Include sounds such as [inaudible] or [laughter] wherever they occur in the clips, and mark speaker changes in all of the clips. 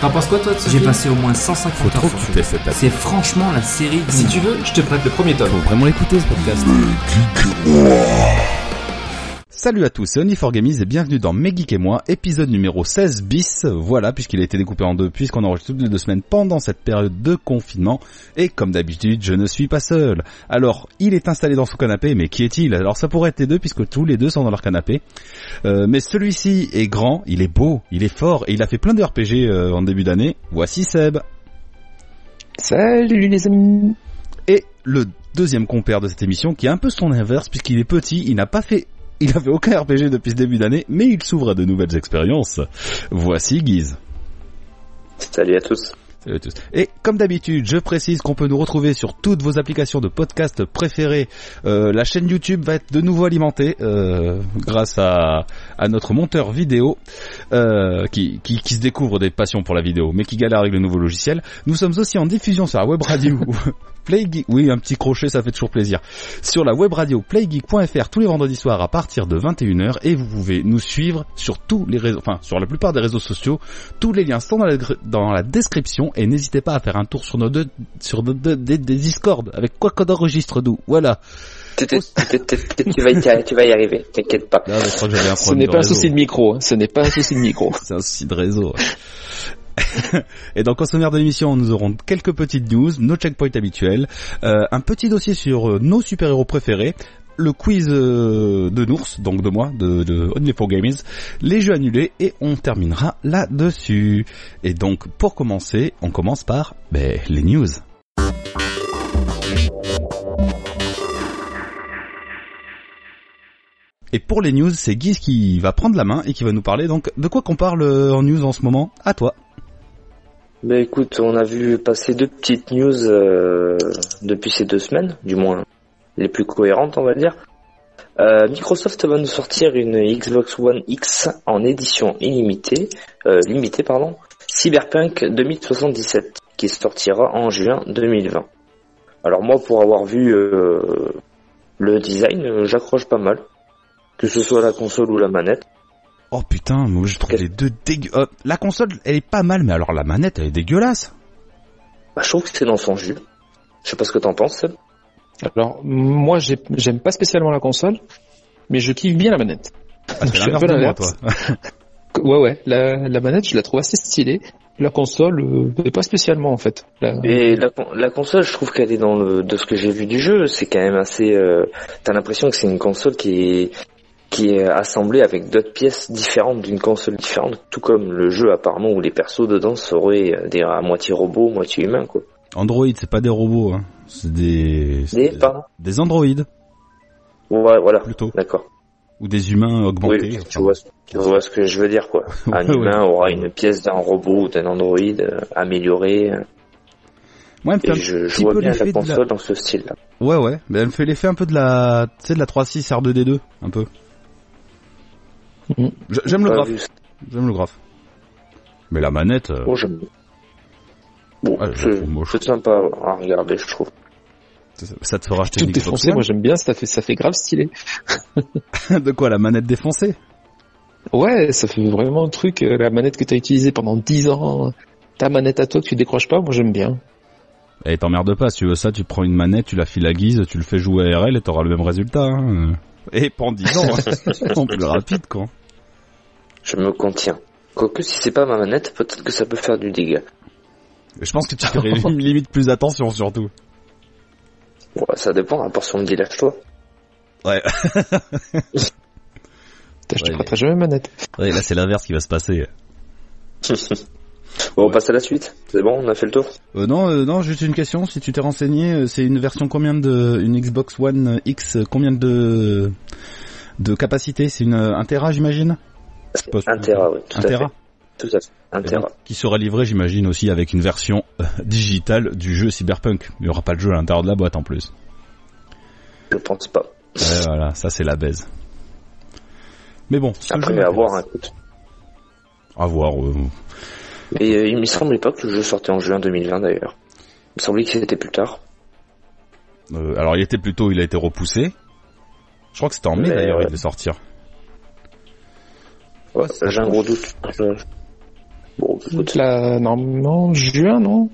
Speaker 1: T'en penses quoi toi de ce
Speaker 2: J'ai
Speaker 1: film
Speaker 2: passé au moins 150
Speaker 3: Faut
Speaker 2: heures.
Speaker 3: trop
Speaker 2: sur-
Speaker 3: écouter cette app.
Speaker 2: C'est franchement la série.
Speaker 1: Si
Speaker 2: d'une-
Speaker 1: tu veux, je te prête le premier tome.
Speaker 3: Faut vraiment l'écouter ce podcast.
Speaker 4: Salut à tous, c'est Oni4Gamies et bienvenue dans Mes Geeks et moi, épisode numéro 16 bis. Voilà, puisqu'il a été découpé en deux, puisqu'on enregistre toutes les deux semaines pendant cette période de confinement. Et comme d'habitude, je ne suis pas seul. Alors, il est installé dans son canapé, mais qui est-il Alors ça pourrait être les deux, puisque tous les deux sont dans leur canapé. Euh, mais celui-ci est grand, il est beau, il est fort, et il a fait plein de RPG euh, en début d'année. Voici Seb.
Speaker 5: Salut les amis
Speaker 4: Et le deuxième compère de cette émission, qui est un peu son inverse, puisqu'il est petit, il n'a pas fait... Il n'a fait aucun RPG depuis ce début d'année, mais il s'ouvre à de nouvelles expériences. Voici Guise.
Speaker 5: Salut à tous
Speaker 4: Salut à tous. Et comme d'habitude, je précise qu'on peut nous retrouver sur toutes vos applications de podcast préférées. Euh, la chaîne YouTube va être de nouveau alimentée euh, grâce à, à notre monteur vidéo euh, qui, qui, qui se découvre des passions pour la vidéo, mais qui galère avec le nouveau logiciel. Nous sommes aussi en diffusion sur la web radio. [laughs] Play Geek- oui, un petit crochet, ça fait toujours plaisir. Sur la web radio playgeek.fr tous les vendredis soirs à partir de 21h et vous pouvez nous suivre sur tous les réseaux, enfin sur la plupart des réseaux sociaux tous les liens sont dans la, dans la description et n'hésitez pas à faire un tour sur nos deux, sur nos deux, des, des Discord avec quoi qu'on enregistre nous. Voilà.
Speaker 5: Tu vas y tu vas y arriver, t'inquiète pas.
Speaker 4: Là, je crois que j'avais un
Speaker 5: Ce
Speaker 4: problème
Speaker 5: n'est
Speaker 4: de
Speaker 5: pas un
Speaker 4: réseau.
Speaker 5: souci de micro, hein. ce n'est pas un souci de micro.
Speaker 4: [laughs] C'est un souci de réseau. ouais. et donc, au sommaire de l'émission, nous aurons quelques petites news, nos checkpoints habituels, euh, un petit dossier sur euh, nos super-héros préférés, le quiz euh, de Nours, donc de moi, de, de Only for Gamers, les jeux annulés, et on terminera là-dessus. Et donc, pour commencer, on commence par ben, les news. Et pour les news, c'est Guise qui va prendre la main et qui va nous parler. Donc, de quoi qu'on parle euh, en news en ce moment À toi.
Speaker 6: Bah écoute, on a vu passer deux petites news euh, depuis ces deux semaines, du moins les plus cohérentes on va dire. Euh, Microsoft va nous sortir une Xbox One X en édition illimitée, euh, limitée pardon, Cyberpunk 2077, qui sortira en juin 2020. Alors moi, pour avoir vu euh, le design, euh, j'accroche pas mal, que ce soit la console ou la manette.
Speaker 4: Oh putain, moi je trouve les deux dégueu. euh, la console, elle est pas mal, mais alors la manette, elle est dégueulasse.
Speaker 6: Bah, je trouve que c'est dans son jus. Je sais pas ce que t'en penses. Seb.
Speaker 5: Alors, moi j'ai- j'aime pas spécialement la console, mais je kiffe bien la manette.
Speaker 4: Ah,
Speaker 5: Je
Speaker 4: t'es
Speaker 5: suis un
Speaker 4: l'inverse
Speaker 5: peu
Speaker 4: de moi,
Speaker 5: l'inverse.
Speaker 4: toi. [laughs]
Speaker 5: Ouais ouais, la, la manette je la trouve assez stylée, la console euh, mais pas spécialement en fait. La-
Speaker 6: Et la, con- la console, je trouve qu'elle est dans le de ce que j'ai vu du jeu, c'est quand même assez. euh, T'as l'impression que c'est une console qui est qui est assemblée avec d'autres pièces différentes d'une console différente, tout comme le jeu apparemment où les persos dedans seraient euh, des à moitié robots, moitié humains quoi.
Speaker 4: Android, c'est pas des robots, hein. C'est des...
Speaker 6: Des
Speaker 4: c'est
Speaker 6: pardon.
Speaker 4: des androïdes,
Speaker 6: Ouais, voilà.
Speaker 4: plutôt.
Speaker 6: D'accord.
Speaker 4: Ou des humains
Speaker 6: Oui,
Speaker 4: augmentés.
Speaker 6: tu vois, ce- tu vois ce que je
Speaker 4: [laughs]
Speaker 6: veux dire quoi. Un
Speaker 4: Ouais, ouais.
Speaker 6: humain aura une pièce d'un robot ou d'un androïde euh, amélioré. euh,
Speaker 4: Moi, elle me fait
Speaker 6: Et
Speaker 4: un
Speaker 6: je, je
Speaker 4: petit
Speaker 6: vois
Speaker 4: peu
Speaker 6: bien
Speaker 4: l'effet
Speaker 6: la
Speaker 4: de
Speaker 6: console
Speaker 4: la...
Speaker 6: dans ce style-là.
Speaker 4: Ouais, ouais. Mais elle me fait l'effet un peu de la... Tu sais, de la 3.6 R2-D2, un peu.
Speaker 5: Mhm.
Speaker 4: J'a- J'aime le
Speaker 6: Pas
Speaker 4: graphe,
Speaker 6: vu ça.
Speaker 4: j'aime le graphe. Mais la manette... euh,
Speaker 6: Oh, j'aime. Bon,
Speaker 4: Ah, je la
Speaker 6: c'est
Speaker 4: trouve moche.
Speaker 6: c'est sympa à regarder, je trouve.
Speaker 4: Ça te fera acheter
Speaker 5: Tout
Speaker 4: une Xbox
Speaker 5: défoncé, moi j'aime bien, ça fait, ça fait grave stylé.
Speaker 4: One [laughs] De quoi la manette défoncée
Speaker 5: Ouais, ça fait vraiment un truc, euh, la manette que t'as utilisée pendant 10 ans, ta manette à toi que tu décroches pas, moi j'aime bien.
Speaker 4: Et Eh, t'emmerdes pas, si tu veux ça, tu prends une manette, tu la files à guise, tu le fais jouer à RL et t'auras le même résultat. hein. Et pendant 10 ans, hein. [laughs] en plus rapide quoi.
Speaker 6: Je me contiens. Quoique si c'est pas ma manette, peut-être que ça peut faire du dégât.
Speaker 4: Je pense que
Speaker 5: [laughs]
Speaker 4: tu ferais limite plus attention surtout.
Speaker 6: Ouais, bah, ça dépend, à part si on me dit lâche-toi.
Speaker 5: Putain, Je te
Speaker 4: Ouais,
Speaker 5: prêterai jamais manette.
Speaker 4: Ouais, là c'est l'inverse qui va se passer.
Speaker 6: Bon,
Speaker 4: Ouais.
Speaker 6: on passe à la suite. C'est bon, on a fait le tour.
Speaker 4: Euh, non, euh, non, juste une question, si tu t'es renseigné, euh, c'est une version combien de... Une Xbox One X, euh, combien de... De capacité C'est une euh, 1 Tera j'imagine
Speaker 6: C'est
Speaker 4: pas sûr.
Speaker 6: un Tera, oui, tout
Speaker 4: 1
Speaker 6: à fait.
Speaker 4: Tera
Speaker 6: Tout à fait. Un
Speaker 4: Et
Speaker 6: Tera.
Speaker 4: donc, qui sera livré, j'imagine, aussi avec une version euh, digitale du jeu Cyberpunk. Il n'y aura pas le jeu à l'intérieur de la boîte en [laughs] plus.
Speaker 6: Je pense pas.
Speaker 4: Ouais, voilà, ça c'est la baise. Mais bon, ce
Speaker 6: Après,
Speaker 4: jeu
Speaker 6: à voir, hein,
Speaker 4: m'intéresse.
Speaker 6: écoute.
Speaker 4: À voir. euh,
Speaker 6: Et euh, il me semblait pas que le jeu sortait en juin 2020 d'ailleurs. Il me semblait que c'était plus tard.
Speaker 4: euh, alors, il était plutôt, il a été repoussé. Je crois que c'était en mai
Speaker 6: Mais,
Speaker 4: d'ailleurs,
Speaker 6: ouais.
Speaker 4: il devait sortir.
Speaker 6: Ouais,
Speaker 4: c'est
Speaker 6: J'ai un gros doute. Je- Bon, écoute,
Speaker 5: Là, normalement, juin, non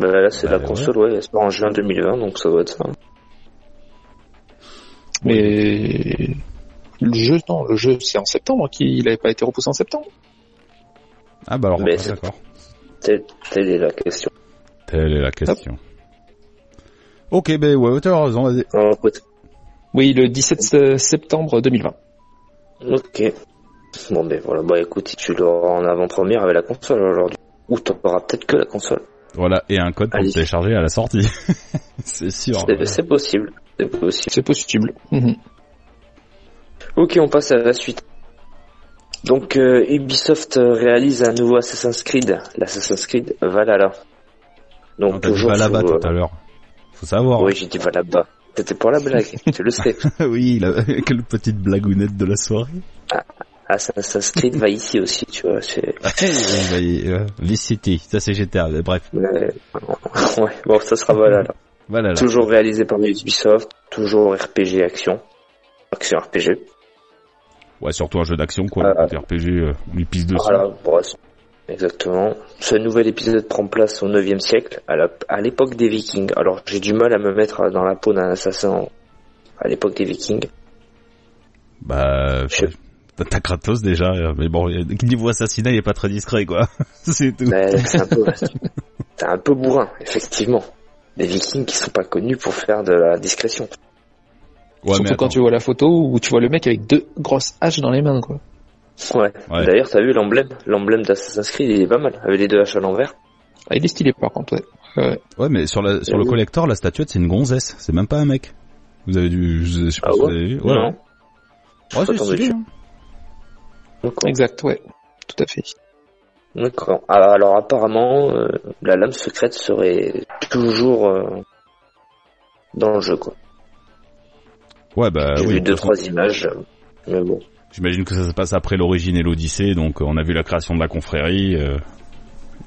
Speaker 6: bah, là c'est
Speaker 4: Bah,
Speaker 6: la console, ouais, elle sort en juin 2020, donc ça doit être ça. hein.
Speaker 5: Mais le jeu, non, le jeu, c'est en septembre qu'il n'avait pas été repoussé en septembre.
Speaker 4: Ah bah alors,
Speaker 6: Mais
Speaker 4: ah,
Speaker 6: c'est-
Speaker 4: d'accord.
Speaker 6: Telle telle est la question.
Speaker 4: Telle est la question. Ok, ben ouais, t'as raison, vas-y.
Speaker 6: Ah, écoute,
Speaker 5: Oui, le 17 se- septembre 2020.
Speaker 6: Ok. Bon ben voilà, bah écoute, tu l'auras en avant-première avec la console aujourd'hui. Ou t'auras peut-être que la console.
Speaker 4: Voilà, et un code pour
Speaker 6: Allez.
Speaker 4: le télécharger à la sortie. [laughs] c'est sûr.
Speaker 6: C'est- C'est possible. C'est possible.
Speaker 5: C'est possible. Mhm.
Speaker 6: Ok, on passe à la suite. Donc euh, Ubisoft euh, réalise un nouveau Assassin's Creed, l'Assassin's Creed Valhalla. Donc
Speaker 4: On t'a Ah, dit
Speaker 6: toujours
Speaker 4: pas là-bas
Speaker 6: sous, euh,
Speaker 4: tout à l'heure. Faut savoir.
Speaker 6: Oui, j'ai dit Valhalla. C'était pour la blague, [laughs] tu le sais.
Speaker 4: [laughs] oui, la- [laughs] quelle petite blagounette de la soirée.
Speaker 6: Assassin's Creed va ici aussi, tu vois. c'est-
Speaker 4: Vice City, euh, ça c'est GTA, mais bref.
Speaker 6: Ouais, ouais, bon, ça sera Valhalla.
Speaker 4: Voilà. là.
Speaker 6: Toujours réalisé par Ubisoft, toujours RPG action. Action RPG.
Speaker 4: Ouais, surtout un jeu d'action, quoi.
Speaker 6: Ah,
Speaker 4: le côté RPG, euh, on lui pisse dessus.
Speaker 6: Voilà, bon, c'est- exactement. Ce nouvel épisode prend place au 9e siècle, à la- à l'époque des Vikings. Alors j'ai du mal à me mettre dans la peau d'un assassin à l'époque des Vikings.
Speaker 4: Bah,
Speaker 6: Je-
Speaker 4: t'as- t'as Kratos déjà, euh, mais bon, euh, niveau assassinat, il est pas très discret, quoi. [laughs] c'est tout. [laughs]
Speaker 6: Mais c'est un peu, c'est un peu bourrin, effectivement. Des Vikings qui sont pas connus pour faire de la discrétion.
Speaker 4: Ouais, mais
Speaker 5: Surtout quand
Speaker 4: attends.
Speaker 5: tu vois la photo où tu vois le mec avec deux grosses haches dans les mains, quoi.
Speaker 6: Ouais.
Speaker 4: Ouais.
Speaker 6: D'ailleurs, t'as vu l'emblème, l'emblème d'Assassin's Creed, il est pas mal, avec les deux haches à l'envers.
Speaker 5: Ah, il est stylé par contre, ouais.
Speaker 4: Ouais, mais sur, la, sur le
Speaker 6: Oui.
Speaker 4: collector, la statuette, c'est une gonzesse. C'est même pas un mec. Vous avez dû. Je sais pas
Speaker 6: Ah
Speaker 4: si
Speaker 6: ouais
Speaker 4: vous avez vu. Ouais,
Speaker 6: Non.
Speaker 4: ouais. Ouais,
Speaker 6: Je
Speaker 4: c'est
Speaker 6: suis pas tombé
Speaker 4: stylé,
Speaker 6: dessus.
Speaker 4: hein.
Speaker 6: D'accord.
Speaker 5: Exact, ouais. Tout à fait.
Speaker 6: D'accord. Ah, Alors apparemment, euh, la lame secrète serait toujours euh, dans le jeu, quoi.
Speaker 4: Ouais, bah
Speaker 6: J'ai
Speaker 4: oui.
Speaker 6: vu
Speaker 4: de
Speaker 6: deux
Speaker 4: toute façon,
Speaker 6: trois images, euh, mais bon.
Speaker 4: J'imagine que ça se passe après l'origine et l'Odyssée, donc euh, on a vu la création de la confrérie. euh,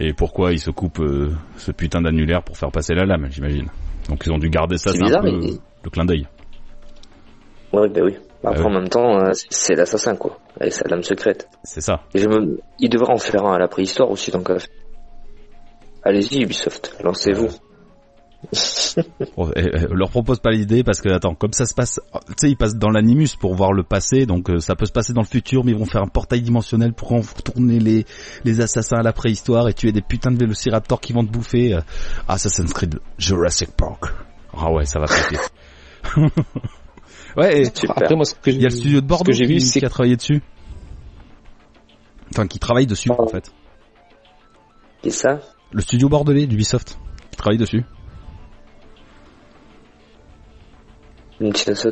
Speaker 4: et pourquoi ils se coupent euh, ce putain d'annulaire pour faire passer la lame, j'imagine. Donc ils ont dû garder ça,
Speaker 6: C'est
Speaker 4: c'est un
Speaker 6: bizarre,
Speaker 4: peu
Speaker 6: il-
Speaker 4: le clin d'œil.
Speaker 6: Ouais, bah oui.
Speaker 4: Ah
Speaker 6: Après,
Speaker 4: oui.
Speaker 6: en même temps, euh, c'est- c'est l'assassin, quoi, avec sa lame secrète.
Speaker 4: C'est ça.
Speaker 6: Et je me- Il devrait en faire un à la préhistoire aussi, donc. euh, Allez-y, Ubisoft, lancez-vous.
Speaker 4: Bon, eh, eh, leur propose pas l'idée parce que attends, comme ça se passe, oh, tu sais, ils passent dans l'animus pour voir le passé, donc euh, ça peut se passer dans le futur, mais ils vont faire un portail dimensionnel pour en retourner les les assassins à la préhistoire et tuer des putains de vélociraptors qui vont te bouffer. euh, Assassin's Creed Jurassic Park. Ah ouais, ça va péter.
Speaker 5: Euh,
Speaker 4: ouais, et
Speaker 6: Super.
Speaker 5: Après, moi, ce que j'ai
Speaker 4: il y a le studio de Bordeaux
Speaker 5: que j'ai
Speaker 4: qui,
Speaker 5: vu, c'est-
Speaker 4: qui a travaillé dessus. Enfin, qui travaille dessus en fait.
Speaker 6: Et ça
Speaker 4: Le studio bordelais d'Ubisoft qui travaille dessus.
Speaker 6: Une petite assassin.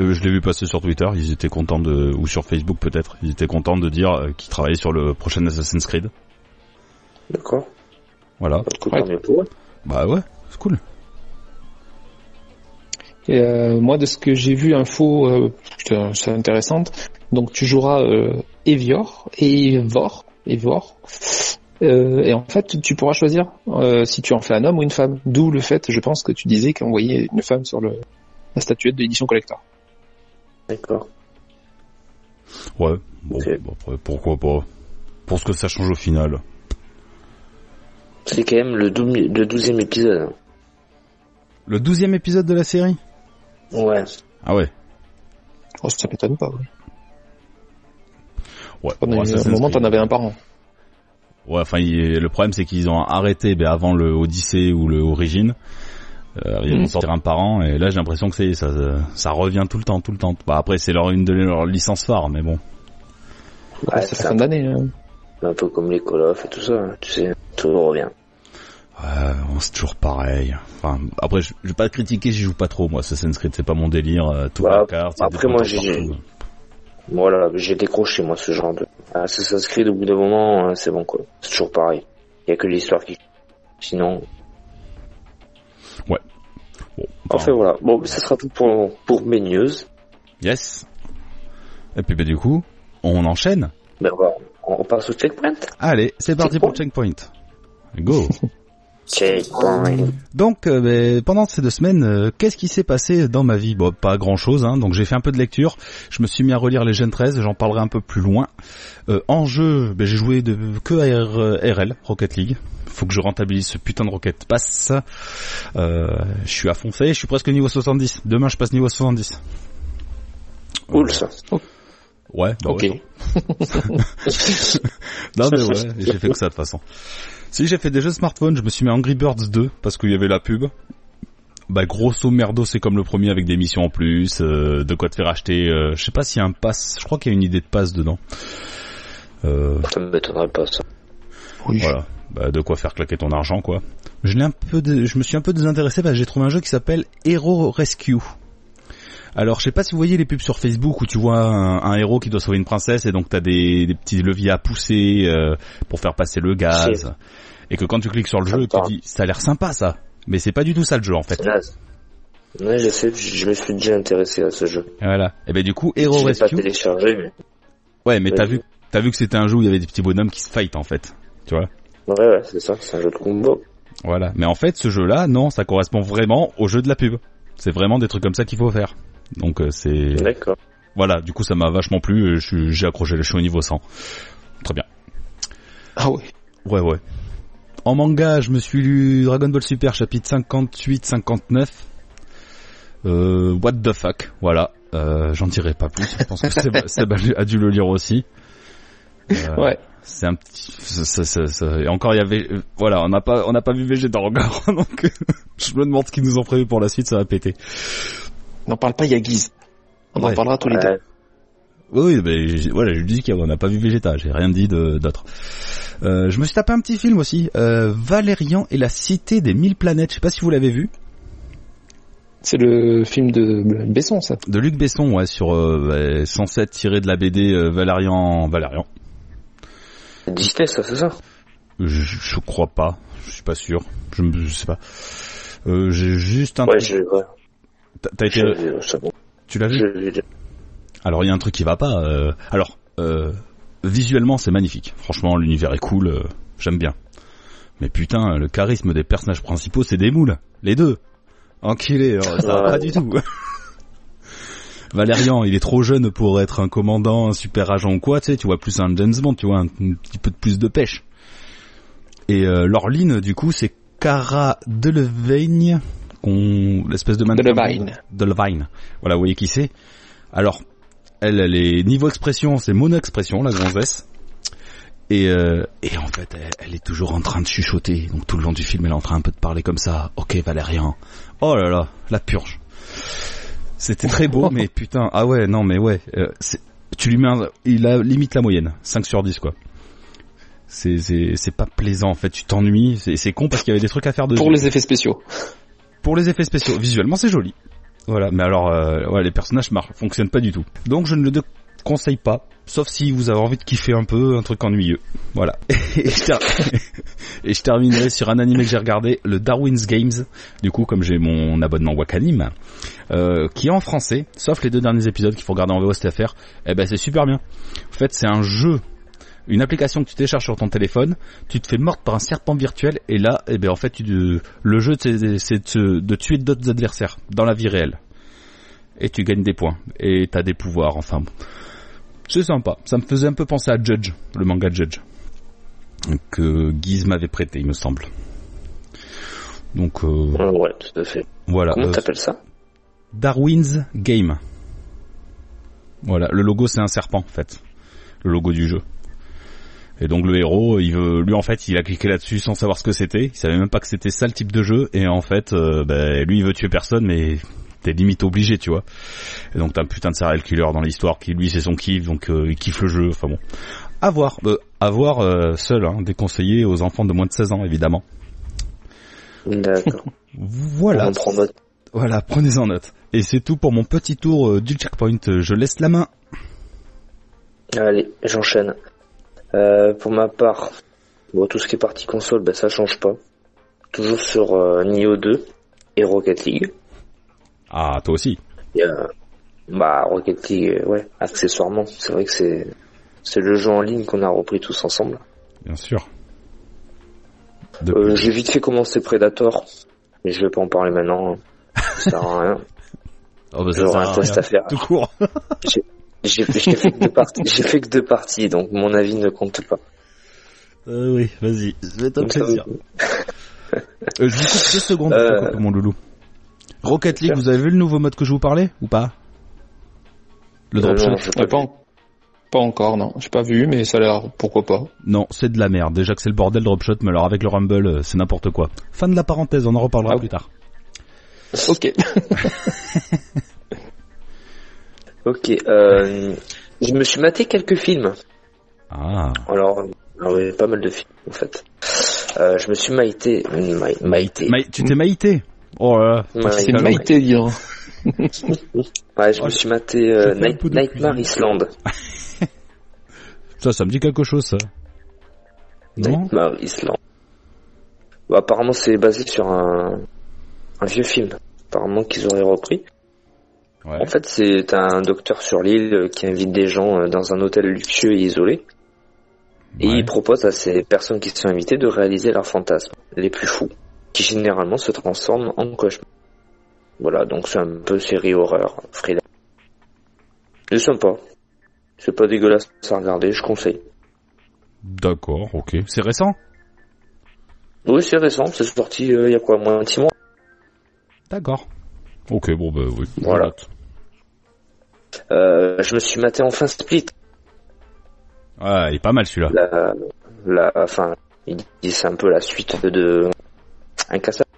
Speaker 4: Euh, je l'ai vu passer sur Twitter, ils étaient contents de, ou sur Facebook peut-être, ils étaient contents de dire euh, qu'ils travaillaient sur le prochain Assassin's Creed.
Speaker 6: D'accord.
Speaker 4: Voilà.
Speaker 6: Pas de coup
Speaker 5: Ouais.
Speaker 6: tant mieux pour eux.
Speaker 4: Bah ouais, c'est cool.
Speaker 5: Et, euh, moi, de ce que j'ai vu, info, euh, putain, c'est intéressante. Donc, tu joueras euh, Evior, Evor, Evor. Euh, et en fait, tu pourras choisir euh, si tu en fais un homme ou une femme. D'où le fait, je pense, que tu disais qu'on voyait une femme sur le, la statuette de l'édition collector.
Speaker 6: D'accord.
Speaker 4: Ouais, bon,
Speaker 6: Ok.
Speaker 4: bah après, pourquoi pas. Pour ce que ça change au final.
Speaker 6: C'est quand même le doumi- le douzième épisode. hein.
Speaker 4: Le douzième épisode de la série
Speaker 6: Ouais.
Speaker 4: Ah ouais.
Speaker 5: Oh, ça m'étonne pas. oui.
Speaker 4: Ouais,
Speaker 5: On
Speaker 4: bon,
Speaker 5: a eu- à un
Speaker 4: Assassin's
Speaker 5: moment,
Speaker 4: Creed.
Speaker 5: t'en avais un par an.
Speaker 4: Ouais, enfin, il- le problème c'est qu'ils ont arrêté ben, avant le Odyssey ou le Origin. Euh, ils vont
Speaker 5: Mhm.
Speaker 4: sortir un par an et là j'ai l'impression que c'est ça, ça revient tout le temps, tout le temps. Bah après c'est leur une de leur licence phare, mais bon.
Speaker 5: Ouais,
Speaker 6: Ouais,
Speaker 5: c'est
Speaker 6: c'est
Speaker 5: la fin d'année. hein.
Speaker 6: un peu comme les Call of et tout ça, hein, tu sais, tout revient.
Speaker 4: Ouais, bon, Euh, c'est toujours pareil. Enfin, après, je, je vais pas critiquer, j'y joue pas trop, moi. Assassin's Creed, c'est pas mon délire. euh, tout
Speaker 6: Bah,
Speaker 4: à la carte.
Speaker 6: après,
Speaker 4: c'est des
Speaker 6: moi,
Speaker 4: trucs
Speaker 6: j'ai-
Speaker 4: partout.
Speaker 6: Voilà, j'ai décroché moi ce genre de Assassin's Creed au bout d'un moment, hein, c'est bon quoi. C'est toujours pareil. Il y a que l'histoire qui sinon
Speaker 4: Bon, enfin,
Speaker 6: enfin voilà. Bon, ça sera tout pour pour mes news.
Speaker 4: yes. Et puis, bah, du coup, on enchaîne.
Speaker 6: Ben, on, va- on passe au checkpoint. [laughs]
Speaker 4: Allez, c'est parti pour Checkpoint. Go.
Speaker 6: Checkpoint.
Speaker 4: Donc, euh, ben, pendant ces deux semaines, euh, qu'est-ce qui s'est passé dans ma vie Bon, pas grand-chose. Hein, donc, j'ai fait un peu de lecture. Je me suis mis à relire les Gen 13. J'en parlerai un peu plus loin. Euh, en jeu, ben, j'ai joué de, que à R- RL, Rocket League. Faut que je rentabilise ce putain de Rocket Pass. Euh, je suis à fond fait. Je suis presque niveau 70. Demain, je passe niveau 70.
Speaker 6: Cool ça.
Speaker 4: Ouais. bah ouais,
Speaker 5: ok.
Speaker 4: Non mais ouais, j'ai fait que ça de toute façon. Si j'ai fait des jeux smartphone, je me suis mis à Angry Birds 2 parce qu'il y avait la pub. Bah grosso merdo, c'est comme le premier avec des missions en plus, euh, de quoi te faire acheter. euh, je sais pas s'il y a un pass. Je crois qu'il y a une idée de pass dedans. Euh,
Speaker 6: Ça me m'étonnerait pas ça.
Speaker 5: Oui.
Speaker 4: voilà, bah, de quoi faire claquer ton argent quoi. Je l'ai un peu, dé- je me suis un peu désintéressé parce que j'ai trouvé un jeu qui s'appelle Hero Rescue. Alors je sais pas si vous voyez les pubs sur Facebook où tu vois un, un héros qui doit sauver une princesse et donc t'as des, des petits leviers à pousser euh, pour faire passer le
Speaker 6: Si.
Speaker 4: gaz et que quand tu cliques sur le jeu, tu te
Speaker 6: Sympa.
Speaker 4: dis ça a l'air sympa ça, mais c'est pas du tout ça le jeu en fait.
Speaker 6: C'est naze. Ouais, je sais, je me suis déjà intéressé à ce jeu.
Speaker 4: Voilà. Et ben du coup Hero
Speaker 6: je l'ai pas
Speaker 4: Rescue.
Speaker 6: téléchargé, mais.
Speaker 4: Ouais, mais t'as
Speaker 6: Ouais.
Speaker 4: vu, t'as vu que c'était un jeu où il y avait des petits bonhommes qui se fight en fait.
Speaker 6: Ouais, ouais, c'est ça, c'est un jeu de combo.
Speaker 4: Voilà. Mais en fait, ce jeu-là, non, ça correspond vraiment au jeu de la pub. C'est vraiment des trucs comme ça qu'il faut faire. Donc euh, c'est
Speaker 6: D'accord.
Speaker 4: voilà. Du coup, ça m'a vachement plu. euh, je suis- J'ai accroché le show au niveau 100.
Speaker 5: Ah ouais.
Speaker 4: Ouais, ouais. En manga, je me suis lu Dragon Ball Super chapitre 58-59. Euh, what the fuck, voilà. Euh, J'en dirai pas plus. Je pense que Seb, Seb a lu- a dû le lire aussi. Euh,
Speaker 5: Ouais.
Speaker 4: C'est un petit. ça- ça- ça- ça- Et encore, il y avait. euh, Voilà, on n'a pas, on n'a pas vu Vegeta encore, [laughs] donc euh, je me demande ce qu'ils nous ont prévu pour la suite. Ça va péter.
Speaker 5: N'en parle pas, il y a Guise. On
Speaker 4: Ouais.
Speaker 5: en parlera tous les deux.
Speaker 6: Ouais,
Speaker 4: Oui, oui, ben, j'ai- voilà, je lui dis qu'on n'a pas vu Vegeta, j'ai rien dit de- d'autre. Euh, je me suis tapé un petit film aussi, euh, Valérian et la cité des mille planètes, je sais pas si vous l'avez vu,
Speaker 5: C'est le film de Besson, ça.
Speaker 4: de Luc Besson, ouais, sur euh, ouais, 107 tiré de la BD euh, Valérian, Valérian.
Speaker 6: c'est Disney, ça, Euh, c'est ça.
Speaker 4: Je, je crois pas, je suis pas sûr, je, me- je sais pas. Euh, j'ai juste un
Speaker 6: Ouais,
Speaker 4: truc-
Speaker 6: je, ouais.
Speaker 4: t'as- t'as été-
Speaker 6: je l'ai vu, c'est bon.
Speaker 4: tu l'as vu
Speaker 6: Je l'ai vu.
Speaker 4: Alors il y a un truc qui va pas. euh, Alors euh, visuellement c'est magnifique. Franchement l'univers est cool. euh, J'aime bien. Mais putain le charisme des personnages principaux c'est des moules. Les deux. Enculé. alors, ça va
Speaker 6: Ouais.
Speaker 4: pas du tout. [laughs] Valérian, il est trop jeune pour être un commandant, un super agent ou quoi, tu sais, tu vois plus un James Bond, tu vois, un, petit peu de plus de pêche. Et euh, Laureline, du coup, c'est Cara Delevingne, qu'on l'espèce de mannequin
Speaker 5: Delevingne.
Speaker 4: Delevingne. Voilà, vous voyez qui c'est. Alors, elle, elle est niveau expression, c'est mono-expression, la gonzesse. Et, euh, et en fait, elle, elle est toujours en train de chuchoter. Donc tout le long du film, elle est en train un peu de parler comme ça. Ok, Valérian. Oh là là, la purge. C'était très beau,
Speaker 5: [laughs]
Speaker 4: mais putain, ah ouais, non, mais ouais. euh, c'est- tu lui mets un- il a limite la moyenne, 5 sur 10, quoi. C'est, c'est, c'est pas plaisant, en fait, tu t'ennuies. C'est, c'est con parce qu'il y avait des trucs à faire de
Speaker 5: Pour les effets spéciaux.
Speaker 4: pour les effets spéciaux. Visuellement, c'est joli. Voilà, mais alors, euh, ouais, les personnages marchent, fonctionnent pas du tout. Donc, je ne le de- conseille pas, sauf si vous avez envie de kiffer un peu un truc ennuyeux. Voilà. [laughs] Et je, ter- [laughs] Et je terminerai sur un animé que j'ai regardé, le Darwin's Games, du coup, comme j'ai mon abonnement Wakanim, euh, qui est en français, sauf les deux derniers épisodes qu'il faut regarder en VO, cette affaire. Eh ben, c'est super bien. En fait, c'est un jeu, une application que tu télécharges sur ton téléphone, tu te fais morte par un serpent virtuel, et là, eh ben, en fait, tu, le jeu, c'est c'est de, de tuer d'autres adversaires dans la vie réelle. Et tu gagnes des points. Et t'as des pouvoirs, enfin. bon. C'est sympa. Ça me faisait un peu penser à Judge, le manga Judge. Que Guise m'avait prêté, il me semble. Donc, euh,
Speaker 6: Ouais, ouais, tout à fait.
Speaker 4: voilà.
Speaker 6: Comment
Speaker 4: Euh,
Speaker 6: t'appelles ça
Speaker 4: Darwin's Game. Voilà, le logo c'est un serpent en fait, le logo du jeu. Et donc le héros, il veut, lui en fait, il a cliqué là-dessus sans savoir ce que c'était. Il savait même pas que c'était ça le type de jeu. Et en fait, euh, ben, lui il veut tuer personne, mais t'es limite obligé, tu vois. Et donc t'as un putain de serial killer dans l'histoire qui lui c'est son kiff, donc euh, il kiffe le jeu. Enfin bon, à voir, euh, à voir euh, seul, hein, déconseillé aux enfants de moins de 16 ans évidemment.
Speaker 6: D'accord.
Speaker 4: Voilà.
Speaker 6: On prend note.
Speaker 4: Voilà, prenez-en note. Et c'est tout pour mon petit tour euh, du checkpoint. Euh, Je laisse la main.
Speaker 6: Allez, j'enchaîne. Euh, pour ma part, bon, tout ce qui est partie console, ben, ça change pas. Toujours sur euh, Nioh 2 et Rocket League.
Speaker 4: Ah, toi aussi.
Speaker 6: Et, euh, bah, Rocket League, euh, ouais, accessoirement. C'est vrai que c'est c'est le jeu en ligne qu'on a repris tous ensemble.
Speaker 4: Bien sûr. Depuis-
Speaker 6: Euh, J'ai vite fait commencer Predator, mais je vais pas en parler maintenant. hein. Ça sert à rien.
Speaker 4: Oh, bah, [laughs] ça
Speaker 6: J'aurai
Speaker 4: sert à
Speaker 6: un test
Speaker 4: rien.
Speaker 6: à faire.
Speaker 4: Tout court.
Speaker 6: J'ai j'ai fait, que deux parties- j'ai fait que deux parties, donc mon avis ne compte pas.
Speaker 4: Euh, oui, vas-y. C'est un
Speaker 6: Donc, ça va-
Speaker 4: plaisir. Euh, je vous coupe deux secondes, je te
Speaker 6: Euh.
Speaker 4: coupe, mon loulou. Rocket League,
Speaker 6: Super.
Speaker 4: vous avez vu le nouveau mode que je vous parlais ou pas Le
Speaker 6: Euh,
Speaker 4: dropshot
Speaker 6: non, je sais
Speaker 5: Ouais,
Speaker 6: pas.
Speaker 5: pas, en- pas encore, non. J'ai pas vu, mais ça a l'air, pourquoi pas.
Speaker 4: Non, c'est de la merde. Déjà que c'est le bordel dropshot, mais alors avec le Rumble, euh, c'est n'importe quoi. Fin de la parenthèse, on en reparlera
Speaker 5: Ah.
Speaker 4: plus tard.
Speaker 6: [laughs]
Speaker 5: Ok.
Speaker 6: Ok, euh, je me suis maté quelques films.
Speaker 4: Ah,
Speaker 6: Alors, alors, il y a pas mal de films en fait. Euh, je me suis maïté. maï- maïté.
Speaker 4: Maï- tu t'es maïté Oh là là.
Speaker 6: Maï-
Speaker 5: C'est hein. Maïté, dis donc.
Speaker 6: Ouais, je me suis maté
Speaker 4: Oh,
Speaker 6: euh,
Speaker 4: Je fais un
Speaker 6: Night-
Speaker 4: peu de
Speaker 6: Nightmare
Speaker 4: cuisine.
Speaker 6: Island.
Speaker 4: Ça, ça me dit quelque chose, ça. Non
Speaker 6: Nightmare Island. Bah, apparemment, c'est basé sur un, un vieux film. Apparemment, qu'ils auraient repris.
Speaker 4: Ouais.
Speaker 6: En fait, c'est un docteur sur l'île euh, qui invite des gens euh, dans un hôtel luxueux et isolé. Et
Speaker 4: Ouais.
Speaker 6: il propose à ces personnes qui sont invitées de réaliser leurs fantasmes, les plus fous, qui généralement se transforment en cauchemar. Voilà, donc c'est un peu série horreur, thriller. C'est sympa. C'est pas dégueulasse à regarder, je conseille.
Speaker 4: D'accord, ok. C'est récent
Speaker 6: Oui, c'est récent, c'est sorti euh, il y a quoi, moins un petit mois
Speaker 4: D'accord. Ok, bon, bah oui.
Speaker 6: Voilà. Euh, je me suis maté enfin Split.
Speaker 4: Ah, il est pas mal celui-là.
Speaker 6: La, la, enfin, il dit c'est un peu la suite de Incassable.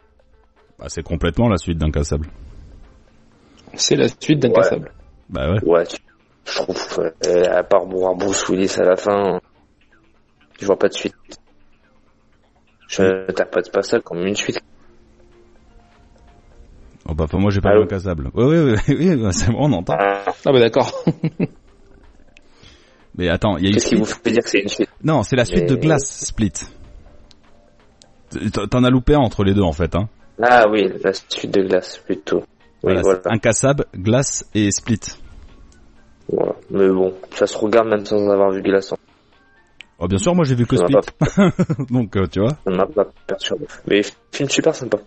Speaker 4: Bah, c'est complètement la suite d'Incassable.
Speaker 5: C'est la suite d'Incassable.
Speaker 4: Bah ouais.
Speaker 6: Ouais, tu- je trouve, euh, à part boire Bruce Willis à la fin, je vois pas de suite. Je t'appâte pas ça comme une suite.
Speaker 4: Oh, bah, enfin, moi j'ai pas vu
Speaker 6: Allô
Speaker 4: Incassable. Ouais, ouais, ouais, oui, [laughs] bah, c'est bon, on entend.
Speaker 5: Ah bah d'accord.
Speaker 6: Euh,
Speaker 4: Mais attends, il y a eu
Speaker 6: Qu'est-ce qui
Speaker 4: Split.
Speaker 6: vous fait dire que c'est une suite
Speaker 4: Non, c'est la suite de
Speaker 6: Mais-
Speaker 4: Glass Split. T- T'en as loupé un entre les deux en fait. Hein.
Speaker 6: Ah oui, la suite de glace plutôt. Oui,
Speaker 4: Voilà,
Speaker 6: voilà.
Speaker 4: c'est Incassable, Glass et Split.
Speaker 6: voilà. Mais bon, ça se regarde même sans avoir vu glace. hein.
Speaker 4: Oh, bien sûr, moi j'ai vu que
Speaker 6: Ça m'a
Speaker 4: Split. Donc, euh, tu vois.
Speaker 6: Ça m'a pas perturbé. Mais film super sympa.
Speaker 4: Ouais,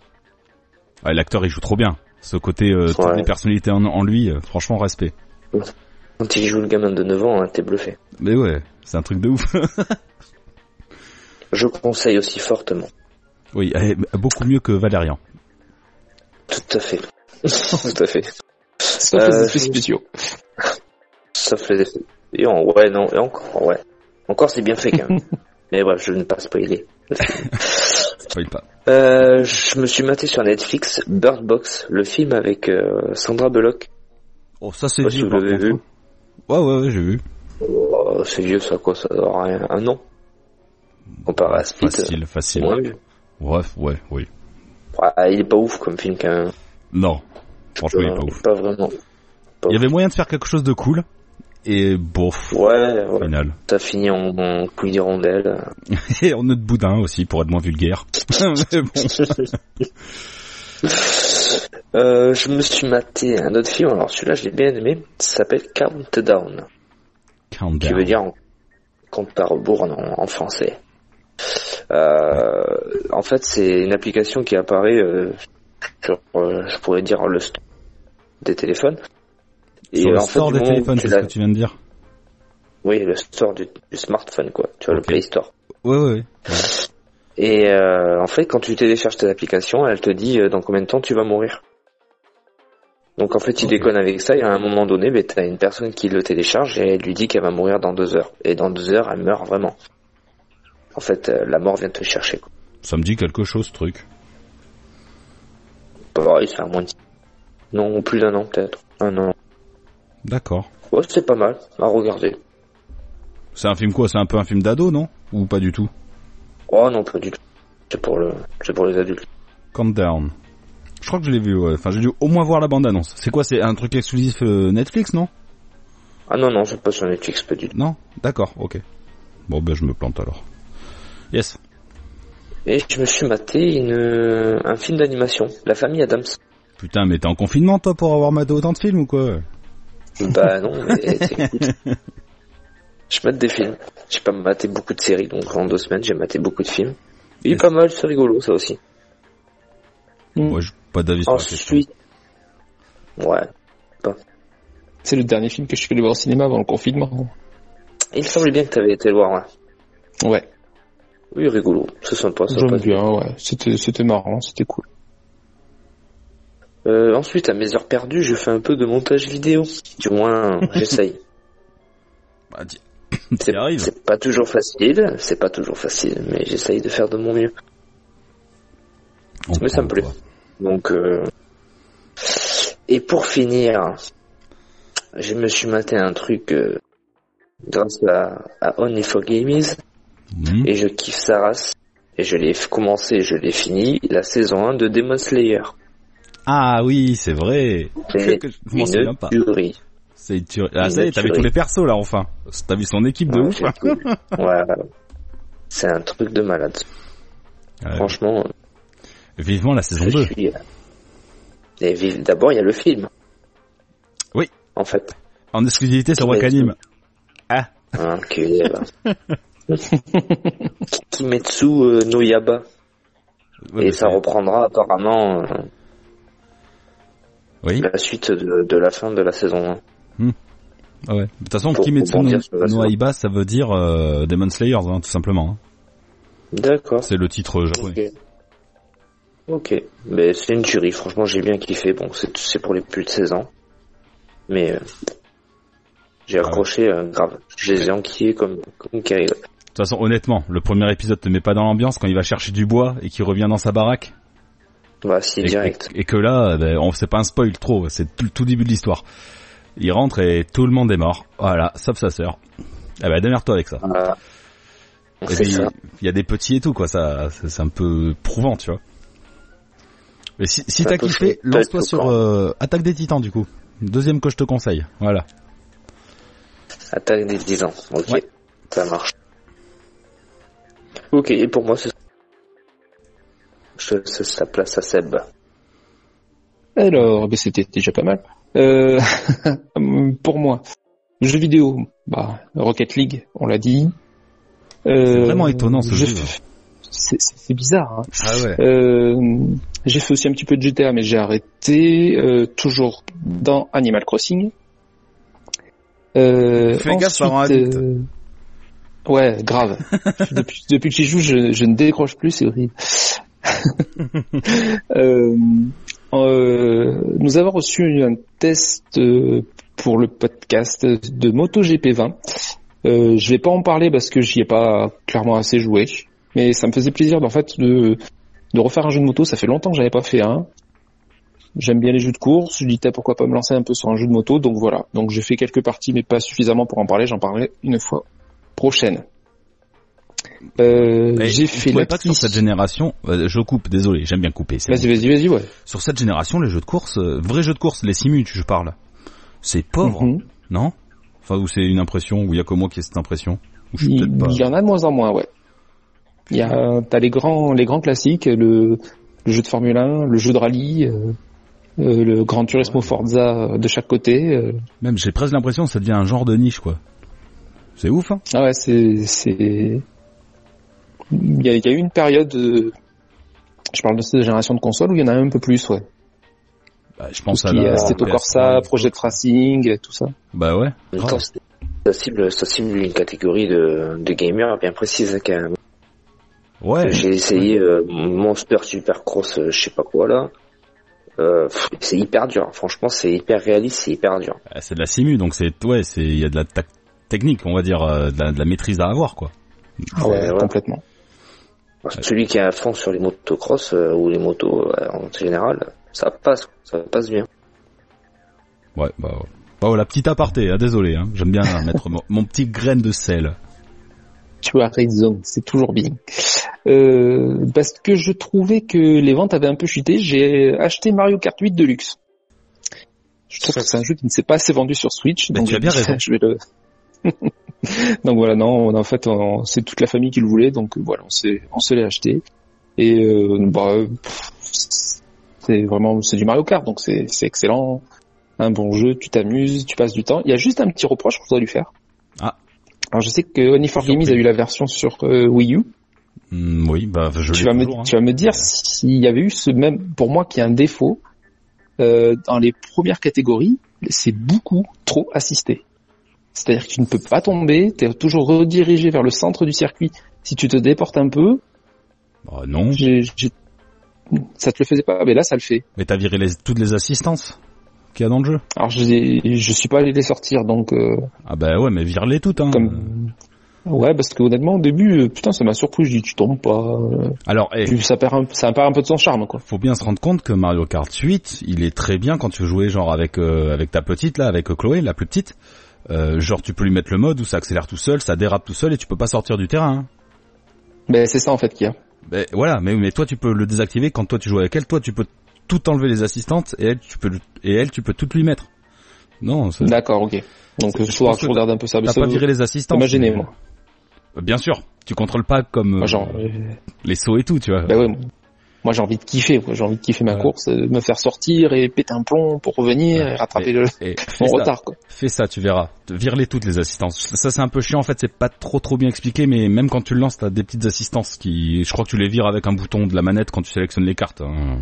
Speaker 4: Ah, L'acteur il joue trop bien. Ce côté, euh, toutes
Speaker 6: Ouais.
Speaker 4: les personnalités en, en lui, euh, franchement, respect.
Speaker 6: Quand il joue le gamin de 9 ans, hein, t'es bluffé.
Speaker 4: Mais ouais, c'est un truc de ouf.
Speaker 6: Je conseille aussi fortement.
Speaker 4: oui, elle est beaucoup mieux que Valérian.
Speaker 6: Tout à fait. [laughs] Tout à fait.
Speaker 5: Sauf
Speaker 6: Euh,
Speaker 5: les effets spéciaux.
Speaker 6: Sauf les effets. Et en- ouais, non, et encore, ouais. Encore, c'est bien fait
Speaker 4: [laughs]
Speaker 6: quand même. Mais bref, je ne passe pas spoiler.
Speaker 4: Spoil pas.
Speaker 6: Euh, je me suis maté sur Netflix Bird Box, le film avec euh, Sandra Bullock.
Speaker 4: Oh, ça c'est
Speaker 6: Pas si
Speaker 4: vieux.
Speaker 6: vous
Speaker 4: par
Speaker 6: l'avez
Speaker 4: contre.
Speaker 6: vu.
Speaker 4: Ouais, ouais, ouais, j'ai vu.
Speaker 6: Oh, c'est vieux ça, quoi, ça doit rien. Un an. Comparé à Split,
Speaker 4: Facile,
Speaker 6: c'est
Speaker 4: facile.
Speaker 6: moins vieux.
Speaker 4: Bref, ouais, oui.
Speaker 6: Ouais, il est pas ouf comme film quand même.
Speaker 4: Non, franchement, il est pas
Speaker 6: Euh,
Speaker 4: ouf.
Speaker 6: Pas vraiment.
Speaker 4: Il y avait moyen de faire quelque chose de cool. Et bof,
Speaker 6: Ouais,
Speaker 4: au
Speaker 6: ouais.
Speaker 4: final. [laughs]
Speaker 6: T'as fini en, en couille d'hirondelle.
Speaker 4: Et en autre boudin aussi, pour être moins vulgaire. [laughs] Mais bon.
Speaker 6: Euh, je me suis maté un autre film, alors celui-là je l'ai bien aimé, ça s'appelle Countdown,
Speaker 4: Calm
Speaker 6: qui
Speaker 4: down.
Speaker 6: veut dire en- compte à rebours en, en français. Euh, en fait c'est une application qui apparaît euh, sur, euh, je pourrais dire, le store des téléphones. Et
Speaker 4: Sur
Speaker 6: euh,
Speaker 4: le
Speaker 6: en fait,
Speaker 4: store
Speaker 6: du
Speaker 4: des
Speaker 6: moment où
Speaker 4: téléphones,
Speaker 6: tu
Speaker 4: c'est ce
Speaker 6: l'as-
Speaker 4: que tu viens de dire.
Speaker 6: Oui, le store du, du smartphone, quoi, tu vois, le
Speaker 4: Ok.
Speaker 6: Play Store.
Speaker 4: Ouais, ouais, ouais.
Speaker 6: Et euh, en fait, quand tu télécharges tes applications, elle te dit euh, dans combien de temps tu vas mourir. Donc en fait, il
Speaker 4: Ok.
Speaker 6: déconne avec ça. Et à un moment donné, ben, t'as une personne qui le télécharge et elle lui dit qu'elle va mourir dans deux heures. Et dans deux heures, elle meurt vraiment. En fait, euh, la mort vient te chercher. Quoi.
Speaker 4: Ça me dit quelque chose, ce truc.
Speaker 6: Pareil, c'est un moins de... Non, plus d'un an peut-être. Un an.
Speaker 4: D'accord.
Speaker 6: Ouais, c'est pas mal à regarder.
Speaker 4: C'est un film quoi C'est un peu un film d'ado, non Ou pas du tout
Speaker 6: Oh non, pas du tout. C'est pour le, c'est pour les adultes.
Speaker 4: Calm down. Je crois que je l'ai vu, ouais. Enfin, j'ai dû au moins voir la bande-annonce. C'est quoi C'est un truc exclusif euh, Netflix, non
Speaker 6: Ah non non, c'est pas sur Netflix, pas du tout.
Speaker 4: Non D'accord, ok. Bon, ben, je me plante alors. Yes.
Speaker 6: Et je me suis maté une, un film d'animation, La Famille Adams.
Speaker 4: Putain, mais t'es en confinement, toi, pour avoir maté autant de films ou quoi
Speaker 6: Bah non, mais
Speaker 5: [laughs]
Speaker 6: écoute. Je mate des films. J'ai pas maté beaucoup de séries, donc en deux semaines, j'ai maté beaucoup de films. Il est pas mal, c'est rigolo ça aussi.
Speaker 4: Moi, j'ai pas d'avis sur la question.
Speaker 6: Ensuite, ouais,
Speaker 5: C'est le dernier film que je suis allé voir au cinéma avant le confinement.
Speaker 6: il me semblait bien que t'avais été le voir. Ouais.
Speaker 5: Ouais,
Speaker 6: Oui, rigolo, c'est sympa. Ça
Speaker 5: j'aime
Speaker 6: passe.
Speaker 5: bien, ouais. C'était, c'était marrant, c'était cool.
Speaker 6: Euh, ensuite, à mes heures perdues, je fais un peu de montage vidéo. Du
Speaker 5: [laughs]
Speaker 6: moins, j'essaye.
Speaker 4: Bah, t'y-
Speaker 6: C'est-
Speaker 4: t'y arrives.
Speaker 6: C'est pas toujours facile, c'est pas toujours facile, mais j'essaye de faire de mon mieux.
Speaker 4: On
Speaker 6: mais ça me
Speaker 4: prend,
Speaker 6: plaît.
Speaker 4: quoi.
Speaker 6: Donc, euh, et pour finir, je me suis maté un truc euh, grâce à, à Only for Gamies
Speaker 4: Mhm.
Speaker 6: et je kiffe sa race. Et je l'ai commencé, je l'ai fini, la saison 1 de Demon Slayer.
Speaker 4: Ah oui, c'est vrai.
Speaker 6: C'est
Speaker 4: Que je m'en
Speaker 6: une
Speaker 4: souviens pas.
Speaker 6: tuerie.
Speaker 4: C'est une tuerie. Ah,
Speaker 6: Une
Speaker 4: ça y est, t'avais
Speaker 6: tuerie.
Speaker 4: tous les persos là enfin. T'as vu son équipe de
Speaker 6: Ouais,
Speaker 4: ouf.
Speaker 6: Ah, c'est cool. Ouais, c'est un truc de malade.
Speaker 4: Ouais.
Speaker 6: Franchement,
Speaker 4: Euh, Vivement la saison
Speaker 6: je
Speaker 4: 2.
Speaker 6: suis. euh, Et vive- d'abord, il y a le film.
Speaker 4: Oui.
Speaker 6: En fait.
Speaker 4: En exclusivité sur
Speaker 6: Ouais,
Speaker 4: Wakanim.
Speaker 6: Hein, qui Kimetsu euh, no Yaba.
Speaker 4: Ouais,
Speaker 6: et
Speaker 4: bah,
Speaker 6: ça
Speaker 4: c'est-
Speaker 6: reprendra apparemment euh,
Speaker 4: Oui.
Speaker 6: la suite de, de la fin de la saison 1.
Speaker 4: Ah ouais. De toute façon,
Speaker 6: Pour
Speaker 4: Kimetsu no,
Speaker 6: rebondir sur la
Speaker 4: no
Speaker 6: saison.
Speaker 4: Aiba, ça veut dire euh, Demon Slayer, hein, tout simplement. hein.
Speaker 6: D'accord.
Speaker 4: C'est le titre japonais.
Speaker 6: Ok. Ok. Mais c'est une tuerie. Franchement, j'ai bien kiffé. Bon, c'est c'est pour les plus de 16 ans. Mais euh, j'ai
Speaker 4: Ah ouais.
Speaker 6: accroché euh, grave. Je les ai enquillés comme, comme Kyle.
Speaker 4: De toute façon, honnêtement, le premier épisode te met pas dans l'ambiance quand il va chercher du bois et qu'il revient dans sa baraque.
Speaker 6: Bah, si,
Speaker 4: Et,
Speaker 6: direct.
Speaker 4: et- et que là, euh, ben, on c'est pas un spoil trop, c'est tout, tout début de l'histoire. Il rentre et tout le monde est mort. Voilà, sauf sa sœur. Ah bah démerde-toi avec ça.
Speaker 6: Voilà.
Speaker 4: Et
Speaker 6: C'est
Speaker 4: puis,
Speaker 6: ça.
Speaker 4: Eh ben, il y a des petits et tout, quoi. Ça, c'est c'est un peu prouvant, tu vois. Mais si, si
Speaker 6: Ça
Speaker 4: t'as
Speaker 6: peut
Speaker 4: kiffé,
Speaker 6: être
Speaker 4: lance-toi
Speaker 6: choquant.
Speaker 4: sur euh, Attaque des Titans, du coup. Deuxième que je te conseille. Voilà.
Speaker 6: Attaque des 10 ans. Ok.
Speaker 4: Ouais.
Speaker 6: Ça marche. Ok, et pour moi, c'est. Je te laisse la place à Seb.
Speaker 5: Alors, ben, c'était déjà pas mal. Euh, [laughs] pour moi, jeux vidéo, bah, Rocket League, on l'a dit. Euh,
Speaker 4: vraiment étonnant, ce
Speaker 5: j'ai
Speaker 4: jeu.
Speaker 5: fait- C'est c'est bizarre. hein.
Speaker 4: Ah ouais.
Speaker 5: Euh, j'ai fait aussi un petit peu de GTA, mais j'ai arrêté. euh, toujours dans Animal Crossing. Euh,
Speaker 4: Fais gaffe, ça rend
Speaker 5: ensuite,
Speaker 4: addict.
Speaker 5: euh, Ouais, grave.
Speaker 4: [laughs]
Speaker 5: depuis, depuis que j'y joue, je, je ne décroche plus, c'est horrible. Euh, euh, nous avons reçu un test euh, pour le podcast de MotoGP 20. Euh, je vais pas en parler parce que j'y ai pas clairement assez joué, mais ça me faisait plaisir en fait de, de refaire un jeu de moto. Ça fait longtemps que j'avais pas fait un. J'aime bien les jeux de course. Je disais pourquoi pas me lancer un peu sur un jeu de moto. Donc voilà. Donc j'ai fait quelques parties, mais pas suffisamment pour en parler. J'en parlerai une fois prochaine. Euh,
Speaker 4: Et
Speaker 5: j'ai
Speaker 4: vous
Speaker 5: fait
Speaker 4: trouvez
Speaker 5: la
Speaker 4: pas que sur cette génération, euh, je coupe, désolé, j'aime bien couper. c'est
Speaker 5: Vas-y, vas-y, vas-y, ouais.
Speaker 4: bon. Sur cette génération, les jeux de course, euh, vrais jeux de course, les simus, je parle. C'est pauvre, hein,
Speaker 5: Mhm.
Speaker 4: non Enfin, ou c'est une impression, ou il y a que moi qui ai cette impression, ou je suis
Speaker 5: Il,
Speaker 4: peut-être pas.
Speaker 5: il y en a de moins en moins, ouais. Il y a, t'as les grands, les grands classiques, le, le jeu de Formule 1, le jeu de rallye, euh, euh, le Grand Turismo Forza euh, de chaque côté. euh.
Speaker 4: Même, j'ai presque l'impression que ça devient un genre de niche, quoi. C'est ouf, hein
Speaker 5: Ah ouais, c'est, c'est, il y a, il y a eu une période, euh, je parle de cette génération de consoles où il y en a un peu plus, ouais.
Speaker 4: Bah, je
Speaker 5: Tout
Speaker 4: pense
Speaker 5: ce
Speaker 4: à
Speaker 5: qui est
Speaker 4: la.
Speaker 5: Assetto
Speaker 4: PS3,
Speaker 5: Corsa, Project Racing, tout ça.
Speaker 4: Bah ouais.
Speaker 6: En même
Speaker 4: grave.
Speaker 6: temps, c'est- ça cible, ça cible une catégorie de, de gamers bien précise hein, quand même.
Speaker 4: Ouais.
Speaker 6: J'ai essayé euh, Monster Super Cross, euh, je sais pas quoi là. Euh, pff, c'est hyper dur, hein. franchement c'est hyper réaliste, c'est hyper dur.
Speaker 4: Ah, C'est de la simu, donc c'est ouais, c'est il y a de la tac- technique, on va dire, euh, de la, de la maîtrise à avoir, quoi.
Speaker 6: Ouais, ouais.
Speaker 5: Ah complètement.
Speaker 6: Parce que Celui qui est à fond sur les motocross euh, ou les motos euh, en général, ça passe, ça passe bien.
Speaker 4: Ouais, bah. ouais. Bah voilà, petit aparté, hein, désolé, hein. j'aime bien [laughs] mettre mon, mon petit grain de sel.
Speaker 5: Tu as raison, c'est toujours bien. Euh, parce que je trouvais que les ventes avaient un peu chuté, j'ai acheté Mario Kart 8 Deluxe. Je trouve que c'est un jeu qui ne s'est pas assez vendu sur Switch.
Speaker 4: Mais
Speaker 5: donc
Speaker 4: tu as bien raison.
Speaker 5: [laughs] Je vais le... [laughs] donc voilà, non, on- en fait, on- c'est toute la famille qui le voulait, donc euh, voilà, on s'est- on se l'est acheté. Et euh, bah, euh, pff, c'est vraiment, c'est du Mario Kart, donc c'est c'est excellent, un bon jeu, tu t'amuses, tu passes du temps. Il y a juste un petit reproche qu'on voudrait lui faire.
Speaker 4: Ah.
Speaker 5: Alors je sais que Only for
Speaker 4: Surpris.
Speaker 5: Gamers a eu la version sur euh, Wii U.
Speaker 4: Mm, oui, bah je
Speaker 5: tu
Speaker 4: l'ai
Speaker 5: vas, me,
Speaker 4: toujours, hein.
Speaker 5: tu vas me dire s'il y avait eu ce même, pour moi, qui est un défaut, euh, dans les premières catégories, c'est beaucoup trop assisté. C'est-à-dire que tu ne peux pas tomber, tu es toujours redirigé vers le centre du circuit. Si tu te déportes un peu,
Speaker 4: Bah, non,
Speaker 5: j'ai- j'ai- ça te le faisait pas, mais là ça le fait.
Speaker 4: mais t'as viré les- toutes les assistances qu'il y a dans le jeu.
Speaker 5: Alors je, les- je suis pas allé les sortir, donc euh,
Speaker 4: Ah bah ouais, mais vire-les toutes. Hein.
Speaker 5: comme... Ouais, parce que honnêtement au début, euh, putain, ça m'a surpris, je dis tu tombes pas, euh,
Speaker 4: Alors, eh,
Speaker 5: tu- ça, perd un, ça perd un peu de son charme, quoi.
Speaker 4: faut bien se rendre compte que Mario Kart 8, il est très bien quand tu veux jouer genre avec euh, avec ta petite là, avec euh, Chloé, la plus petite. Euh, genre tu peux lui mettre le mode où ça accélère tout seul, ça dérape tout seul et tu peux pas sortir du terrain. hein.
Speaker 5: Mais c'est ça en fait qu'il y a.
Speaker 4: Ben, voilà, mais mais toi tu peux le désactiver quand toi tu joues avec elle, toi tu peux tout enlever les assistantes et elle tu peux le- et elle tu peux tout lui mettre. Non, ça-
Speaker 5: D'accord, ok. Donc euh,
Speaker 4: Je
Speaker 5: il faudra
Speaker 4: pense
Speaker 5: que je
Speaker 4: que
Speaker 5: regarde un peu ça. mais
Speaker 4: t'as
Speaker 5: ça
Speaker 4: pas
Speaker 5: me-
Speaker 4: viré les assistantes.
Speaker 5: ça m'a gêné,
Speaker 4: mais-
Speaker 5: moi.
Speaker 4: Euh, Bien sûr, tu contrôles pas comme euh,
Speaker 5: Moi, genre, euh,
Speaker 4: les sauts et tout, tu vois.
Speaker 5: bah ouais, moi j'ai envie de kiffer, quoi. j'ai envie de kiffer ma
Speaker 4: Ouais.
Speaker 5: course, euh, me faire sortir et péter un plomb pour revenir
Speaker 4: Ouais.
Speaker 5: et rattraper le,
Speaker 4: Et fais
Speaker 5: mon
Speaker 4: ça.
Speaker 5: retard. Quoi.
Speaker 4: Fais ça, tu verras. Vire-les toutes les assistances. Ça c'est un peu chiant en fait, c'est pas trop trop bien expliqué, mais même quand tu le lances, t'as des petites assistances qui, je crois que tu les vires avec un bouton de la manette quand tu sélectionnes les cartes. hein.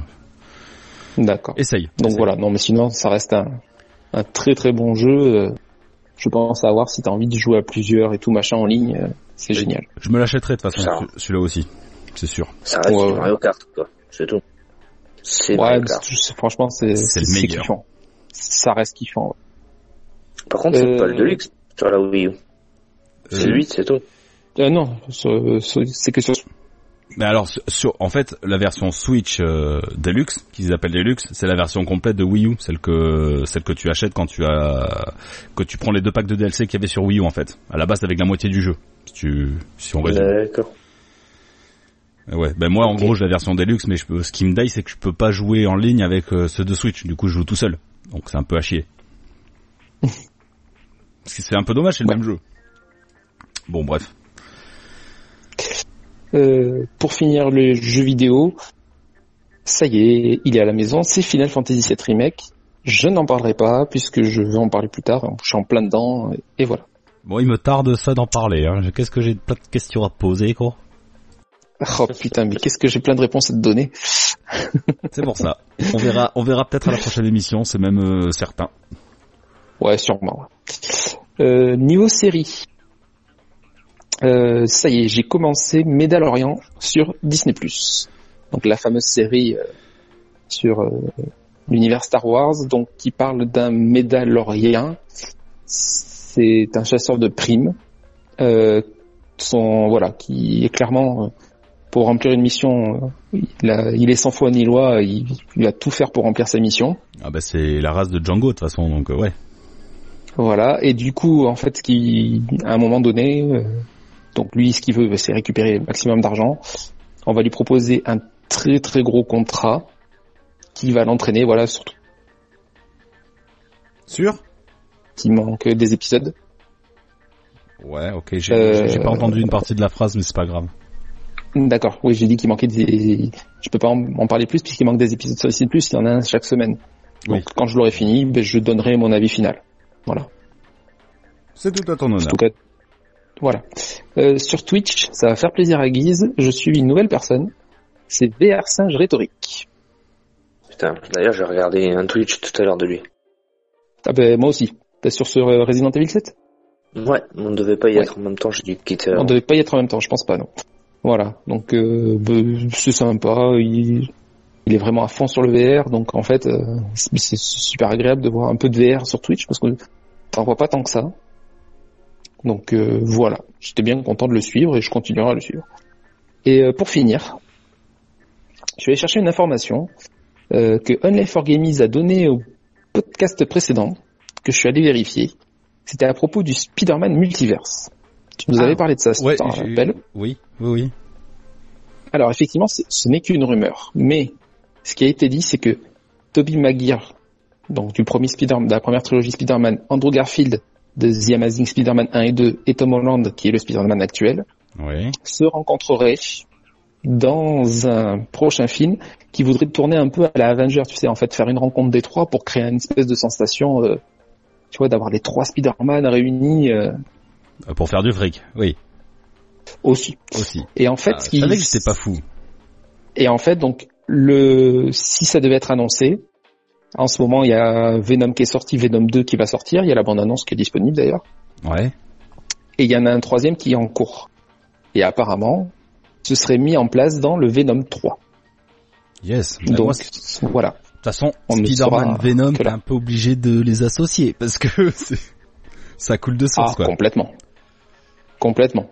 Speaker 5: D'accord.
Speaker 4: Essaye.
Speaker 5: Donc
Speaker 4: Essaye.
Speaker 5: voilà, non mais sinon ça reste un, un très très bon jeu. euh, Je pense à voir si t'as envie de jouer à plusieurs et tout machin en ligne, euh, c'est
Speaker 4: Oui.
Speaker 5: génial.
Speaker 4: Je me l'achèterai de toute façon,
Speaker 6: Ça.
Speaker 4: celui-là aussi, c'est sûr.
Speaker 6: Ça reste
Speaker 5: Ouais,
Speaker 6: du
Speaker 5: ouais.
Speaker 6: Mario Kart, quoi. C'est tout. C'est
Speaker 5: Ouais,
Speaker 6: Mario Kart.
Speaker 5: c'est- c'est- franchement c'est
Speaker 4: C'est le
Speaker 5: c'est
Speaker 4: meilleur.
Speaker 5: kiffant. Ça reste kiffant. ouais.
Speaker 6: Par contre, c'est
Speaker 5: Euh,
Speaker 6: pas le Deluxe sur la Wii U. C'est
Speaker 4: Euh,
Speaker 6: le 8, c'est tout.
Speaker 5: Euh, non, ce- ce- c'est que sur
Speaker 4: Mais alors, sur- sur, en fait, la version Switch euh, Deluxe, qu'ils appellent Deluxe, c'est la version complète de Wii U, celle que celle que tu achètes quand tu as que tu prends les deux packs de DLC qu'il y avait sur Wii U en fait. À la base, avec la moitié du jeu. Si tu si on résume.
Speaker 6: D'accord.
Speaker 4: Ouais, ben moi en
Speaker 5: Ok.
Speaker 4: gros j'ai la version Deluxe, mais je peux, ce qui me daille c'est que je peux pas jouer en ligne avec euh, ceux de Switch, du coup je joue tout seul. Donc c'est un peu à [laughs] chier. Parce que c'est un peu dommage, c'est le
Speaker 5: Ouais.
Speaker 4: même jeu. Bon bref.
Speaker 5: Euh, pour finir le jeu vidéo, ça y est, il est à la maison, c'est Final Fantasy VII Remake. Je n'en parlerai pas puisque je vais en parler plus tard, hein, je suis en plein dedans et voilà.
Speaker 4: Bon, il me tarde ça d'en parler. Hein. Qu'est-ce que j'ai plein de questions à te poser, quoi
Speaker 5: Oh putain, mais qu'est-ce que j'ai plein de réponses à te donner.
Speaker 4: C'est pour ça. [laughs] On verra, on verra peut-être à la prochaine émission, c'est même euh, certain.
Speaker 5: Ouais, sûrement. ouais. Euh, niveau série, euh, ça y est, j'ai commencé Médalorian sur Disney+. Donc la fameuse série euh, sur euh, l'univers Star Wars, donc qui parle d'un Médalorien. C'est un chasseur de primes. Euh, son voilà, qui est clairement euh, pour remplir une mission, euh, il, a- il est sans foi ni loi, il- il va tout faire pour remplir sa mission.
Speaker 4: Ah bah c'est la race de Django de toute façon, donc euh, ouais.
Speaker 5: Voilà, et du coup, en fait, ce qui, à un moment donné, euh, donc lui, ce qu'il veut, bah, c'est récupérer le maximum d'argent. On va lui proposer un très très gros contrat qui va l'entraîner, voilà, surtout
Speaker 4: Sûr
Speaker 5: s'il manque des épisodes.
Speaker 4: Ouais, ok. J'ai
Speaker 5: Euh,
Speaker 4: j'ai pas entendu une partie de la phrase, mais c'est pas grave.
Speaker 5: D'accord, oui, j'ai dit qu'il manquait des... Je peux pas en, en parler plus puisqu'il manque des épisodes sur le site plus, il y en a un chaque semaine.
Speaker 4: Oui.
Speaker 5: Donc quand je l'aurai fini, ben, je donnerai mon avis final. Voilà.
Speaker 4: C'est tout à ton honneur.
Speaker 5: En tout cas, voilà. Euh, sur Twitch, ça va faire plaisir à Guise. Je suis une nouvelle personne. C'est VR Singe Rhétorique.
Speaker 6: Putain. D'ailleurs, j'ai regardé un Twitch tout à l'heure de lui.
Speaker 5: Ah ben, moi aussi. T'es sur, sur euh, Resident Evil 7
Speaker 6: Ouais, on ne devait pas y
Speaker 5: Ouais.
Speaker 6: être en même temps, j'ai dû quitter.
Speaker 5: On
Speaker 6: avant.
Speaker 5: devait pas y être en même temps, je pense pas, non. Voilà. Donc, euh, ben, c'est sympa. Il, il est vraiment à fond sur le VR. Donc, en fait, euh, c'est c'est super agréable de voir un peu de VR sur Twitch parce que t'en vois pas tant que ça. Donc, euh, voilà. J'étais bien content de le suivre et je continuerai à le suivre. Et euh, pour finir, je vais chercher une information euh, que Only for Gamies a donnée au podcast précédent que je suis allé vérifier. C'était à propos du Spider-Man Multiverse. Tu nous
Speaker 4: Ah.
Speaker 5: avais parlé de ça,
Speaker 4: Ouais,
Speaker 5: tu t'en
Speaker 4: j'ai-
Speaker 5: rappelles
Speaker 4: oui, oui, oui.
Speaker 5: alors effectivement, c'est- ce n'est qu'une rumeur, mais ce qui a été dit, c'est que Toby Maguire, donc du premier Spider de la première trilogie Spider-Man, Andrew Garfield de The Amazing Spider-Man 1 et 2 et Tom Holland qui est le Spider-Man actuel,
Speaker 4: Oui.
Speaker 5: se rencontreraient dans un prochain film qui voudrait tourner un peu à la Avenger, tu sais, en fait, faire une rencontre des trois pour créer une espèce de sensation, euh, tu vois, d'avoir les trois Spider-Man réunis. euh,
Speaker 4: Pour faire du fric, oui.
Speaker 5: aussi.
Speaker 4: aussi.
Speaker 5: Et en fait,
Speaker 4: Ah,
Speaker 5: ce
Speaker 4: je
Speaker 5: qui-
Speaker 4: savais que j'étais pas fou.
Speaker 5: et en fait, donc, le, si ça devait être annoncé, en ce moment, il y a Venom qui est sorti, Venom 2 qui va sortir, il y a la bande-annonce qui est disponible d'ailleurs,
Speaker 4: Ouais.
Speaker 5: et il y en a un troisième qui est en cours. Et apparemment, ce serait mis en place dans le Venom 3.
Speaker 4: Yes. Bah, moi,
Speaker 5: Donc,
Speaker 4: c'est- de
Speaker 5: voilà.
Speaker 4: toute façon,
Speaker 5: on ne
Speaker 4: Spider-Man
Speaker 5: saura
Speaker 4: Venom,
Speaker 5: que
Speaker 4: t'es
Speaker 5: là.
Speaker 4: un peu obligé de les associer parce que [laughs] c'est- ça coule de source
Speaker 5: Ah,
Speaker 4: quoi.
Speaker 5: complètement. Complètement.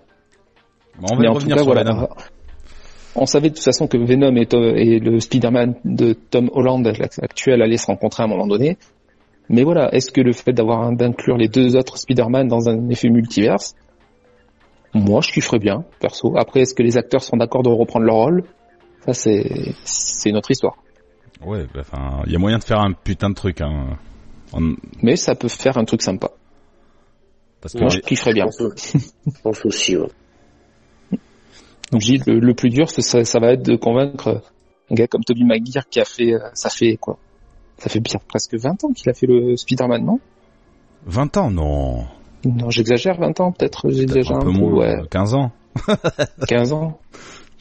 Speaker 4: Bon, on va
Speaker 5: Mais
Speaker 4: y
Speaker 5: en tout
Speaker 4: revenir
Speaker 5: cas,
Speaker 4: sur
Speaker 5: voilà.
Speaker 4: Venom.
Speaker 5: On savait de toute façon que Venom et, To- et le Spider-Man de Tom Holland actuel allaient se rencontrer à un moment donné. Mais voilà, est-ce que le fait d'avoir un- d'inclure les deux autres Spider-Man dans un effet multiverse, moi je kifferais bien, perso. Après, est-ce que les acteurs sont d'accord de reprendre leur rôle Ça, c'est c'est une autre histoire.
Speaker 4: Ouais, bah, enfin, il y a moyen de faire un putain de truc hein. En-
Speaker 5: Mais ça peut faire un truc sympa.
Speaker 4: Parce que
Speaker 5: Moi, je kifferais bien.
Speaker 6: Je pense- je pense aussi, ouais.
Speaker 5: Donc je dis, le, le plus dur, ce serait- ça, va être de convaincre un gars comme Toby Maguire qui a fait, euh, ça fait quoi Ça fait bien presque 20 ans qu'il a fait le Spider-Man, non
Speaker 4: 20 ans, non.
Speaker 5: Non, j'exagère, 20 ans peut-être,
Speaker 4: Peut-être
Speaker 5: j'exagère
Speaker 4: un peu
Speaker 5: peu,
Speaker 4: moins,
Speaker 5: ouais,
Speaker 4: euh, 15 ans.
Speaker 5: 15 ans.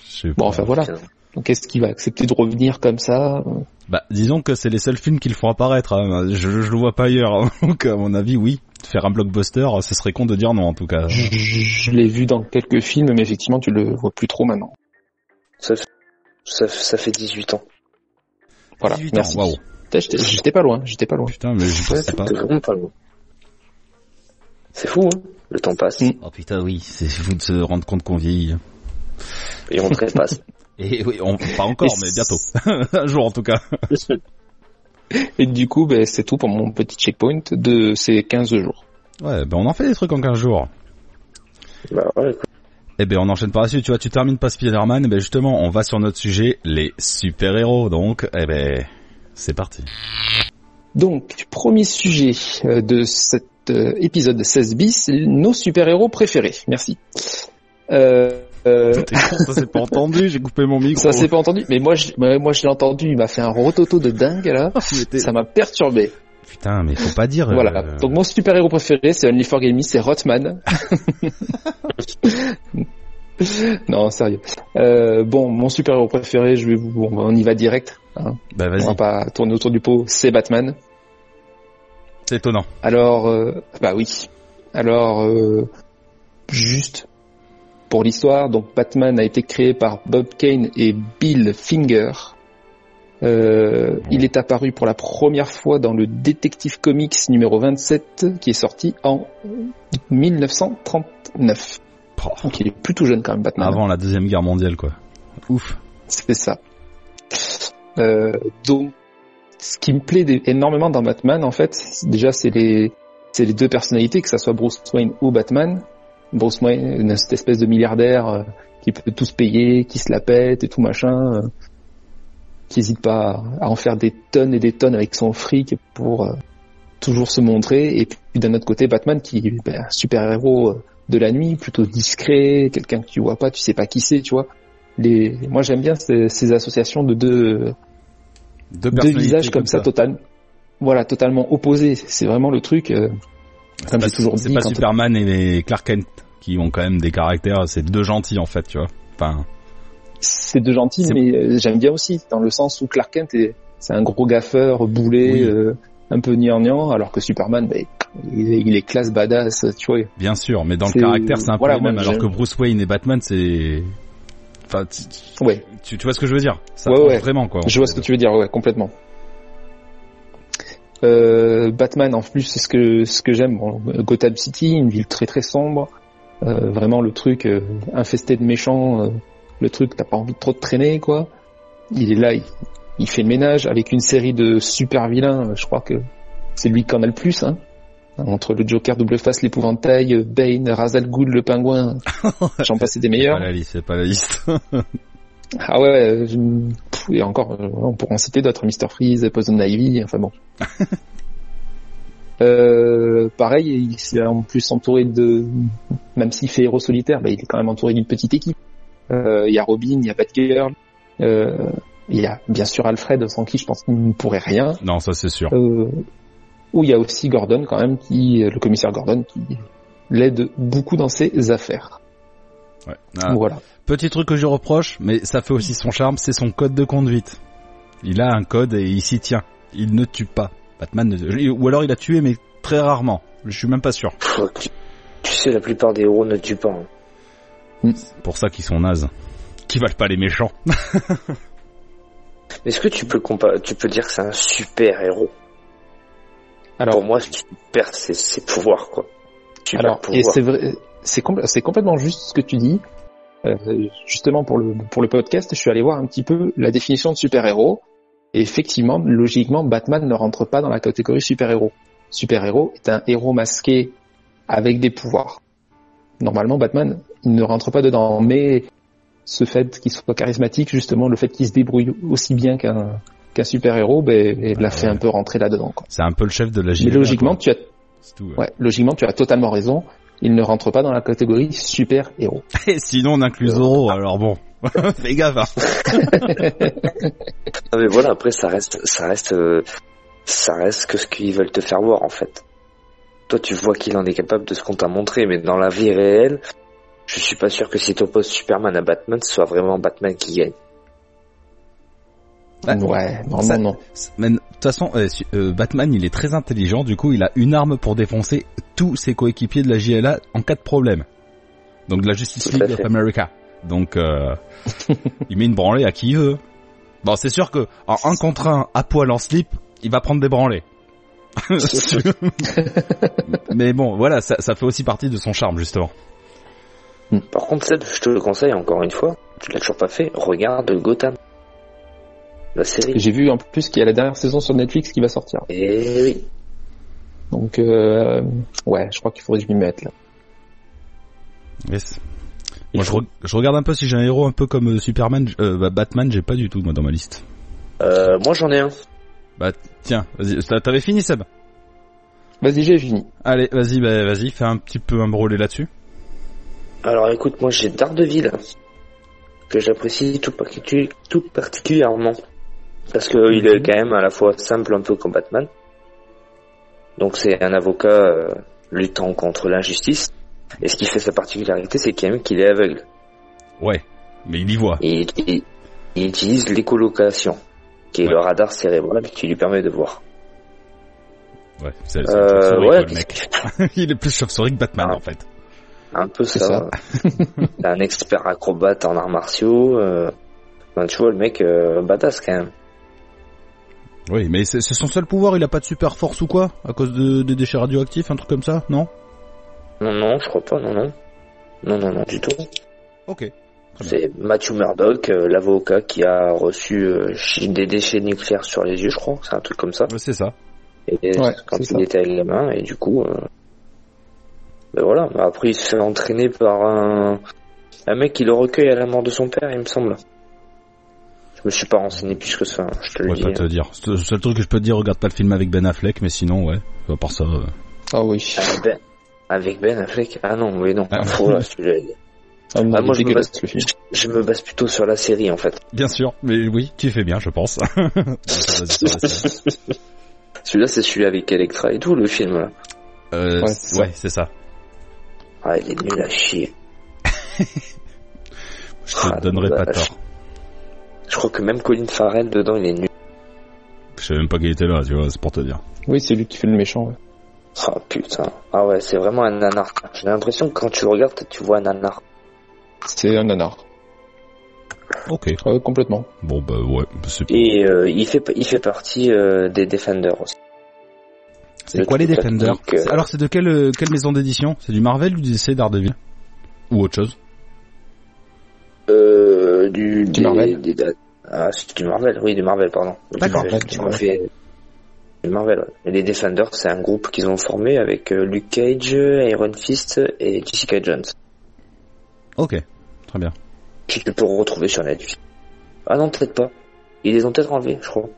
Speaker 4: Je sais
Speaker 5: Bon,
Speaker 4: pas.
Speaker 5: enfin voilà. Donc est-ce qu'il va accepter de revenir comme ça
Speaker 4: Bah, disons que c'est les seuls films qu'il faut apparaître. hein. Je, je le vois pas ailleurs. [laughs] Donc, à mon avis, oui. Faire un blockbuster, ce serait con de dire non, en tout cas.
Speaker 5: Je, je l'ai vu dans quelques films, mais effectivement, tu le vois plus trop maintenant.
Speaker 6: Ça, fait- ça, fait- ça fait 18 ans.
Speaker 5: Voilà,
Speaker 4: 18 ans,
Speaker 5: merci.
Speaker 4: waouh.
Speaker 5: Putain, J'étais j'étais pas loin, j'étais pas loin.
Speaker 4: Putain, mais je
Speaker 6: Ouais,
Speaker 4: pensais pas.
Speaker 6: c'est vraiment pas loin. C'est fou, hein Le temps passe
Speaker 5: Mm.
Speaker 4: Oh putain, oui. C'est fou de se rendre compte qu'on vieillit.
Speaker 6: et on
Speaker 5: [laughs]
Speaker 6: trépasse.
Speaker 4: Et oui, on, pas encore,
Speaker 5: Et
Speaker 4: mais bientôt. [laughs] un jour, en tout cas.
Speaker 5: Et du coup, ben, c'est tout pour mon petit checkpoint de ces 15 jours.
Speaker 4: Ouais, ben on en fait des trucs en 15 jours.
Speaker 6: bah ouais, écoute,
Speaker 4: Eh ben on enchaîne par la suite, tu vois, tu termines pas Spider-Man, et ben justement, on va sur notre sujet, les super-héros, donc, eh ben, c'est parti.
Speaker 5: Donc, premier sujet euh, de cet euh, épisode 16 bis, nos super-héros préférés. Merci. Euh, euh,
Speaker 4: ça c'est pas entendu, j'ai coupé mon micro.
Speaker 5: ça s'est pas entendu, mais moi je, mais moi je l'ai entendu, il m'a fait un rototo de dingue là, ça m'a perturbé.
Speaker 4: Putain, mais faut pas dire...
Speaker 5: Voilà.
Speaker 4: euh,
Speaker 5: Donc mon super héros préféré, c'est Only for Gaming, c'est Rotman. non, sérieux. Euh, bon, mon super héros préféré, je vais vous, bon, on y va direct. hein.
Speaker 4: Bah
Speaker 5: On va
Speaker 4: vas-y,
Speaker 5: pas tourner autour du pot. C'est Batman.
Speaker 4: c'est étonnant.
Speaker 5: Alors, euh, bah oui. Alors, euh, juste pour l'histoire, donc Batman a été créé par Bob Kane et Bill Finger. Euh, Il est apparu pour la première fois dans le Detective Comics numéro 27 qui est sorti en 1939.
Speaker 4: Oh,
Speaker 5: Donc il est plutôt jeune quand même Batman.
Speaker 4: Avant la deuxième guerre mondiale, quoi. Ouf.
Speaker 5: C'est ça. Euh, donc, ce qui me plaît des- énormément dans Batman, en fait, c'est- déjà, c'est les, c'est les deux personnalités, que ça soit Bruce Wayne ou Batman. Bruce Wayne, cette espèce de milliardaire euh, qui peut tout se payer, qui se la pète et tout machin, euh, qui hésite pas à à en faire des tonnes et des tonnes avec son fric pour euh, toujours se montrer. Et puis d'un autre côté, Batman qui est ben, un super-héros euh, de la nuit, plutôt discret, quelqu'un que tu vois pas, tu sais pas qui c'est, tu vois. Les... Moi j'aime bien ces, ces associations de deux,
Speaker 4: Deux,
Speaker 5: deux
Speaker 4: personnalités
Speaker 5: visages comme ça, total... voilà, totalement opposés. C'est vraiment le truc, euh, comme j'ai
Speaker 4: C'est pas-
Speaker 5: toujours
Speaker 4: Bah, C'est
Speaker 5: dit,
Speaker 4: pas
Speaker 5: quand-
Speaker 4: Superman et les Clark Kent qui ont quand même des caractères, c'est deux gentils, en fait, tu vois. Enfin,
Speaker 5: c'est de gentil,
Speaker 4: C'est-
Speaker 5: mais euh, j'aime bien aussi, dans le sens où Clark Kent, est- c'est un gros gaffeur, boulet,
Speaker 4: Oui.
Speaker 5: euh, un peu niant alors que Superman, ben, il, est, il est classe badass, tu vois.
Speaker 4: bien sûr, mais dans le
Speaker 5: C'est-
Speaker 4: caractère, c'est un
Speaker 5: voilà,
Speaker 4: peu le même,
Speaker 5: moi,
Speaker 4: alors
Speaker 5: j'aime.
Speaker 4: que Bruce Wayne et Batman, c'est... Enfin, tu- tu-
Speaker 5: Ouais,
Speaker 4: Tu, tu vois ce que je veux dire Ça
Speaker 5: Ouais,
Speaker 4: change
Speaker 5: ouais.
Speaker 4: vraiment quoi.
Speaker 5: Je vois ce que tu veux dire, ouais, complètement. Euh, Batman, en plus, c'est ce que ce que j'aime. Bon, Gotham City, une ville très très sombre, Euh, vraiment le truc euh, infesté de méchants, euh, le truc t'as pas envie de trop de traîner quoi. Il est là, il, il fait le ménage avec une série de super vilains. euh, Je crois que c'est lui qui en a le plus. Hein. Entre le Joker, double face, l'épouvantail, euh, Bane, Razal Ghul, le pingouin, j'en passais des
Speaker 4: C'est
Speaker 5: meilleurs.
Speaker 4: pas la liste, c'est pas la liste. [laughs]
Speaker 5: Ah ouais, ouais, euh, je- pff, et encore, euh, on pourra en citer d'autres, Mr. Freeze, Poison Ivy, enfin bon. Euh, pareil, il s'est en plus entouré de, même s'il fait héros solitaire, bah, il est quand même entouré d'une petite équipe. Euh, Il y a Robin, il y a Batgirl, euh, il y a bien sûr Alfred, sans qui je pense qu'il ne pourrait rien.
Speaker 4: non, ça c'est sûr.
Speaker 5: Euh, où il y a aussi Gordon quand même, qui, le commissaire Gordon, qui l'aide beaucoup dans ses affaires.
Speaker 4: Ouais. Ah.
Speaker 5: Voilà.
Speaker 4: Petit truc que je reproche, mais ça fait aussi son charme, c'est son code de conduite. Il a un code et il s'y tient. Il ne tue pas. Batman ne... Ou alors il a tué, mais très rarement. Je suis même pas sûr.
Speaker 6: Pff, tu, tu sais, la plupart des héros ne tuent pas. hein.
Speaker 4: Pour ça qu'ils sont nazes. Qui valent pas les méchants.
Speaker 6: Mais Est-ce que tu peux, compa- tu peux dire que c'est un super héros
Speaker 5: Alors,
Speaker 6: Pour moi, super, c'est ses pouvoirs, quoi. Super
Speaker 5: Alors, et
Speaker 6: pouvoir.
Speaker 5: c'est vrai, c'est compl- c'est complètement juste ce que tu dis. Euh, justement, pour le, pour le podcast, je suis allé voir un petit peu la définition de super-héros. Et effectivement, logiquement, Batman ne rentre pas dans la catégorie super-héros. Super-héros est un héros masqué avec des pouvoirs. Normalement, Batman il ne rentre pas dedans, mais ce fait qu'il soit charismatique, justement, le fait qu'il se débrouille aussi bien qu'un qu'un super-héros, ben, il l'a fait un peu rentrer là-dedans. quoi.
Speaker 4: C'est un peu le chef de la
Speaker 5: Mais
Speaker 4: JLA,
Speaker 5: logiquement,
Speaker 4: quoi.
Speaker 5: tu as
Speaker 4: C'est tout, ouais.
Speaker 5: Ouais, logiquement, tu as totalement raison. Il ne rentre pas dans la catégorie super-héros.
Speaker 4: Et [laughs] sinon on inclut Zoro, alors bon. [laughs] Fais gaffe. hein.
Speaker 6: Ah, mais voilà, après, ça reste, ça reste, euh, ça reste que ce qu'ils veulent te faire voir, en fait. Toi, tu vois qu'il en est capable de ce qu'on t'a montré, mais dans la vie réelle, je suis pas sûr que si t'opposes Superman à Batman, ce soit vraiment Batman qui gagne.
Speaker 4: Bah,
Speaker 5: ouais, normalement
Speaker 4: ça-
Speaker 5: non.
Speaker 4: Mais de toute façon, euh, su- euh, Batman, il est très intelligent. Du coup, il a une arme pour défoncer tous ses coéquipiers de la JLA en cas de problème. Donc de la Justice
Speaker 6: Tout à
Speaker 4: League of
Speaker 6: fait.
Speaker 4: America. Donc,
Speaker 6: [laughs]
Speaker 4: euh, il met une branlée à qui il veut. Bon, c'est sûr que en un contre un, à poil en slip, il va prendre des
Speaker 6: [laughs]
Speaker 4: branlées. Mais bon, voilà, ça, ça fait aussi partie de son charme justement.
Speaker 6: Par contre, Seb, je te le conseille encore une fois, tu l'as toujours pas fait, regarde Gotham. La série.
Speaker 5: J'ai vu en plus qu'il y a la dernière saison sur Netflix qui va sortir.
Speaker 6: Et oui.
Speaker 5: Donc, euh, ouais, je crois qu'il faudrait que je m'y mette là.
Speaker 4: Yes. Moi, je, re- je regarde un peu si j'ai un héros un peu comme euh, Superman, euh, bah, Batman, j'ai pas du tout moi dans ma liste.
Speaker 6: Euh, moi, j'en ai un.
Speaker 4: Tiens, vas-y, t'a- t'avais fini Seb
Speaker 5: Vas-y, j'ai fini.
Speaker 4: Allez, vas-y, bah, vas-y, fais un petit peu un brûlé là-dessus.
Speaker 6: Alors écoute, moi j'ai Daredevil que j'apprécie tout, particu- tout particulièrement parce que il est quand même à la fois simple un peu comme Batman. Donc c'est un avocat euh, luttant contre l'injustice et ce qui fait sa particularité c'est quand même qu'il est aveugle
Speaker 4: Ouais, mais il y voit.
Speaker 6: et il, il- il utilise l'écolocation qui est
Speaker 4: Ouais.
Speaker 6: le radar cérébral qui lui permet de voir.
Speaker 4: Ouais, c'est c'est une
Speaker 6: Euh,
Speaker 4: chauve-souris,
Speaker 6: ouais,
Speaker 4: quoi, le mec. [laughs] il est plus chauve-souris que Batman
Speaker 6: Ah.
Speaker 4: en fait.
Speaker 6: un peu
Speaker 5: C'est
Speaker 6: ça. [laughs] C'est un expert acrobate en arts martiaux. euh, ben, tu vois le mec euh, badass quand même.
Speaker 4: Oui, mais c'est c'est son seul pouvoir, il a pas de super force ou quoi À cause de- des déchets radioactifs, un truc comme ça Non
Speaker 6: Non, non, je crois pas, non, non. Non, non, non, du tout.
Speaker 4: Ok. Très bien.
Speaker 6: C'est Matthew Murdoch, euh, l'avocat qui a reçu euh, chi- des déchets nucléaires sur les yeux, je crois. C'est un truc comme ça.
Speaker 4: Ouais, C'est ça.
Speaker 6: Et
Speaker 5: Ouais,
Speaker 6: quand
Speaker 5: c'est
Speaker 6: il
Speaker 5: ça.
Speaker 6: était avec les mains, et du coup... euh, ben voilà, Mais après il se fait entraîner par un... un mec qui le recueille à la mort de son père, il me semble. Je me suis pas renseigné plus que ça, hein, je
Speaker 4: Je
Speaker 6: te le
Speaker 4: pourrais
Speaker 6: dis.
Speaker 4: pas te dire. C'est Le seul truc que je peux te dire, regarde pas le film avec Ben Affleck, mais sinon, ouais. À part ça, euh,
Speaker 5: Ah oui.
Speaker 6: Avec Ben, avec Ben Affleck Ah non, mais non,
Speaker 4: Ah.
Speaker 6: Faut, là, celui-là, il est-
Speaker 5: Ah,
Speaker 6: Ah, moi,
Speaker 5: moi,
Speaker 6: je me
Speaker 5: dégueulasse le film.
Speaker 6: je me base plutôt sur la série en fait.
Speaker 4: bien sûr. Mais oui, tu fais bien, je pense. [laughs] Vas-y, vas-y, vas-y.
Speaker 6: Celui-là c'est celui avec Electra et tout, le film là.
Speaker 4: Euh,
Speaker 5: Ouais, c'est ça.
Speaker 4: ouais, c'est ça.
Speaker 6: Ah, il est nul à chier.
Speaker 4: Je
Speaker 6: Ah,
Speaker 4: te donnerai
Speaker 6: bah,
Speaker 4: pas tort.
Speaker 6: Je crois que même Colin Farrell dedans, il est nul.
Speaker 4: Je savais même pas qu'il était là, tu vois, c'est pour te dire.
Speaker 5: Oui, c'est lui qui fait le méchant. ouais.
Speaker 6: Ah putain. Ah ouais, c'est vraiment un anarque. J'ai l'impression que quand tu le regardes, tu vois un anarque.
Speaker 5: C'est un nanar.
Speaker 4: Ok.
Speaker 5: Ouais, complètement.
Speaker 4: Bon, bah ouais, c'est
Speaker 6: Et euh, il fait il fait partie euh, des Defenders aussi.
Speaker 4: C'est
Speaker 6: Le
Speaker 4: quoi les
Speaker 6: truc
Speaker 4: Defenders
Speaker 6: technique, euh,
Speaker 4: C'est- Alors c'est de quelle, euh, quelle maison d'édition C'est du Marvel ou du DC Daredevil Ou autre chose
Speaker 6: Euh, du,
Speaker 5: Du
Speaker 6: des-
Speaker 5: Marvel.
Speaker 6: des- des- ah, c'est du Marvel, oui, du Marvel, pardon. Du
Speaker 4: D'accord.
Speaker 6: Marvel,
Speaker 5: Marvel,
Speaker 6: tu
Speaker 5: du
Speaker 6: m'as fait... Du Marvel, ouais. Et les Defenders, c'est un groupe qu'ils ont formé avec euh, Luke Cage, Iron Fist et Jessica Jones.
Speaker 4: Ok, très bien.
Speaker 6: que tu peux retrouver sur Netflix. Ah non, peut-être pas. Ils les ont peut-être enlevés, je crois.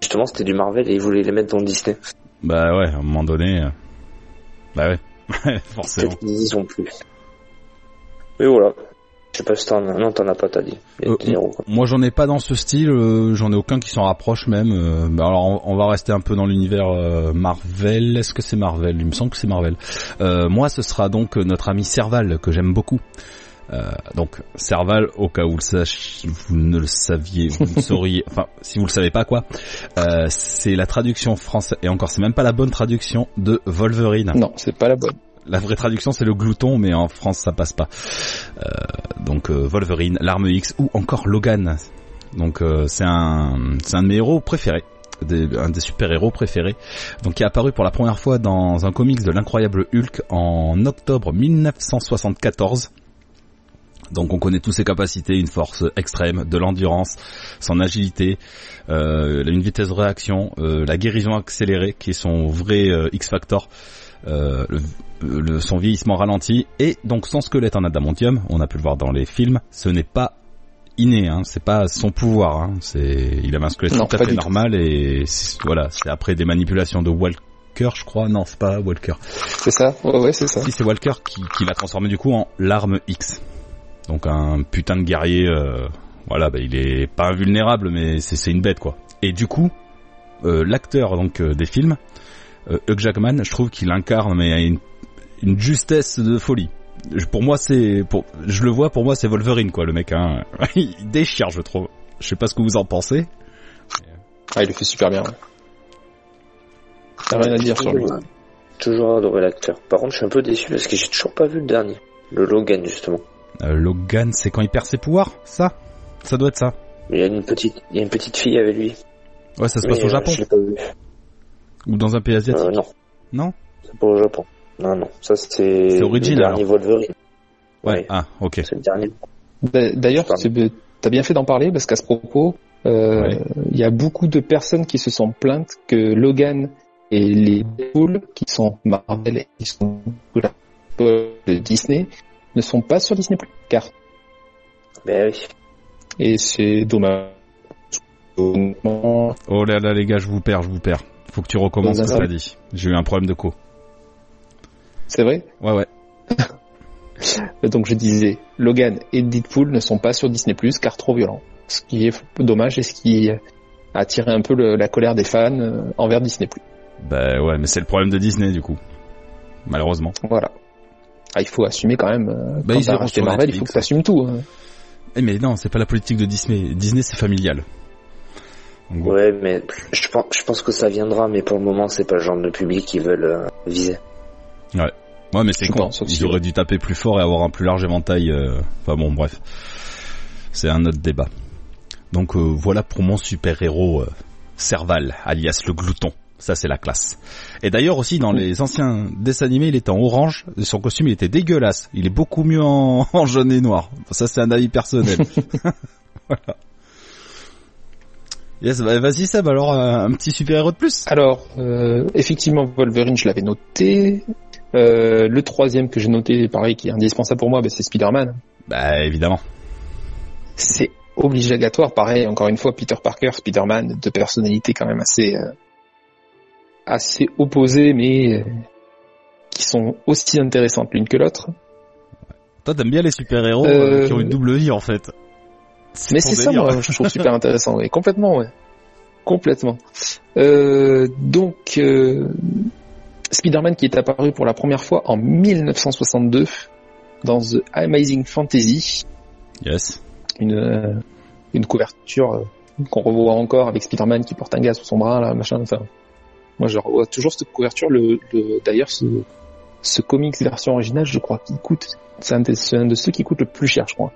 Speaker 6: Justement, c'était du Marvel et ils voulaient les mettre dans Disney.
Speaker 4: Bah ouais, à un moment donné... euh, Bah ouais, [laughs] forcément.
Speaker 6: Peut-être qu'ils y ont plus. Mais voilà. Je sais pas si t'en as. Non, t'en as pas, t'as dit. Il y a
Speaker 4: Euh,
Speaker 6: des héros, quoi.
Speaker 4: Moi j'en ai pas dans ce style, euh, j'en ai aucun qui s'en rapproche même. euh, bah alors on, on va rester un peu dans l'univers euh, Marvel. Est-ce que c'est Marvel Il me semble que c'est Marvel. Euh, moi ce sera donc euh, notre ami Serval que j'aime beaucoup. Euh, donc Serval, au cas où le sach- vous ne le saviez, vous le sauriez, enfin si vous le savez pas quoi, euh, c'est la traduction française et encore c'est même pas la bonne traduction de Wolverine.
Speaker 5: Non, c'est pas la bonne.
Speaker 4: La vraie traduction c'est le glouton, mais en France ça passe pas. Euh, donc euh, Wolverine, l'arme X ou encore Logan. Donc euh, c'est un, c'est un de mes héros préférés, des- un des super héros préférés. Donc qui est apparu pour la première fois dans un comics de l'incroyable Hulk en octobre 1974. Donc on connaît toutes ses capacités, une force extrême, de l'endurance, son agilité, euh, une vitesse de réaction, euh, la guérison accélérée qui est son vrai euh, X-Factor, euh, le le- son vieillissement ralenti et donc son squelette en adamantium, on a pu le voir dans les films, ce n'est pas inné, hein, c'est pas son pouvoir, hein, c'est il avait un squelette
Speaker 5: Non,
Speaker 4: tout à
Speaker 5: pas
Speaker 4: fait
Speaker 5: du tout.
Speaker 4: normal et c'est- voilà, c'est après des manipulations de Walker, je crois, non c'est pas Walker,
Speaker 5: C'est ça Ouais, ouais, c'est ça.
Speaker 4: si c'est Walker qui, qui l'a transformé du coup en l'arme X, donc un putain de guerrier, euh, voilà, bah, il est pas invulnérable mais c'est c'est une bête quoi. Et du coup, euh, l'acteur donc euh, des films, euh, Hugh Jackman, je trouve qu'il incarne mais à une, une justesse de folie. Je- Pour moi, c'est pour je le vois pour moi c'est Wolverine quoi le mec hein. [laughs] il déchire je trouve. Je sais pas ce que vous en pensez.
Speaker 5: Ah, il le fait super bien. ouais. T'as rien à dire sur lui.
Speaker 6: Toujours adoré l'acteur. Par contre, je suis un peu déçu parce que j'ai toujours pas vu le dernier. Le Logan, justement.
Speaker 4: Euh, Logan, c'est quand il perd ses pouvoirs, ça Ça doit être ça.
Speaker 6: Il y a une petite, il y a une petite fille avec lui.
Speaker 4: Ouais, ça se
Speaker 6: Mais,
Speaker 4: passe au
Speaker 6: euh,
Speaker 4: Japon
Speaker 6: Je l'ai pas vu.
Speaker 4: ou dans un pays asiatique.
Speaker 6: Euh, non.
Speaker 4: Non
Speaker 6: C'est pas au Japon. Non, non. Ça, c'est.
Speaker 4: C'est Origin,
Speaker 6: Le dernier Wolverine.
Speaker 4: Ouais.
Speaker 6: Euh, Ouais.
Speaker 4: Ah, ok.
Speaker 6: C'est le dernier.
Speaker 5: D'a- D'ailleurs, tu as bien fait d'en parler parce qu'à ce propos, euh, il
Speaker 4: Ouais.
Speaker 5: y a beaucoup de personnes qui se sont plaintes que Logan et les Deadpool, qui sont Marvel et qui sont de Disney, ne sont pas sur Disney+. Car
Speaker 6: Ben oui.
Speaker 5: et c'est dommage. Honnêtement,
Speaker 4: Oh là là, les gars, je vous perds, je vous perds. Faut que tu recommences ce
Speaker 5: Dans un
Speaker 4: que
Speaker 5: seul.
Speaker 4: t'as dit. J'ai eu un problème de co.
Speaker 5: C'est vrai.
Speaker 4: Ouais, ouais.
Speaker 5: Donc je disais, Logan et Deadpool ne sont pas sur Disney+, car trop violents. Ce qui est dommage et ce qui a attiré un peu le- la colère des fans euh, envers Disney+.
Speaker 4: Bah ouais, mais c'est le problème de Disney, du coup. Malheureusement.
Speaker 5: Voilà. Ah, il faut assumer quand même. euh,
Speaker 4: Bah,
Speaker 5: quand
Speaker 4: ils
Speaker 5: t'as
Speaker 4: iront
Speaker 5: racheté
Speaker 4: sur
Speaker 5: Marvel, il
Speaker 4: Netflix.
Speaker 5: faut que t'assumes tout. hein.
Speaker 4: Eh mais non, c'est pas la politique de Disney. Disney, c'est familial. En gros.
Speaker 6: Ouais, mais je pense, je pense que ça viendra, mais pour le moment, c'est pas le genre de public qu'ils veulent euh, viser.
Speaker 4: Ouais, mais c'est
Speaker 5: Je
Speaker 4: con.
Speaker 5: pense aussi,
Speaker 4: Ils auraient dû taper plus fort et avoir un plus large éventail. euh, Enfin bon, bref. C'est un autre débat. Donc euh, voilà pour mon super-héros euh, Serval, alias le glouton. Ça c'est la classe. Et d'ailleurs aussi dans les anciens dessins animés, il était en orange. Son costume il était dégueulasse. Il est beaucoup mieux en, [laughs] en jaune et noir. Ça c'est un
Speaker 5: [laughs]
Speaker 4: avis personnel. voilà. Yes, bah, vas-y Seb, alors euh, un petit super-héros de plus.
Speaker 5: Alors, euh, effectivement, Wolverine, je l'avais noté. Euh, le troisième que j'ai noté, pareil, qui est indispensable pour moi, bah, c'est Spider-Man.
Speaker 4: Bah évidemment.
Speaker 5: C'est obligatoire, pareil, encore une fois, Peter Parker, Spider-Man, deux personnalités quand même assez, euh, assez opposées, mais euh, qui sont aussi intéressantes l'une que l'autre.
Speaker 4: Toi, t'aimes bien les super-héros euh,
Speaker 5: Euh,
Speaker 4: qui ont une double vie, en fait.
Speaker 5: Mais
Speaker 4: ton
Speaker 5: c'est ça,
Speaker 4: délire.
Speaker 5: moi, je trouve
Speaker 4: [laughs]
Speaker 5: super intéressant, ouais. complètement, ouais. Complètement. Euh, donc, euh, Spider-Man qui est apparu pour la première fois en 1962 dans The Amazing Fantasy,
Speaker 4: Yes.
Speaker 5: une, euh, une couverture euh, qu'on revoit encore avec Spider-Man qui porte un gaz sous son bras, là, machin, enfin. Moi, je revois toujours cette couverture, le, le- d'ailleurs, ce, ce comics version originale, je crois qu'il coûte, c'est un, des- c'est un de ceux qui coûte le plus cher, je crois.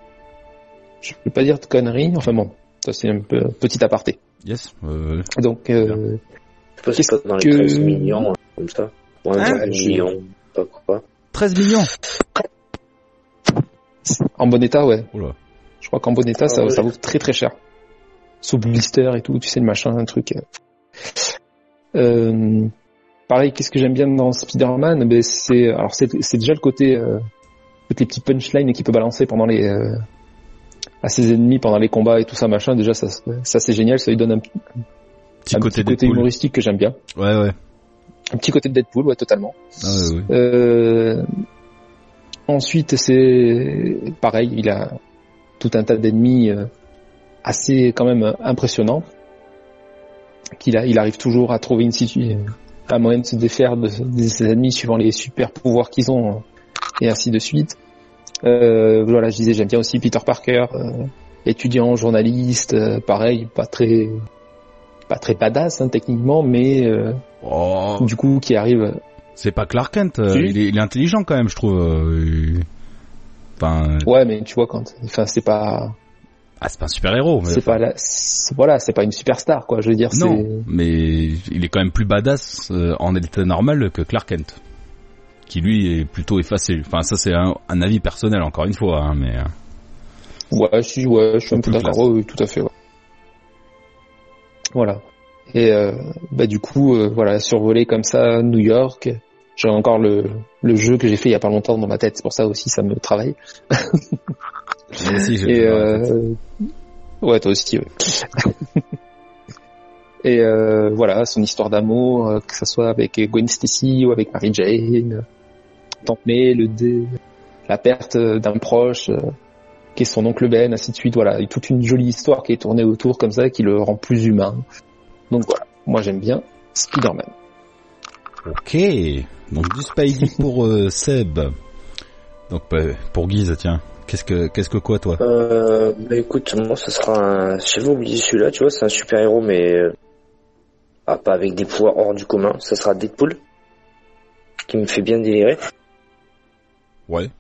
Speaker 5: Je peux pas dire de conneries, enfin bon, ça c'est un peu, petit aparté.
Speaker 4: Yes. Euh,
Speaker 5: Donc, euh,
Speaker 6: Je sais pas si
Speaker 5: Qu'est-ce
Speaker 6: c'est dans les
Speaker 5: que-
Speaker 6: 13 millions, hein, comme ça. Ou un
Speaker 4: Hein
Speaker 6: 13 millions, pas quoi.
Speaker 4: 13 millions.
Speaker 5: en bon état, ouais.
Speaker 4: Oula.
Speaker 5: Je crois qu'en bon état, ça,
Speaker 6: Ah ouais.
Speaker 5: ça vaut très très cher. Sous blister et tout, tu sais, le machin, un truc. euh. Euh, pareil, qu'est-ce que j'aime bien dans Spider-Man ben, c'est, alors c'est, c'est déjà le côté, euh, toutes les petites punchlines qu'il peut balancer pendant les, euh, à ses ennemis pendant les combats et tout ça, machin. Déjà, ça, ça c'est génial, ça lui donne un, p-
Speaker 4: Petit
Speaker 5: un
Speaker 4: côté
Speaker 5: petit côté
Speaker 4: Deadpool.
Speaker 5: humoristique que j'aime bien.
Speaker 4: Ouais, ouais.
Speaker 5: Un petit côté de Deadpool, ouais, totalement.
Speaker 4: Ah, ouais, ouais.
Speaker 5: Euh, ensuite, c'est pareil, il a tout un tas d'ennemis euh, assez quand même euh, impressionnants. Qu'il a, il arrive toujours à trouver une situation, un moyen de se défaire de, de ses ennemis suivant les super pouvoirs qu'ils ont euh, et ainsi de suite. Euh, voilà, je disais, j'aime bien aussi Peter Parker, euh, étudiant, journaliste, euh, pareil, pas très, pas très badass hein, techniquement, mais euh,
Speaker 4: Oh,
Speaker 5: du coup qui arrive.
Speaker 4: c'est pas Clark Kent. euh,
Speaker 5: Si.
Speaker 4: Il, est, il est intelligent quand même, je trouve. euh, il- Enfin,
Speaker 5: Ouais, mais tu vois quand, enfin c'est pas,
Speaker 4: ah, c'est pas un super héros. Mais...
Speaker 5: c'est pas la, c'est- voilà, c'est pas une superstar quoi. Je veux dire, c'est
Speaker 4: Non, mais il est quand même plus badass euh, en état normal que Clark Kent, qui lui est plutôt effacé. Enfin, ça c'est un, un avis personnel encore une fois, hein, mais euh,
Speaker 5: Ouais, je suis, ouais, je suis un peu
Speaker 4: Plus
Speaker 5: d'accord,
Speaker 4: classe.
Speaker 5: ouais, oui, tout à fait. ouais. Voilà. Et euh, bah du coup, euh, voilà, survoler comme ça New York. J'ai encore le, le jeu que j'ai fait il y a pas longtemps dans ma tête, c'est pour ça aussi ça me travaille.
Speaker 4: moi aussi, j'ai-
Speaker 5: Et euh, ouais, toi aussi. ouais. [laughs] Et euh, voilà, son histoire d'amour, euh, que ce soit avec Gwen Stacy ou avec Mary Jane, euh, Tante May, le dé- la perte euh, d'un proche, euh, qui est son oncle Ben, ainsi de suite. Voilà, Et toute une jolie histoire qui est tournée autour comme ça, qui le rend plus humain. Donc voilà, moi j'aime bien Spider-Man.
Speaker 4: Ok, donc du Spidey pour euh, Seb. Donc bah, pour Guise, tiens, qu'est-ce que qu'est-ce que quoi toi
Speaker 6: Euh, bah écoute, moi ce sera un... Je vais oublier celui-là, tu vois, c'est un super-héros, mais... euh, Ah, pas avec des pouvoirs hors du commun, ça sera Deadpool, qui me fait bien délirer.
Speaker 4: Ouais.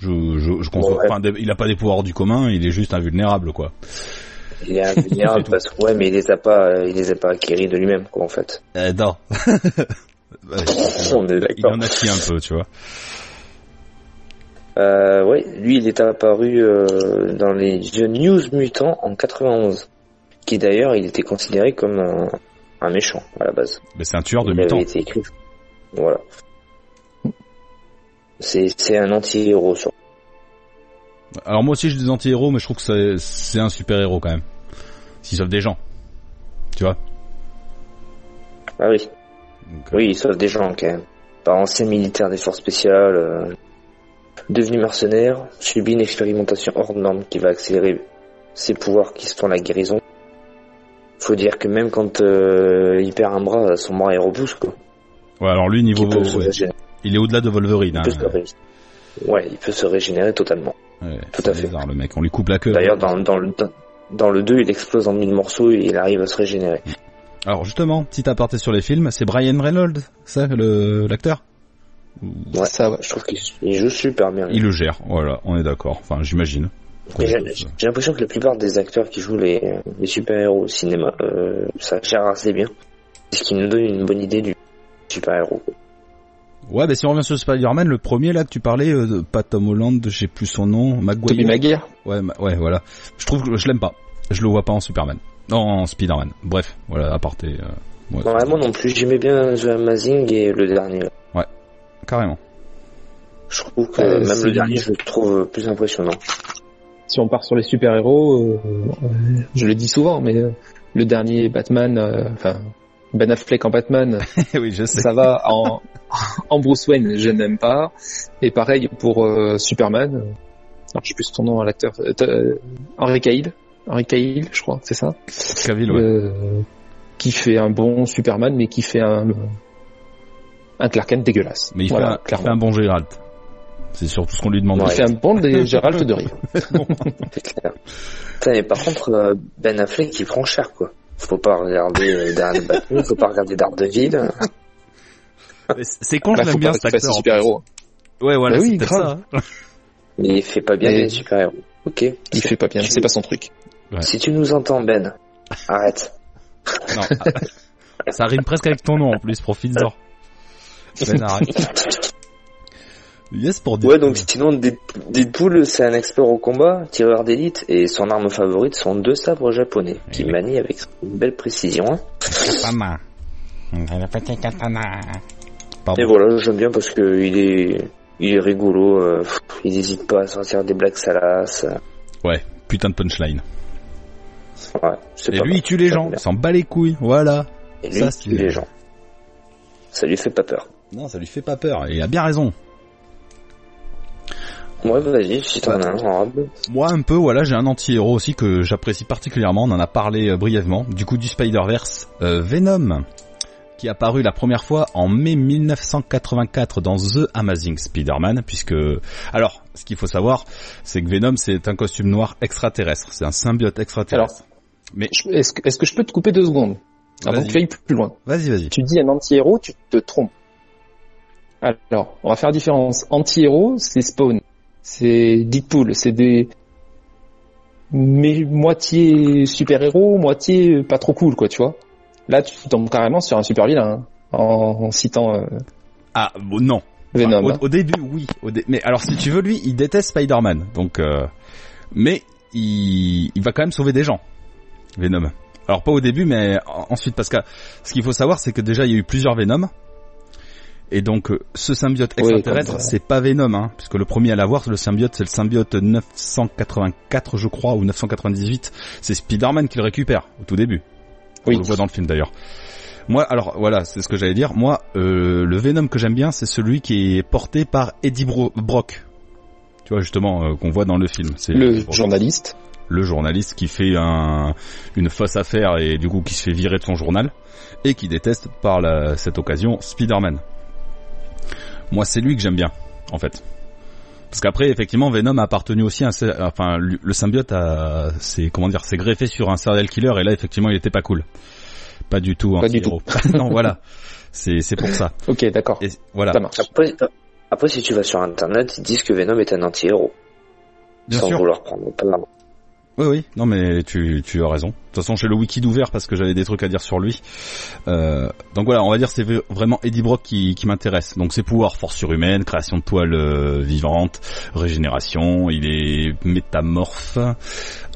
Speaker 4: Je je je conçois.
Speaker 6: Ouais.
Speaker 4: Enfin, des- il a pas des pouvoirs du commun, il est juste invulnérable quoi. [laughs]
Speaker 6: Il est invulnérable
Speaker 4: C'est tout.
Speaker 6: parce que, ouais, mais il les a pas, euh, il les a pas acquéris de lui-même, quoi, en fait.
Speaker 4: Euh, non. Ouais,
Speaker 6: On est
Speaker 4: il
Speaker 6: d'accord.
Speaker 4: en a qui un peu, tu vois.
Speaker 6: Euh, ouais, lui, il est apparu euh, dans les The News Mutants en 91, qui d'ailleurs, il était considéré comme un, un méchant à la base.
Speaker 4: Mais c'est un tueur de
Speaker 6: Il avait
Speaker 4: mutants.
Speaker 6: été écrit. Voilà. C'est c'est un anti-héros, sur-
Speaker 4: Alors moi aussi j'ai des anti-héros, mais je trouve que c'est- c'est un super-héros quand même. S'ils sauvent des gens. Tu vois
Speaker 6: Ah oui,
Speaker 4: Donc, euh,
Speaker 6: oui, ils sauvent des gens quand même. Par ancien militaire des forces spéciales, euh, devenu mercenaire, subit une expérimentation hors norme qui va accélérer ses pouvoirs qui se font la guérison. Faut dire que même quand euh, il perd un bras, son bras est robuste quoi.
Speaker 4: Ouais, alors lui, niveau...
Speaker 6: Il peut se
Speaker 4: ouais,
Speaker 6: régénérer.
Speaker 4: il est au-delà de Wolverine.
Speaker 6: il
Speaker 4: hein.
Speaker 6: peut se régénérer. Ouais, il peut se régénérer totalement.
Speaker 4: Ouais,
Speaker 6: Tout
Speaker 4: c'est
Speaker 6: à fait.
Speaker 4: bizarre, le mec. On lui coupe la queue.
Speaker 6: D'ailleurs, dans, dans le dans le 2, il explose en mille morceaux et il arrive à se régénérer.
Speaker 4: Alors justement, petit aparté sur les films, c'est Brian Reynolds, ça, le l'acteur Ou-
Speaker 6: Ouais.
Speaker 5: Ça, ouais.
Speaker 6: Je trouve qu'il il joue super bien.
Speaker 4: Il le gère, voilà, on est d'accord. Enfin, j'imagine.
Speaker 6: Mais J'ai j'ai l'impression que la plupart des acteurs qui jouent les, les super-héros au cinéma, euh, ça gère assez bien. Ce qui nous donne une bonne idée du super-héros. quoi.
Speaker 4: Ouais, bah si on revient sur Spider-Man, le premier là que tu parlais, euh, de- pas Tom Holland, je sais plus son nom,
Speaker 5: Tobey
Speaker 4: McGuire.
Speaker 5: Maguire.
Speaker 4: Ouais, ma- ouais, voilà. Je trouve que je l'aime pas. Je le vois pas en Superman. Non, en Spider-Man. Bref, voilà, aparté. euh, ouais.
Speaker 6: Non, vraiment non plus, j'aimais bien The Amazing et le dernier. là.
Speaker 4: Carrément. [laughs]
Speaker 6: Je trouve que
Speaker 5: Euh,
Speaker 6: même
Speaker 5: c'est-
Speaker 6: le dernier, je le trouve plus impressionnant.
Speaker 5: si on part sur les super-héros, euh, euh, je le dis souvent, mais euh, le dernier Batman, euh, enfin Ben Affleck en
Speaker 4: [laughs]
Speaker 5: Batman,
Speaker 4: Eh
Speaker 5: [laughs]
Speaker 4: oui, je sais.
Speaker 5: ça va en, en Bruce Wayne, je n'aime pas. Et pareil pour euh, Superman. euh, Alors je sais plus son nom à l'acteur, euh, t- euh, Henry Cavill, Henry Cavill, je crois, c'est ça,
Speaker 4: Cavill, ouais.
Speaker 5: Euh, qui fait un bon Superman, mais qui fait un un Clark Kent dégueulasse.
Speaker 4: Mais il,
Speaker 5: Voilà,
Speaker 4: fait un, il fait
Speaker 5: clairement.
Speaker 4: un bon Gérald. C'est surtout ce qu'on lui demande.
Speaker 5: Il fait un bon des Gérald de rire.
Speaker 6: C'est clair. Putain, mais par contre, euh, Ben Affleck, il prend cher, quoi. Faut pas regarder euh, le dernier Batman, faut pas regarder Daredevil.
Speaker 4: Mais c'est- C'est con, je
Speaker 5: Là, Bah, faut
Speaker 4: l'aime bien
Speaker 5: pas
Speaker 4: cet
Speaker 5: qu'il fasse
Speaker 4: acteur.
Speaker 5: super-héros.
Speaker 4: Ouais, voilà,
Speaker 5: Bah oui,
Speaker 4: c'est peut-être
Speaker 5: grave.
Speaker 4: ça.
Speaker 6: Mais il fait pas bien
Speaker 5: Mais-
Speaker 6: les super-héros. Ok.
Speaker 5: Il fait pas bien, c'est pas son truc.
Speaker 6: Si tu nous entends, Ben, arrête.
Speaker 4: Non. ça rime presque avec ton nom en plus, [laughs] profites-en. Ben arrête. Yes pour dire.
Speaker 6: Ouais, donc sinon, Dead- Deadpool, c'est un expert au combat, tireur d'élite, et son arme favorite sont deux sabres japonais,
Speaker 4: Eh
Speaker 6: qu'il
Speaker 4: oui.
Speaker 6: manie avec une belle précision. hein.
Speaker 1: katana. Elle a pété katana.
Speaker 4: Ah
Speaker 6: Et voilà, j'aime bien parce que il est, il est rigolo, euh, pff, il n'hésite pas à sortir des blagues salaces.
Speaker 4: Putain de punchline.
Speaker 6: euh, Ouais, c'est
Speaker 4: Et
Speaker 6: pas
Speaker 4: lui, il
Speaker 6: mal.
Speaker 4: tue les
Speaker 6: Ça
Speaker 4: gens,
Speaker 6: me
Speaker 4: il
Speaker 6: plaît.
Speaker 4: s'en bat les couilles, voilà.
Speaker 6: Et lui,
Speaker 4: ça,
Speaker 6: il
Speaker 4: c'est-
Speaker 6: tue les gens. Ça lui fait pas peur.
Speaker 4: Non, ça lui fait pas peur, il a bien raison.
Speaker 6: Ouais, bah, vas-y, si t'en as un, en rab.
Speaker 4: Moi, un peu, voilà, j'ai un anti-héros aussi que j'apprécie particulièrement, on en a parlé euh, brièvement, du coup du Spider-Verse, euh, Venom, qui est apparu la première fois en mai 1984 dans The Amazing Spider-Man, puisque... Alors, ce qu'il faut savoir, c'est que Venom, c'est un costume noir extraterrestre, c'est un symbiote extraterrestre.
Speaker 5: Je- Est-ce que, est-ce que je peux te couper deux secondes avant
Speaker 4: Vas-y.
Speaker 5: que tu ailles plus loin
Speaker 4: Vas-y, vas-y.
Speaker 5: Tu dis un anti-héros, tu te trompes. Alors, on va faire la différence. Anti-héros, c'est Spawn, c'est Deadpool, c'est des mais moitié super-héros, moitié pas trop cool, quoi, tu vois. Là, tu tombes carrément sur un super-vilain hein, en, en citant euh,
Speaker 4: Ah, bon, non. Enfin,
Speaker 5: Venom. hein.
Speaker 4: au, au début, oui. Au dé- mais alors, si tu veux, lui, il déteste Spider-Man. Donc, euh, mais il, il va quand même sauver des gens. Venom. Alors pas au début, mais en- ensuite, parce que ce qu'il faut savoir, c'est que déjà, il y a eu plusieurs Venom. Et donc, euh, ce symbiote
Speaker 5: Oui,
Speaker 4: extraterrestre,
Speaker 5: comme ça.
Speaker 4: c'est pas Venom, hein, puisque le premier à l'avoir, le symbiote, c'est le symbiote 984, je crois, ou 998. C'est Spider-Man qui le récupère au tout début.
Speaker 5: Oui.
Speaker 4: On le voit dans le film d'ailleurs. Moi, alors voilà, c'est ce que j'allais dire. Moi, euh, le Venom que j'aime bien, c'est celui qui est porté par Eddie Bro- Brock. Tu vois justement euh, qu'on voit dans le film. C'est
Speaker 5: Le journaliste.
Speaker 4: le journaliste qui fait un, une fausse affaire et du coup qui se fait virer de son journal et qui déteste par la- cette occasion Spider-Man. Moi, c'est lui que j'aime bien, en fait. Parce qu'après, effectivement, Venom a appartenu aussi à un, sé- enfin, lui- le symbiote a, c'est, comment dire, s'est greffé sur un serial killer et là, effectivement, il était pas cool. Pas du tout,
Speaker 5: Pas du
Speaker 4: anti-héros. [laughs] non, voilà. C'est, c'est pour ça.
Speaker 5: Ok, d'accord.
Speaker 4: Et, voilà.
Speaker 5: Ça marche.
Speaker 6: Après, euh, après, si tu vas sur internet, ils disent que Venom est un anti-héros.
Speaker 4: Bien
Speaker 6: sans
Speaker 4: sûr.
Speaker 6: vouloir prendre plein.
Speaker 4: Oui, oui, non mais tu, tu as raison. De toute façon, j'ai le wiki d'ouvert parce que j'avais des trucs à dire sur lui. Euh, donc voilà, on va dire c'est v- vraiment Eddie Brock qui, qui m'intéresse. Donc ses pouvoirs, force surhumaine, création de toiles euh, vivantes, régénération, il est métamorphe.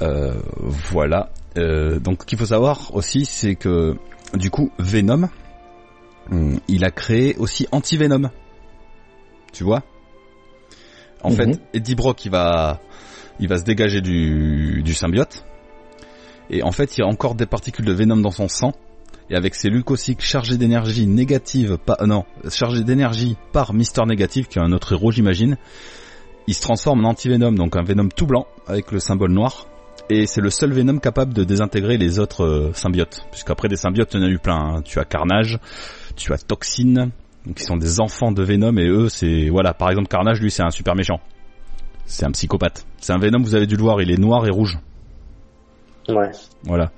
Speaker 4: Euh, voilà. Euh, donc ce qu'il faut savoir aussi, c'est que du coup, Venom, hum, il a créé aussi Anti-Venom. Tu vois En
Speaker 5: Mhm.
Speaker 4: fait, Eddie Brock, il va, il va se dégager du, du symbiote. Et en fait, il y a encore des particules de Venom dans son sang. Et avec ses leucocytes chargés d'énergie négative, pas, non, chargés d'énergie par Mister Négatif, qui est un autre héros, j'imagine, il se transforme en anti-Venom, donc un Venom tout blanc, avec le symbole noir et c'est le seul Venom capable de désintégrer les autres euh, symbiotes. Puisqu'après des symbiotes, il y en a eu plein. hein. Tu as Carnage, tu as Toxine, donc ils sont des enfants de Venom et eux, c'est voilà. Par exemple, Carnage, lui, c'est un super méchant. C'est un psychopathe. C'est un Venom, vous avez dû le voir, il est noir et rouge.
Speaker 6: Ouais.
Speaker 4: Voilà.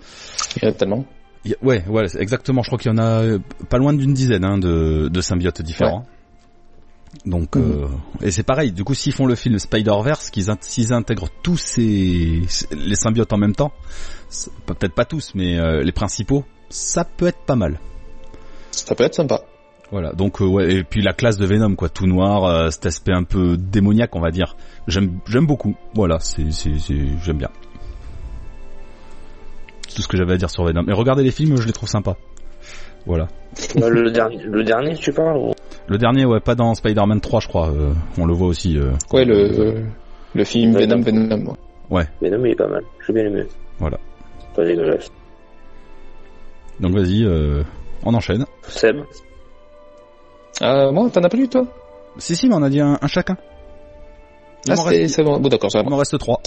Speaker 5: Il y en a tellement.
Speaker 4: Il y a- Ouais, ouais, c'est exactement. Je crois qu'il y en a euh, pas loin d'une dizaine hein, de, de symbiotes différents. Donc, euh, et c'est pareil. Du coup, s'ils font le film Spider-Verse, qu'ils int- s'ils intègrent tous ces les symbiotes en même temps, c'est- peut-être pas tous, mais euh, les principaux, ça peut être pas mal.
Speaker 5: Ça peut être sympa.
Speaker 4: Voilà. Donc, euh, ouais. Et puis la classe de Venom, quoi, tout noir, euh, cet aspect un peu démoniaque, on va dire. J'aime, j'aime beaucoup. Voilà, c'est, c'est, c'est- j'aime bien. C'est tout ce que j'avais à dire sur Venom. Et regardez les films, je les trouve sympas. Voilà.
Speaker 6: Bah, le, [laughs] dernier, le dernier, tu parles ou-
Speaker 4: Le dernier, ouais, pas dans Spider-Man 3, je crois. euh, on le voit aussi. euh,
Speaker 5: Ouais, le, le film Venom, Venom. ouais.
Speaker 6: Venom, il est pas mal. J'ai bien aimé.
Speaker 4: Voilà.
Speaker 6: Pas dégueulasse.
Speaker 4: Donc vas-y, euh, on enchaîne.
Speaker 6: Seb,
Speaker 5: Ah, moi, t'en as pas lu, toi
Speaker 4: Si, si, mais on a dit un, un chacun. Il
Speaker 5: Ah,
Speaker 4: m'en
Speaker 5: c'est
Speaker 4: reste,
Speaker 5: c'est bon. Bon, d'accord, ça va.
Speaker 4: il m'en reste trois.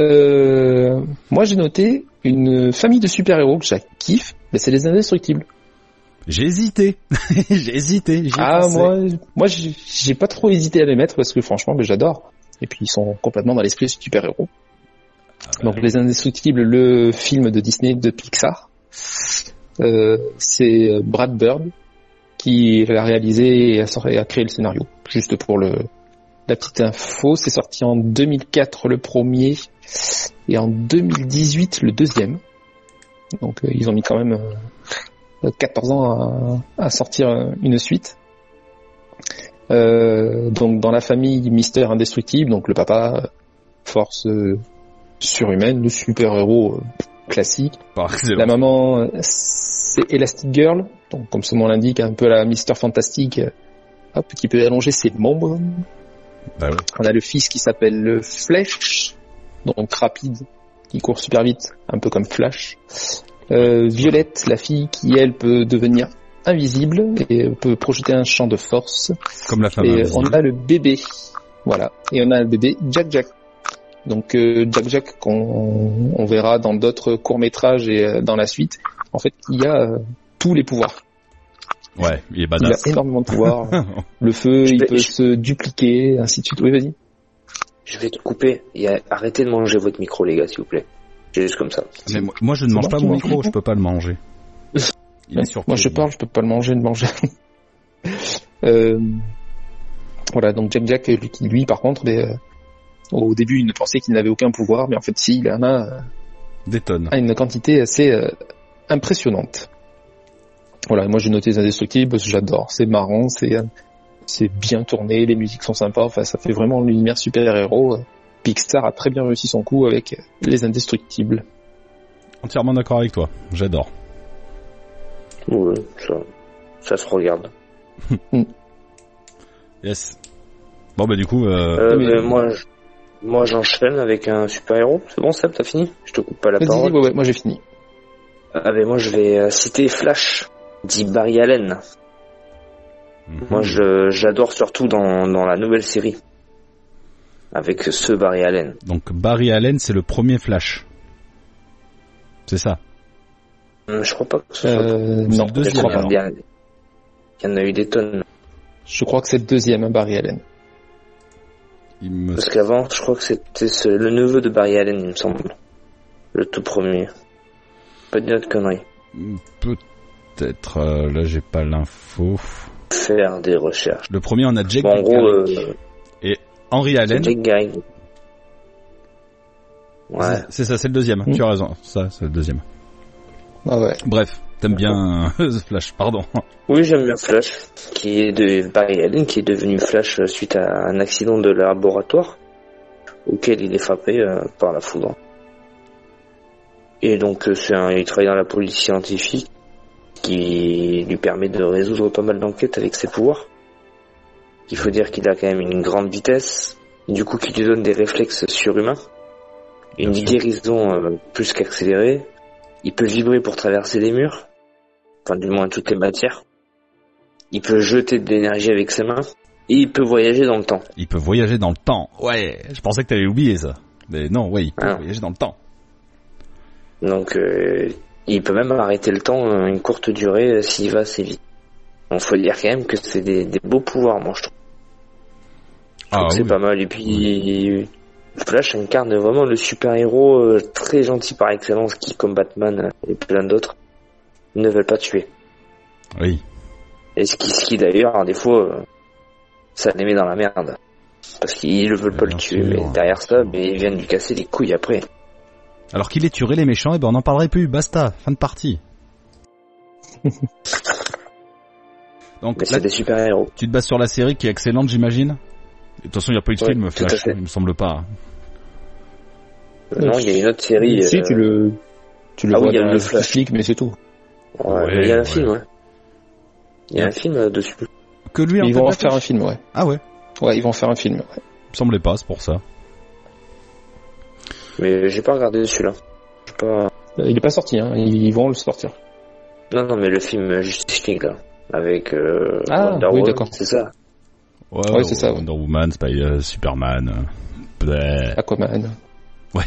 Speaker 5: Euh, moi, j'ai noté une famille de super-héros que je kiffe, mais c'est les Indestructibles.
Speaker 4: J'ai hésité. [laughs] J'ai hésité. j'y ai
Speaker 5: Ah,
Speaker 4: pensé.
Speaker 5: moi, moi, j'ai j'ai pas trop hésité à les mettre parce que franchement, ben, j'adore. Et puis, ils sont complètement dans l'esprit super-héros. Donc, les Indestructibles, le film de Disney, de Pixar, euh, c'est Brad Bird qui l'a réalisé et a, sorti- a créé le scénario. Juste pour le la petite info, c'est sorti en 2004 le premier et en 2018 le deuxième. Donc, euh, ils ont mis quand même euh, 14 ans à, à sortir euh, une suite. Euh, donc dans la famille Mister Indestructible, donc le papa, euh, force euh, surhumaine, le super-héros euh, classique.
Speaker 4: Par
Speaker 5: La
Speaker 4: excellence.
Speaker 5: maman, euh, c'est Elastic Girl, donc comme son nom l'indique, un peu la Mister Fantastique, euh, hop, qui peut allonger ses membres.
Speaker 4: Bah ouais.
Speaker 5: On a le fils qui s'appelle le Flash, donc rapide, qui court super vite, un peu comme Flash. Euh, Violette, la fille qui, elle, peut devenir invisible et peut projeter un champ de force.
Speaker 4: Comme la femme.
Speaker 5: Et euh, on
Speaker 4: invisible.
Speaker 5: a le bébé, voilà. Et on a le bébé Jack Jack. Donc euh, Jack Jack qu'on on verra dans d'autres courts métrages et euh, dans la suite. En fait, il y a euh, tous les pouvoirs.
Speaker 4: Ouais, il est
Speaker 5: Il a
Speaker 4: badass.
Speaker 5: énormément de
Speaker 4: [laughs]
Speaker 5: pouvoir. Le feu,
Speaker 6: Je
Speaker 5: il
Speaker 6: vais-
Speaker 5: peut
Speaker 6: je-
Speaker 5: se dupliquer, ainsi de suite. Oui, vas-y.
Speaker 6: Je vais te couper. Et euh, arrêtez de manger votre micro, les gars, s'il vous plaît. C'est juste comme ça.
Speaker 4: Mais moi, moi, je ne mange
Speaker 5: moi
Speaker 4: pas
Speaker 5: qui
Speaker 4: mon
Speaker 5: mange
Speaker 4: micro,
Speaker 5: le
Speaker 4: je peux pas le
Speaker 5: [laughs]
Speaker 4: manger. Il est sur
Speaker 5: Moi, je parle, je peux pas le manger, le manger. [laughs] Euh, voilà, donc Jack Jack, lui, qui- lui, par contre, ben, euh, au début, il ne pensait qu'il n'avait aucun pouvoir, mais en fait, si, il en a euh,
Speaker 4: Des tonnes.
Speaker 5: a une quantité assez euh, impressionnante. Voilà, et moi j'ai noté les indestructibles parce que j'adore, c'est marrant, c'est euh, c'est bien tourné, les musiques sont sympas, enfin ça fait vraiment l'univers super-héros. Pixar a très bien réussi son coup avec euh, les indestructibles.
Speaker 4: Entièrement d'accord avec toi. J'adore.
Speaker 6: Ouais, ça, ça se regarde.
Speaker 4: Yes. Bon bah du coup, euh,
Speaker 6: Euh,
Speaker 5: mais-
Speaker 6: mais moi, je- moi, j'enchaîne avec un super-héros. C'est bon, Seb, t'as fini Je te coupe pas la
Speaker 5: Vas-y,
Speaker 6: parole.
Speaker 5: ouais, ouais, moi j'ai fini.
Speaker 6: Ah, mais moi, je vais euh, citer Flash, dit Barry Allen.
Speaker 4: mhm.
Speaker 6: Moi, je, j'adore surtout dans, dans la nouvelle série. Avec ce Barry Allen.
Speaker 4: donc Barry Allen, c'est le premier Flash. C'est ça.
Speaker 6: Hum, Je crois pas que ce soit
Speaker 5: Euh,
Speaker 4: c'est
Speaker 5: non,
Speaker 4: le
Speaker 6: le
Speaker 4: deuxième,
Speaker 5: je crois,
Speaker 6: premier.
Speaker 5: pas.
Speaker 4: alors.
Speaker 6: Il y a- il y en a eu des tonnes.
Speaker 5: Je crois que c'est le deuxième, hein, Barry Allen.
Speaker 4: Il me...
Speaker 6: Parce qu'avant, je crois que c'était ce- le neveu de Barry Allen, il me semble. Le tout premier. Pas de notre connerie.
Speaker 4: Peut-être. euh, là, j'ai pas l'info.
Speaker 6: Faire des recherches.
Speaker 4: Le premier, on a Jake.
Speaker 6: Bon, en gros,
Speaker 4: Gyllenhaal.
Speaker 6: euh,
Speaker 4: Henry
Speaker 6: c'est
Speaker 4: Allen.
Speaker 6: Jake Gary. Ouais.
Speaker 4: C'est- C'est ça, c'est le deuxième.
Speaker 5: Mm.
Speaker 4: Tu as raison. Ça, c'est le deuxième.
Speaker 5: Ah ouais.
Speaker 4: Bref, t'aimes bien euh, [laughs] The Flash. Pardon.
Speaker 6: Oui, j'aime bien Flash, qui est de Barry Allen, qui est devenu Flash euh, suite à un accident de laboratoire auquel il est frappé euh, par la foudre. Et donc, euh, c'est un, il travaille dans la police scientifique, qui lui permet de résoudre pas mal d'enquêtes avec ses pouvoirs. Il faut dire qu'il a quand même une grande vitesse, du coup, qui lui donne des réflexes surhumains, une
Speaker 4: Bien sûr.
Speaker 6: guérison euh, plus qu'accélérée. Il peut vibrer pour traverser les murs, enfin, du moins toutes les matières. Il peut jeter de l'énergie avec ses mains. Et il peut voyager dans le temps.
Speaker 4: Il peut voyager dans le temps. Ouais. Je pensais que t'avais oublié ça. Mais non, ouais, il peut
Speaker 6: Ah.
Speaker 4: voyager dans le temps.
Speaker 6: Donc, euh, il peut même arrêter le temps euh, une courte durée euh, s'il va assez vite. On faut dire quand même que c'est des, des beaux pouvoirs, moi je trouve. Je trouve
Speaker 4: Ah
Speaker 6: que c'est
Speaker 4: oui.
Speaker 6: pas mal. Et puis, Flash incarne vraiment le super-héros euh, très gentil par excellence qui, comme Batman euh, et plein d'autres, ne veulent pas tuer.
Speaker 4: Oui.
Speaker 6: Et ce qui, ce qui d'ailleurs, des fois, euh, ça les met dans la merde. Parce qu'ils ne veulent pas
Speaker 4: Bien
Speaker 6: le tuer,
Speaker 4: sûr.
Speaker 6: mais derrière ça, mais ils viennent lui casser les couilles après.
Speaker 4: Alors qu'il est tuerait les méchants, et ben on n'en parlerait plus. Basta. Fin de
Speaker 6: [laughs]
Speaker 4: partie. Donc là,
Speaker 6: Mais c'est des super-héros.
Speaker 4: tu te bases sur la série qui est excellente, j'imagine. De toute façon, il n'y a pas eu de
Speaker 6: Ouais,
Speaker 4: film
Speaker 6: tout à
Speaker 4: Flash,
Speaker 6: fait.
Speaker 4: il me semble pas.
Speaker 6: Non, il y a une autre série.
Speaker 5: si,
Speaker 6: euh,
Speaker 5: tu le, tu le
Speaker 6: Ah oui,
Speaker 5: vois
Speaker 6: il y a
Speaker 5: dans
Speaker 6: le
Speaker 5: le
Speaker 6: Flash.
Speaker 5: flic, mais c'est tout.
Speaker 6: Ouais,
Speaker 4: Ouais,
Speaker 6: mais il y a un
Speaker 4: ouais.
Speaker 6: film, ouais. Il y a un film euh, dessus.
Speaker 4: Que lui, en
Speaker 5: Ils vont en
Speaker 4: tête
Speaker 5: faire un film, ouais.
Speaker 4: Ah ouais.
Speaker 5: Ouais, ils vont en faire un film. ouais.
Speaker 4: Il me semblait pas, c'est pour ça.
Speaker 6: Mais j'ai pas regardé celui-là. J'ai Pas...
Speaker 5: Euh, Il est pas sorti, hein. Ils vont le sortir.
Speaker 6: Non, non, mais le film euh, Justice League, là. Avec euh,
Speaker 5: Ah,
Speaker 6: Wonder
Speaker 5: oui,
Speaker 6: Woman,
Speaker 5: d'accord.
Speaker 6: C'est ça.
Speaker 4: Ouais,
Speaker 5: Ouais, c'est ça, ouais.
Speaker 4: Wonder Woman, Spy- euh, Superman. euh, bleh.
Speaker 5: Aquaman.
Speaker 4: Ah,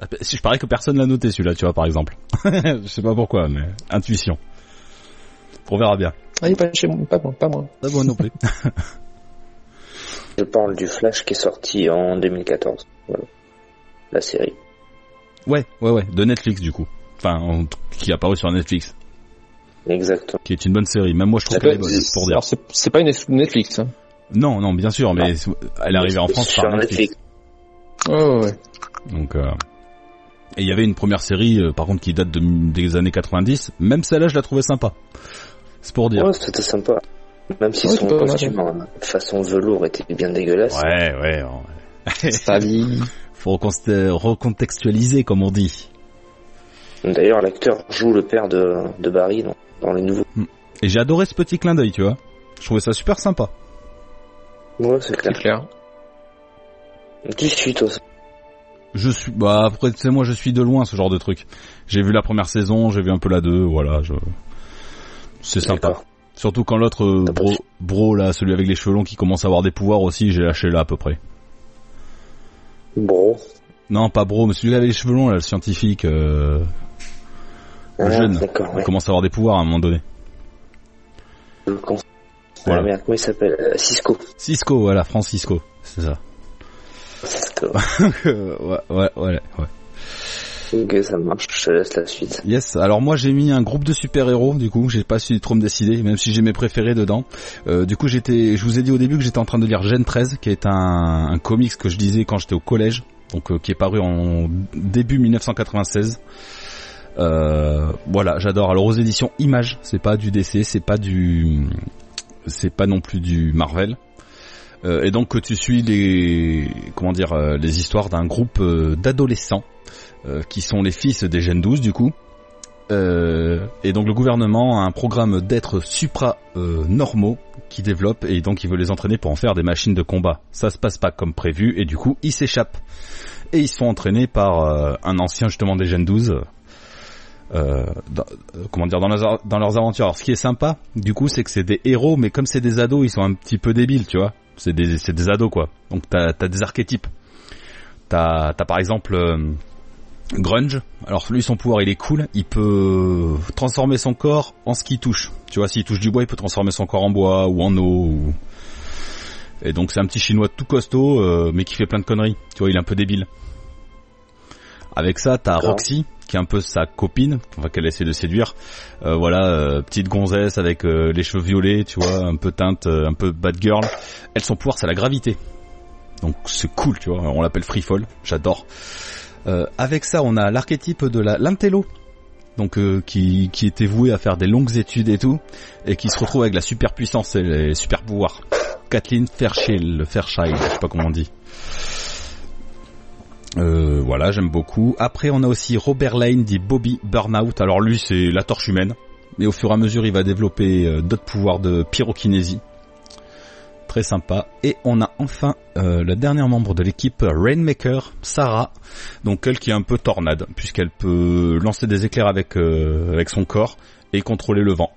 Speaker 4: bah, Si je parie que personne l'a noté celui-là, tu vois, par exemple. [laughs] je sais pas pourquoi, mais intuition. On verra bien.
Speaker 5: Ah, il est pas chez moi, pas moi, pas moi.
Speaker 4: Ah bon, non plus.
Speaker 6: Je parle du Flash qui est sorti en 2014. Voilà. La série.
Speaker 4: [laughs] ouais, ouais, ouais, de Netflix du coup. Enfin, en tout- qui est apparu sur Netflix,
Speaker 6: Exactement.
Speaker 4: qui est une bonne série. Même moi, je trouve
Speaker 5: Ça
Speaker 4: qu'elle est
Speaker 5: peut-
Speaker 4: bonne, pour dire.
Speaker 5: Alors, c'est c'est pas une ex- Netflix. Hein.
Speaker 4: Non, non, bien sûr, mais elle est arrivée en France
Speaker 6: Sur
Speaker 4: par Netflix.
Speaker 6: Netflix.
Speaker 5: Oh, ouais.
Speaker 4: Donc, euh, Et il y avait une première série, euh, par contre, qui date de- des années 90. Même celle-là, je la trouvais sympa. C'est pour dire.
Speaker 6: Ouais, c'était sympa. Même si
Speaker 5: Ouais,
Speaker 6: son
Speaker 5: c'est pas mal,
Speaker 6: costume en façon velours était bien dégueulasse.
Speaker 4: Ouais, ouais. ouais.
Speaker 5: Sa vie.
Speaker 4: Faut reconst- recontextualiser, comme on dit.
Speaker 6: D'ailleurs, l'acteur joue le père de, de Barry dans, dans les nouveaux.
Speaker 4: Et j'ai adoré ce petit clin d'œil, tu vois. Je trouvais ça super sympa.
Speaker 6: Ouais, c'est
Speaker 5: C'est
Speaker 6: clair.
Speaker 5: clair.
Speaker 6: Tu suis, toi. ça.
Speaker 4: Je suis, bah après, tu sais, moi je suis de loin ce genre de truc. J'ai vu la première saison, j'ai vu un peu la deux, voilà. Je... C'est sympa.
Speaker 6: D'accord.
Speaker 4: Surtout quand l'autre euh,
Speaker 6: T'as pas
Speaker 4: bro,
Speaker 6: su-
Speaker 4: bro là, celui avec les cheveux longs qui commence à avoir des pouvoirs aussi, j'ai lâché là à peu près.
Speaker 6: Bro.
Speaker 4: Non, pas bro, mais celui avec les cheveux longs là, le scientifique, euh,
Speaker 6: Ah,
Speaker 4: jeune.
Speaker 6: D'accord,
Speaker 4: il
Speaker 6: ouais.
Speaker 4: commence à avoir des pouvoirs à un moment donné.
Speaker 6: le con.
Speaker 4: Voilà.
Speaker 6: Ah, merde, comment il s'appelle Euh, Cisco.
Speaker 4: Cisco, voilà, Francisco, c'est
Speaker 6: [laughs]
Speaker 4: ça.
Speaker 6: Cisco. [laughs]
Speaker 4: Euh, ouais, ouais, ouais, ouais.
Speaker 6: ok, euh, ça marche, je te laisse la suite.
Speaker 4: Yes, alors moi j'ai mis un groupe de super-héros, du coup, j'ai pas su trop me décider, même si j'ai mes préférés dedans. Euh, du coup, j'étais, je vous ai dit au début que j'étais en train de lire Gen 13, qui est un, un comics que je lisais quand j'étais au collège, donc euh, qui est paru en début 1996. Euh, voilà, j'adore. Alors aux éditions Image, c'est pas du DC, c'est pas du, c'est pas non plus du Marvel. Euh, et donc que tu suis les, comment dire, euh, les histoires d'un groupe euh, d'adolescents euh, qui sont les fils des Gen 12 du coup. Euh, et donc le gouvernement a un programme d'êtres supra-normaux qui développe et donc il veut les entraîner pour en faire des machines de combat. Ça se passe pas comme prévu et du coup ils s'échappent. Et ils se font entraîner par euh, un ancien justement des Gen 12. euh, dans- euh, comment dire dans leurs, dans leurs aventures. Alors, ce qui est sympa, du coup, c'est que c'est des héros, mais comme c'est des ados, ils sont un petit peu débiles, tu vois. C'est des, c'est des ados quoi. Donc t'as, t'as des archétypes. T'as, t'as par exemple euh, Grunge, alors lui son pouvoir il est cool, il peut transformer son corps en ce qu'il touche. Tu vois, s'il touche du bois, il peut transformer son corps en bois ou en eau. ou- Et donc c'est un petit chinois tout costaud, euh, mais qui fait plein de conneries. Tu vois, il est un peu débile. Avec ça, t'as
Speaker 6: D'accord.
Speaker 4: Roxy, qui est un peu sa copine, enfin qu'elle essaie de séduire. Euh, voilà, euh, petite gonzesse avec euh, les cheveux violets, tu vois, un peu teinte, euh, un peu bad girl. Elle son pouvoir c'est la gravité. Donc c'est cool, tu vois. On l'appelle Free Fall, j'adore. Euh, avec ça, on a l'archétype de la l'intello, donc euh, qui, qui était voué à faire des longues études et tout, et qui se retrouve avec la superpuissance et les super pouvoirs. Kathleen Fairchild, Fairchild, je sais pas comment on dit. Euh, voilà, j'aime beaucoup. Après, on a aussi Robert Lane dit Bobby Burnout. Alors lui, c'est la torche humaine, mais au fur et à mesure, il va développer euh, d'autres pouvoirs de pyrokinésie. Très sympa. Et on a enfin euh, la dernière membre de l'équipe, Rainmaker, Sarah, donc elle qui est un peu tornade, puisqu'elle peut lancer des éclairs avec, euh, avec son corps et contrôler le vent.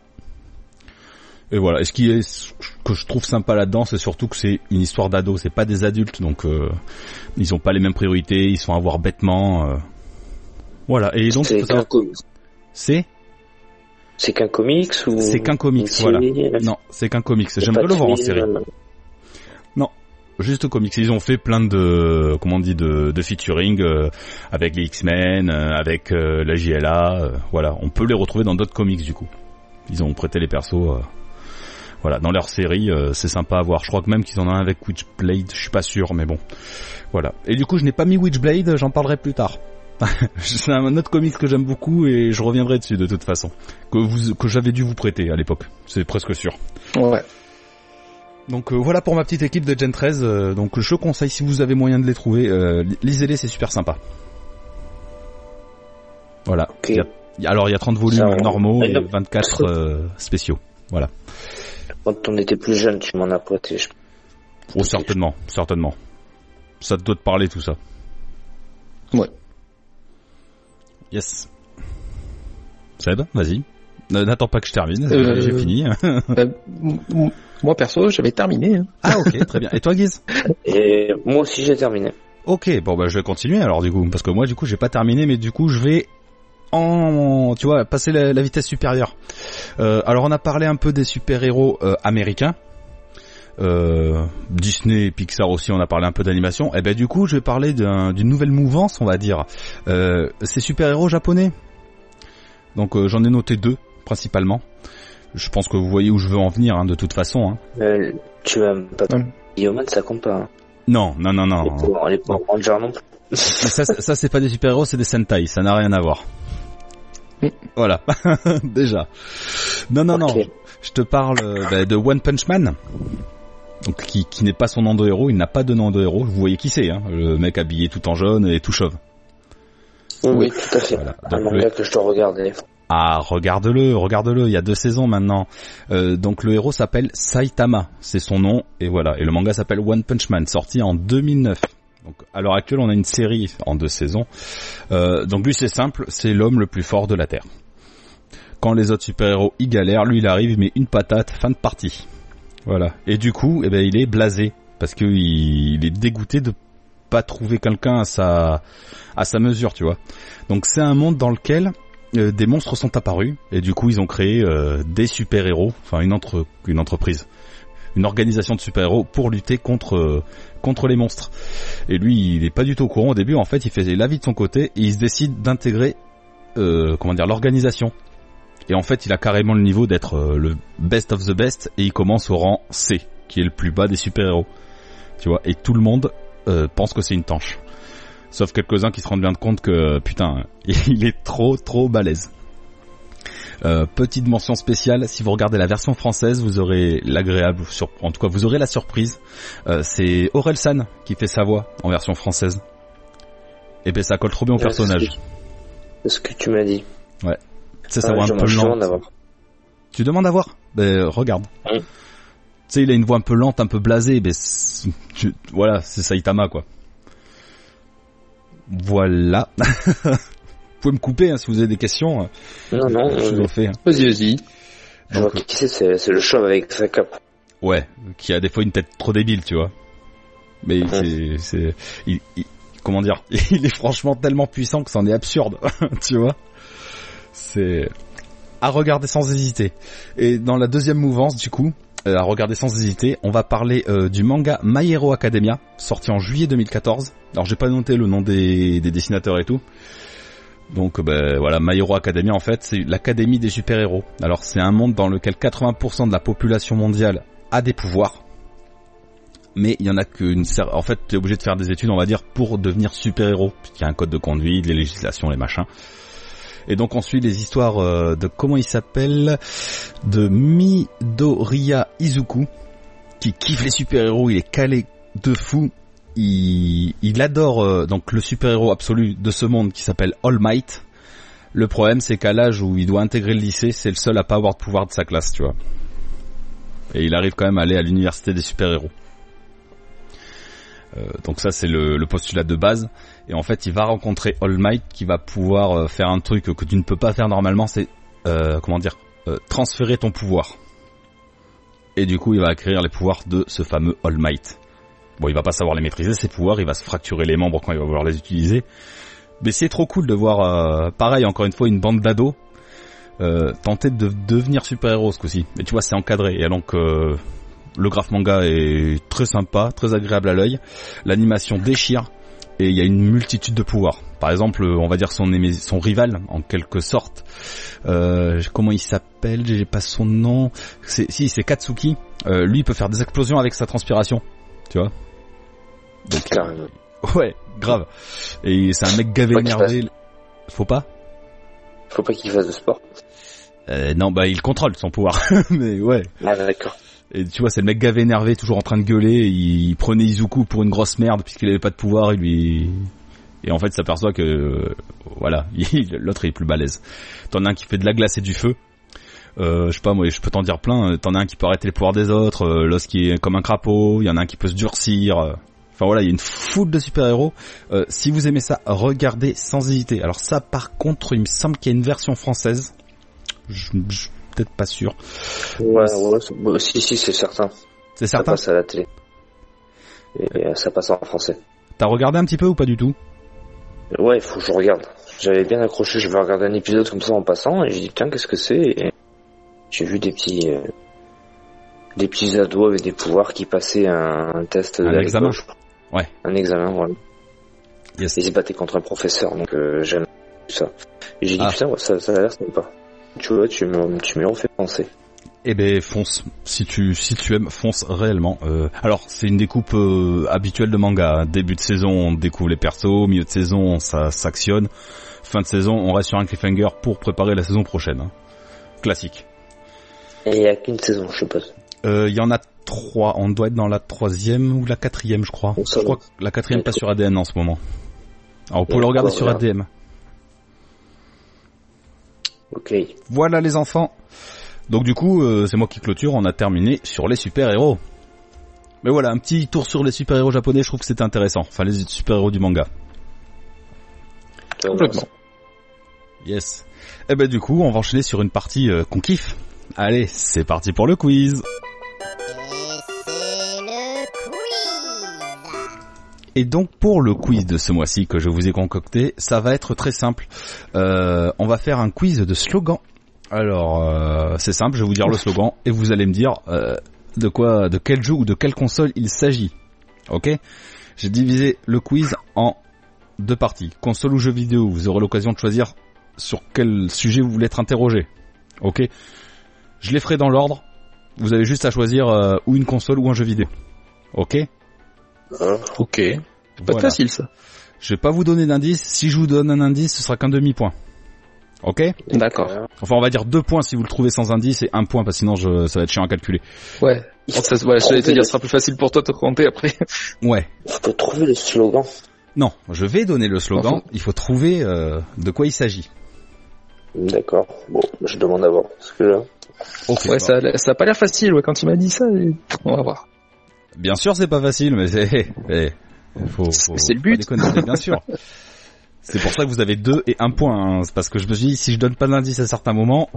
Speaker 4: Et voilà, et ce qui est ce que je trouve sympa là-dedans, c'est surtout que c'est une histoire d'ados, c'est pas des adultes, donc euh, ils ont pas les mêmes priorités, ils sont à voir bêtement. euh. Voilà, et donc
Speaker 6: C'est
Speaker 4: faut savoir-
Speaker 6: qu'un comics.
Speaker 4: c'est
Speaker 6: C'est qu'un comics ou
Speaker 4: c'est qu'un comics,
Speaker 6: une
Speaker 4: voilà.
Speaker 6: série
Speaker 4: Non, c'est qu'un comics,
Speaker 6: Y a
Speaker 4: j'aimerais
Speaker 6: pas
Speaker 4: le
Speaker 6: de
Speaker 4: voir en
Speaker 6: film,
Speaker 4: série.
Speaker 6: euh,
Speaker 4: juste comics. Ils ont fait plein de, comment on dit, de, de featuring euh, avec les X-Men, euh, avec euh, la JLA. euh, voilà, on peut les retrouver dans d'autres comics du coup. Ils ont prêté les persos. euh, voilà, dans leur série, euh, c'est sympa à voir. Je crois que même qu'ils en ont un avec Witchblade, je suis pas sûr, mais bon. Voilà. Et du coup, je n'ai pas mis Witchblade, j'en parlerai plus tard. [laughs] c'est un autre comics que j'aime beaucoup et je reviendrai dessus de toute façon. Que, vous, que j'avais dû vous prêter à l'époque, c'est presque sûr.
Speaker 5: Ouais.
Speaker 4: Donc euh, voilà pour ma petite équipe de Gen 13. euh, donc je conseille si vous avez moyen de les trouver, euh, li- lisez-les, c'est super sympa. Voilà.
Speaker 6: Ok.
Speaker 4: Il y a- il y a- alors il y a 30 volumes
Speaker 6: Ça, on-
Speaker 4: normaux et
Speaker 6: D'accord.
Speaker 4: 24 euh, spéciaux.
Speaker 6: Quand on était plus jeune, tu m'en as prêté. je-
Speaker 4: Oh certainement, certainement. Ça doit te parler tout ça.
Speaker 5: Ouais.
Speaker 4: Yes. Seb, vas-y. N- N'attends pas que je termine,
Speaker 5: Euh,
Speaker 4: j'ai fini.
Speaker 5: Euh, m- m- moi perso, j'avais terminé. hein.
Speaker 4: Ah ok, très bien. Et toi Guise
Speaker 6: Et moi aussi, j'ai terminé.
Speaker 4: Ok, bon bah je vais continuer alors du coup, parce que moi du coup j'ai pas terminé, mais du coup je vais en, tu vois, passer la, la vitesse supérieure. Euh, alors on a parlé un peu des super-héros euh, américains, Euh, Disney et Pixar aussi, on a parlé un peu d'animation, et ben du coup je vais parler d'un- d'une nouvelle mouvance, on va dire, euh, ces super-héros japonais. Donc euh, j'en ai noté deux, principalement. Je pense que vous voyez où je veux en venir, hein, de toute façon. hein.
Speaker 6: Euh, tu aimes pas
Speaker 5: Hum.
Speaker 6: Guillaume, ça compte pas. hein.
Speaker 4: Non, non, non, non.
Speaker 6: Les Power- les Power Rangers non plus.
Speaker 4: Mais ça, c'est- ça c'est pas des super-héros, c'est des Sentai, ça n'a rien à voir. Voilà, [laughs] déjà. Non, non,
Speaker 6: Ok.
Speaker 4: non, je te parle euh, bah, de One Punch Man, donc qui, qui n'est pas son nom de héros, il n'a pas de nom de héros, vous voyez qui c'est, hein, le mec habillé tout en jaune et tout chauve.
Speaker 6: Oui, tout à fait.
Speaker 4: Voilà.
Speaker 6: Un
Speaker 4: Donc, le-
Speaker 6: manga que je dois regarder.
Speaker 4: Ah, regarde-le, regarde-le, il y a deux saisons maintenant. Euh, donc le héros s'appelle Saitama, c'est son nom, et voilà. Et le manga s'appelle One Punch Man, sorti en 2009. Donc à l'heure actuelle, on a une série en deux saisons. Euh, donc lui, c'est simple, c'est l'homme le plus fort de la Terre. Quand les autres super-héros y galèrent, lui, il arrive, il met une patate, fin de partie. Voilà. Et du coup, eh ben, il est blasé, parce que il, il est dégoûté de pas trouver quelqu'un à sa, à sa mesure, tu vois. Donc c'est un monde dans lequel euh, des monstres sont apparus et du coup ils ont créé euh, des super-héros, enfin une, entre- une entreprise, une organisation de super-héros pour lutter contre euh, contre les monstres. Et lui, il est pas du tout au courant au début. En fait, il faisait la vie de son côté et il se décide d'intégrer euh, comment dire l'organisation. Et en fait, il a carrément le niveau d'être euh, le best of the best et il commence au rang C, qui est le plus bas des super-héros. Tu vois, et tout le monde euh, pense que c'est une tanche. Sauf quelques-uns qui se rendent bien compte que putain, [laughs] il est trop trop balèze. Euh, petite mention spéciale, si vous regardez la version française, vous aurez l'agréable, sur- en tout cas vous aurez la surprise. Euh, c'est Aurel San qui fait sa voix en version française. Et ben ça colle trop bien au
Speaker 6: Ouais,
Speaker 4: personnage.
Speaker 6: Euh, C'est ce que tu m'as dit.
Speaker 4: C'est
Speaker 6: Ah,
Speaker 4: sa voix
Speaker 6: j'en
Speaker 4: un peu
Speaker 6: mange souvent
Speaker 4: lente.
Speaker 6: d'avoir.
Speaker 4: Tu demandes à voir Ben regarde.
Speaker 6: Oui.
Speaker 4: Tu sais, il a une voix un peu lente, un peu blasée, ben c'est- tu- voilà, c'est Saitama quoi. Voilà. [laughs] vous pouvez me couper hein, si vous avez des questions.
Speaker 6: Non, non,
Speaker 4: je vous
Speaker 6: euh,
Speaker 4: en fais. hein.
Speaker 5: Vas-y, vas-y.
Speaker 6: je vois
Speaker 4: Donc,
Speaker 6: qui c'est, c'est, c'est le chauve avec sa cape.
Speaker 4: Ouais, qui a des fois une tête trop débile, tu vois. Mais c'est, c'est, il, il- comment dire, [laughs] il est franchement tellement puissant que c'en est absurde, [laughs] tu vois. C'est à regarder sans hésiter. Et dans la deuxième mouvance, du coup, euh, à regarder sans hésiter, on va parler euh, du manga My Hero Academia, sorti en juillet 2014. Alors j'ai pas noté le nom des, des dessinateurs et tout. Donc euh, ben, voilà, My Hero Academia en fait, c'est l'académie des super-héros. Alors c'est un monde dans lequel 80% de la population mondiale a des pouvoirs, mais il y en a qu'une cer- En fait, t'es obligé de faire des études, on va dire, pour devenir super-héros, puisqu'il y a un code de conduite, les législations, les machins. Et donc on suit les histoires euh, de comment il s'appelle, de Midoriya Izuku, qui kiffe les super-héros, il est calé de fou. Il, il adore euh, donc le super-héros absolu de ce monde qui s'appelle All Might. Le problème c'est qu'à l'âge où il doit intégrer le lycée, c'est le seul à pas avoir de pouvoir de sa classe, tu vois et il arrive quand même à aller à l'université des super-héros. Euh, donc ça c'est le, le postulat de base et en fait il va rencontrer All Might qui va pouvoir euh, faire un truc que tu ne peux pas faire normalement c'est euh, comment dire euh, transférer ton pouvoir et du coup il va acquérir les pouvoirs de ce fameux All Might bon il va pas savoir les maîtriser ses pouvoirs il va se fracturer les membres quand il va vouloir les utiliser mais c'est trop cool de voir euh, pareil encore une fois une bande d'ados euh, tenter de devenir super-héros ce coup-ci. Et tu vois, c'est encadré. Et donc, euh, le graphe manga est très sympa, très agréable à l'œil. L'animation déchire. Et il y a une multitude de pouvoirs. Par exemple, euh, on va dire son, aimé- son rival, en quelque sorte. Euh, comment il s'appelle J'ai pas son nom. C'est- Si, c'est Katsuki. Euh, lui, il peut faire des explosions avec sa transpiration.
Speaker 6: [laughs]
Speaker 4: Tu vois
Speaker 6: Carrément.
Speaker 4: Ouais, grave. Et c'est un mec gavé
Speaker 6: Faut qu'il
Speaker 4: énervé. Faut pas
Speaker 6: Faut pas qu'il fasse de sport.
Speaker 4: Euh, Non, bah il contrôle son pouvoir. [laughs] Mais ouais,
Speaker 6: Ah, d'accord.
Speaker 4: Et tu vois, c'est le mec gavé énervé, toujours en train de gueuler. Il, il prenait Izuku pour une grosse merde puisqu'il avait pas de pouvoir. Il lui
Speaker 6: Mm.
Speaker 4: et en fait, il s'aperçoit que euh, voilà, [laughs] il- l'autre est plus balèze. T'en as un qui fait de la glace et du feu. Euh, je sais pas moi, je peux t'en dire plein. Euh, T'en as un qui peut arrêter les pouvoirs des autres, euh, l'os qui est comme un crapaud. Il y en a un qui peut se durcir. euh. Enfin voilà, il y a une foule de super héros. si vous aimez ça, regardez sans hésiter. Alors ça, par contre, il me semble qu'il y a une version française. Je, je suis peut-être pas sûr.
Speaker 6: Ouais, ouais, c'est- bon, si, si, c'est certain.
Speaker 4: C'est
Speaker 6: Ça
Speaker 4: certain.
Speaker 6: passe à la télé. Et euh, ça passe en français.
Speaker 4: T'as regardé un petit peu ou pas du tout
Speaker 6: Ouais, il faut que je regarde. J'avais bien accroché, je vais regarder un épisode comme ça en passant, et j'ai dit, tiens, qu'est-ce que c'est Et J'ai vu des petits... euh, des petits ados avec des pouvoirs qui passaient un, un test...
Speaker 4: Un
Speaker 6: d'alcool,
Speaker 4: examen.
Speaker 6: je crois.
Speaker 4: Ouais.
Speaker 6: Un examen, voilà.
Speaker 4: Yes.
Speaker 6: Ils se battaient contre un professeur, donc euh, j'aime ça. Et j'ai dit,
Speaker 4: Ah.
Speaker 6: putain, ouais, ça, ça a l'air sympa. Tu vois, tu me, tu me refais penser.
Speaker 4: Eh ben fonce, si tu si tu aimes, fonce réellement. Euh, alors c'est une découpe euh, habituelle de manga. hein. Début de saison, on découvre les persos, milieu de saison, ça s'actionne. Fin de saison, on reste sur un cliffhanger pour préparer la saison prochaine. hein. Classique.
Speaker 6: Et il n'y a qu'une saison, je suppose.
Speaker 4: Euh, Il y en a trois. On doit être dans la troisième ou la quatrième, je crois.
Speaker 6: Bon, ça
Speaker 4: Je crois
Speaker 6: va.
Speaker 4: que la quatrième passe sur ADN en ce moment. Alors on peut
Speaker 6: Ouais,
Speaker 4: le regarder
Speaker 6: quoi,
Speaker 4: sur
Speaker 6: regarde.
Speaker 4: ADM.
Speaker 6: Ok.
Speaker 4: Voilà les enfants. Donc du coup, euh, c'est moi qui clôture, on a terminé sur les super-héros. Mais voilà, un petit tour sur les super-héros japonais, je trouve que c'était intéressant. Enfin, les super-héros du manga.
Speaker 5: Complètement.
Speaker 4: Yes. Et ben du coup, on va enchaîner sur une partie euh, qu'on kiffe. Allez, c'est parti pour le quiz.
Speaker 3: Et c'est le quiz
Speaker 4: Et donc pour le quiz de ce mois-ci que je vous ai concocté, ça va être très simple. Euh, on va faire un quiz de slogan. Alors euh, c'est simple, je vais vous dire le slogan et vous allez me dire euh, de quoi, de quel jeu ou de quelle console il s'agit. Ok J'ai divisé le quiz en deux parties. Console ou jeu vidéo. Vous aurez l'occasion de choisir sur quel sujet vous voulez être interrogé. Ok Je les ferai dans l'ordre. Vous avez juste à choisir euh, ou une console ou un jeu vidéo. Ok
Speaker 6: hein,
Speaker 5: Ok. Pas
Speaker 4: Voilà.
Speaker 5: facile ça.
Speaker 4: Je vais pas vous donner d'indice. Si je vous donne un indice, ce sera qu'un demi-point. Ok
Speaker 5: D'accord.
Speaker 4: Enfin, on va dire deux points si vous le trouvez sans indice et un point parce que sinon je, ça va être chiant à calculer.
Speaker 5: Ouais. Ça, voilà, je te dire, ce sera plus facile pour toi de te compter après.
Speaker 4: Ouais.
Speaker 6: Il faut trouver le slogan.
Speaker 4: Non, je vais donner le slogan.
Speaker 5: Enfin.
Speaker 4: Il faut trouver euh, de quoi il s'agit.
Speaker 6: D'accord. Bon, je demande avant. Parce que hein, là,
Speaker 5: [laughs]
Speaker 4: Ok.
Speaker 5: Ouais, ça, ça a pas l'air facile, ouais, quand il m'a dit ça, et- on va voir.
Speaker 4: Bien sûr, c'est pas facile, mais c'est. [laughs] eh, faut- faut-
Speaker 5: C'est le but.
Speaker 4: faut déconner, mais bien
Speaker 5: [laughs]
Speaker 4: sûr. C'est pour ça que vous avez deux et un point. hein. C'est parce que je me suis dit, si je donne pas d'indice à certains moments,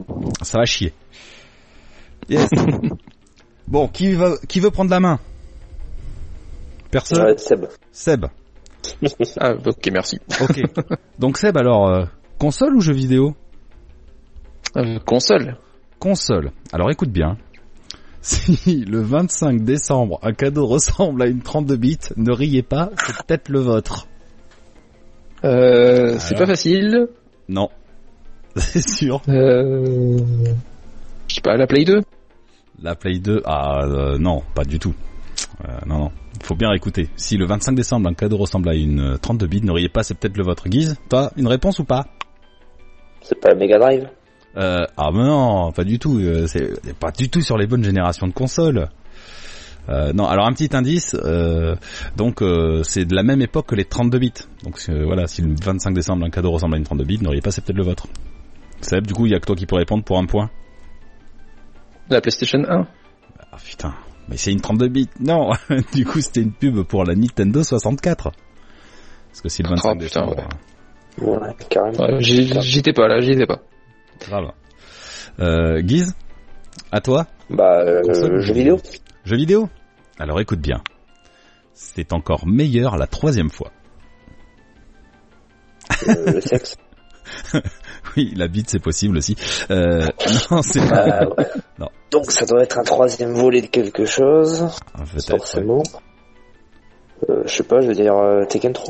Speaker 4: ça va chier.
Speaker 5: [laughs]
Speaker 4: Yes. bon, qui, va, qui veut prendre la main
Speaker 6: ça
Speaker 4: Personne
Speaker 6: va être Seb.
Speaker 4: Seb.
Speaker 5: Ah, ok, merci.
Speaker 4: Ok. Donc Seb, alors, euh, console ou jeu vidéo
Speaker 5: Euh, console.
Speaker 4: console. Alors écoute bien. [laughs] Si le 25 décembre un cadeau ressemble à une 32 bits, ne riez pas, c'est peut-être le vôtre.
Speaker 5: Euh, c'est
Speaker 4: Alors.
Speaker 5: pas facile.
Speaker 4: Non. [laughs] C'est sûr.
Speaker 5: Euh, je sais pas, la Play 2.
Speaker 4: La Play 2, ah euh, non, pas du tout. Euh, non, non. Faut bien écouter. Si le 25 décembre un cadeau ressemble à une euh, 32 bits, ne riez pas, c'est peut-être le vôtre. Guise, toi, une réponse ou pas
Speaker 6: C'est pas la Mega Drive.
Speaker 4: euh, Ah mais non, pas du tout. euh, c'est pas du tout sur les bonnes générations de consoles. Euh, non, alors un petit indice, euh, donc euh, c'est de la même époque que les 32 bits. Donc euh, voilà, si le 25 décembre un cadeau ressemble à une 32 bits, ne riez pas, c'est peut-être le vôtre. Seb, du coup, il y a que toi qui peux répondre pour un point.
Speaker 5: La PlayStation 1.
Speaker 4: Ah putain, mais c'est une 32 bits. Non, [laughs] du coup c'était une pub pour la Nintendo 64. Parce que c'est le 25
Speaker 5: Oh, putain,
Speaker 4: décembre.
Speaker 5: ouais.
Speaker 4: hein.
Speaker 6: Ouais, carrément.
Speaker 5: Ouais, j'y- J'étais pas là, j'y étais pas.
Speaker 4: Grave. Euh, Guise, à toi,
Speaker 6: Bah,
Speaker 4: Console.
Speaker 6: euh, jeu vidéo.
Speaker 4: jeu vidéo Alors écoute bien. C'est encore meilleur la troisième fois. [laughs]
Speaker 6: Euh, le sexe.
Speaker 4: Oui, la bite c'est possible aussi. Euh, [laughs] non, c'est pas...
Speaker 6: [laughs] Ah, [laughs] ouais.
Speaker 4: Non.
Speaker 6: Donc ça doit être un troisième volet de quelque chose.
Speaker 4: Ah, Peut-être, ouais.
Speaker 6: Forcément. Euh, je sais pas, je veux dire euh, Tekken 3.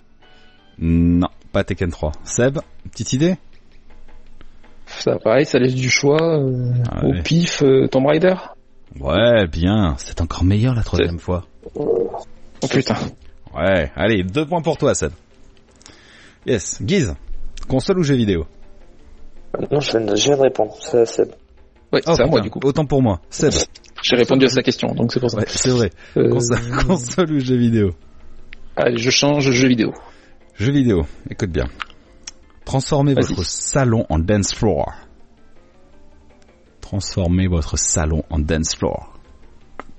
Speaker 4: Non, pas Tekken 3. Seb, petite idée
Speaker 5: Ça, pareil, ça laisse du choix. euh,
Speaker 4: Ah ouais.
Speaker 5: Au pif, euh, Tomb Raider.
Speaker 4: Ouais, bien. C'est encore meilleur la troisième fois.
Speaker 5: Oh putain.
Speaker 4: Ouais, allez, deux points pour toi, Seb. Yes, Guise, console ou jeu vidéo
Speaker 6: Euh, Non, je viens de, je viens de répondre. Ça, c'est
Speaker 5: Ouais,
Speaker 4: Oh,
Speaker 5: c'est à moi
Speaker 4: putain,
Speaker 5: du coup.
Speaker 4: Autant pour moi, Seb.
Speaker 5: J'ai répondu à sa question, donc c'est pour ça.
Speaker 4: [laughs] Ouais, c'est vrai.
Speaker 5: Euh,
Speaker 4: [laughs] Console, console ou jeu vidéo
Speaker 5: [laughs] Allez, je change jeu vidéo.
Speaker 4: Jeu vidéo, écoute bien. Transformez
Speaker 5: Vas-y.
Speaker 4: votre salon en dance floor. Transformez votre salon en dance floor.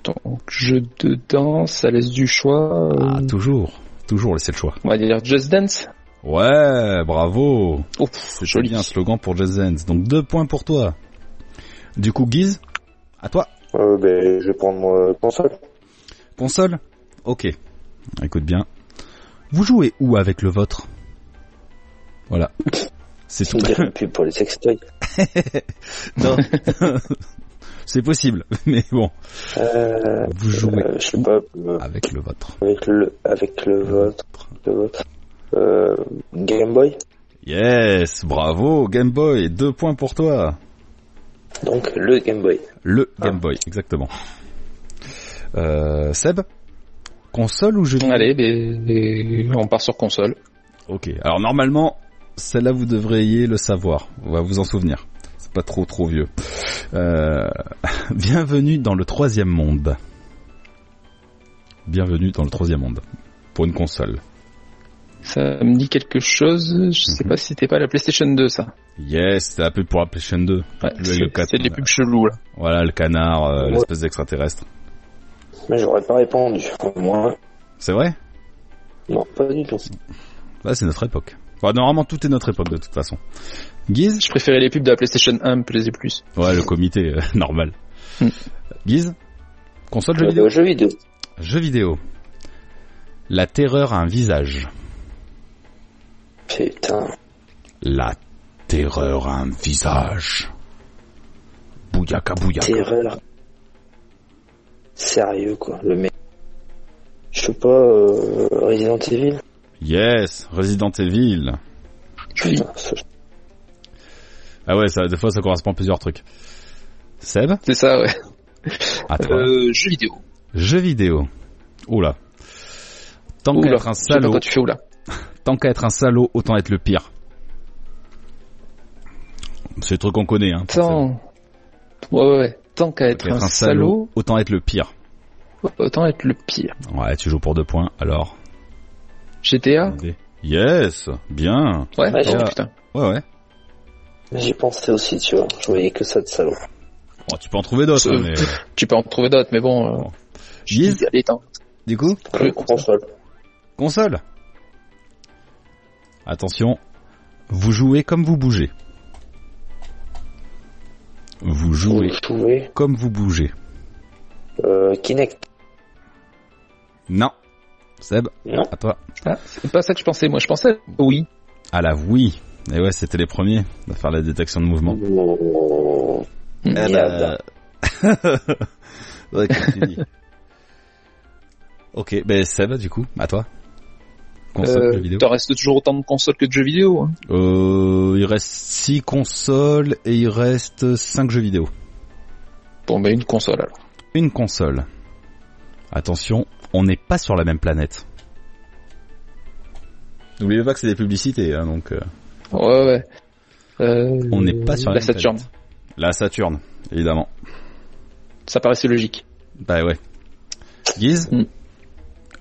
Speaker 5: Donc, jeu de danse, ça laisse du choix. euh,
Speaker 4: Ah, toujours. Toujours laisser le choix.
Speaker 5: On va dire Just Dance.
Speaker 4: Ouais, bravo.
Speaker 5: Oh,
Speaker 4: C'est
Speaker 5: joli.
Speaker 4: bien un slogan pour Just Dance. Donc deux points pour toi. Du coup, Guise, à toi.
Speaker 6: euh, ben, je vais prendre euh, [laughs] console.
Speaker 4: Console Ok. Écoute bien. Vous jouez où avec le vôtre Voilà. [laughs] C'est
Speaker 6: Je
Speaker 4: tout.
Speaker 6: [laughs] vais dire une pub pour les sextoys.
Speaker 4: [laughs] C'est possible, mais bon.
Speaker 6: Euh,
Speaker 4: Vous jouez
Speaker 6: euh, je sais pas, euh,
Speaker 4: avec le vôtre.
Speaker 6: avec le, avec le vote, le vote. Euh, Game Boy.
Speaker 4: Yes, bravo Game Boy, deux points pour toi.
Speaker 6: Donc, le Game Boy.
Speaker 4: Le Game Boy, exactement. Euh, Seb Console ou jeu vidéo
Speaker 5: Allez, ben, et on part sur console.
Speaker 4: Ok. Alors normalement, celle-là vous devriez le savoir. On va vous en souvenir. C'est pas trop trop vieux. Euh, [laughs] Bienvenue dans le troisième monde. Bienvenue dans le troisième monde. Pour une console.
Speaker 5: Ça me dit quelque chose. Je sais
Speaker 4: Mhm.
Speaker 5: pas si c'était pas la PlayStation 2, ça.
Speaker 4: Yes, c'était la pub pour la PlayStation 2.
Speaker 5: Ouais,
Speaker 4: Le-
Speaker 5: c'est
Speaker 4: le quatre,
Speaker 5: c'est des
Speaker 4: on a-
Speaker 5: pubs cheloues, là.
Speaker 4: Voilà le canard, euh,
Speaker 6: Ouais.
Speaker 4: l'espèce d'extraterrestre.
Speaker 6: Mais j'aurais pas répondu. Au moins,
Speaker 4: C'est vrai
Speaker 6: non, pas du tout.
Speaker 4: Là, c'est notre époque. Enfin, normalement, tout est notre époque de toute façon. Guise
Speaker 5: Je préférais les pubs de la PlayStation 1, me plaisait plus.
Speaker 4: Ouais, le comité, euh, [laughs] normal.
Speaker 5: Mm.
Speaker 4: Guise Console, jeu
Speaker 6: Le
Speaker 4: vidéo
Speaker 6: jeu vidéo.
Speaker 4: Jeux vidéo. La terreur a un visage.
Speaker 6: Putain.
Speaker 4: La terreur a un visage. Bouyaka bouyaka.
Speaker 6: Terreur. Sérieux, quoi, le mec. Je sais pas, euh, Resident Evil.
Speaker 4: Yes, Resident Evil.
Speaker 6: Putain, ça-
Speaker 4: Ah ouais, ça, des fois ça correspond à plusieurs trucs. Seb,
Speaker 5: C'est ça, ouais.
Speaker 4: à toi.
Speaker 5: Euh, jeux vidéo.
Speaker 4: Jeux vidéo. Oula. Tant qu'à
Speaker 5: Oula,
Speaker 4: être un
Speaker 5: Je sais pas
Speaker 4: salaud,
Speaker 5: quoi tu fais où là.
Speaker 4: tant qu'à être un salaud, autant être le pire. C'est le truc qu'on connaît, hein. forcément.
Speaker 5: Tant. Ouais, ouais, ouais. Tant qu'à être,
Speaker 4: Tant qu'à
Speaker 5: un, salaud,
Speaker 4: autant être le pire.
Speaker 5: autant être le pire.
Speaker 4: Ouais, tu joues pour deux points, alors.
Speaker 5: GTA
Speaker 4: Yes, bien.
Speaker 5: Ouais,
Speaker 6: Ouais,
Speaker 5: oh,
Speaker 4: j'ai-
Speaker 5: putain.
Speaker 4: Ouais, ouais.
Speaker 6: J'y pensais aussi, tu vois. Je voyais que ça de salaud.
Speaker 4: Bon, Oh, tu peux en trouver d'autres,
Speaker 5: Euh,
Speaker 4: mais...
Speaker 5: Tu peux en trouver d'autres, mais bon. Euh,
Speaker 4: Bon.
Speaker 5: je
Speaker 4: Yes.
Speaker 5: dis, allez, attends.
Speaker 4: euh, Du coup
Speaker 5: Oui,
Speaker 6: Console.
Speaker 4: Console Attention, vous jouez comme vous bougez. Vous jouez
Speaker 6: Jouer.
Speaker 4: comme vous bougez.
Speaker 6: Euh, Kinect.
Speaker 4: Non. Seb,
Speaker 6: Non.
Speaker 4: à toi.
Speaker 5: C'est pas ça que je pensais. Moi, je pensais. Oui.
Speaker 4: À la oui. Et ouais, c'était les premiers à faire la détection de mouvement.
Speaker 6: Oh.
Speaker 5: ben,
Speaker 4: Eh
Speaker 6: Merde.
Speaker 4: ben- [laughs] Ouais, qu'est-ce que tu dis ok, ben Seb, du coup, à toi. Console
Speaker 5: Euh,
Speaker 4: jeux vidéo.
Speaker 5: T'en restes toujours autant de consoles que de jeux vidéo. hein.
Speaker 4: Euh, il reste 6 consoles et il reste 5 jeux vidéo.
Speaker 5: Bon, ben une console alors.
Speaker 4: Une console. Attention, on n'est pas sur la même planète. N'oubliez pas que c'est des publicités, hein, donc euh,
Speaker 5: Ouais, ouais. Euh,
Speaker 4: on n'est pas sur
Speaker 5: la
Speaker 4: la, même
Speaker 5: Saturn.
Speaker 4: planète. La Saturne, évidemment.
Speaker 5: Ça paraissait logique.
Speaker 4: Bah ouais. Guise,
Speaker 5: Mm.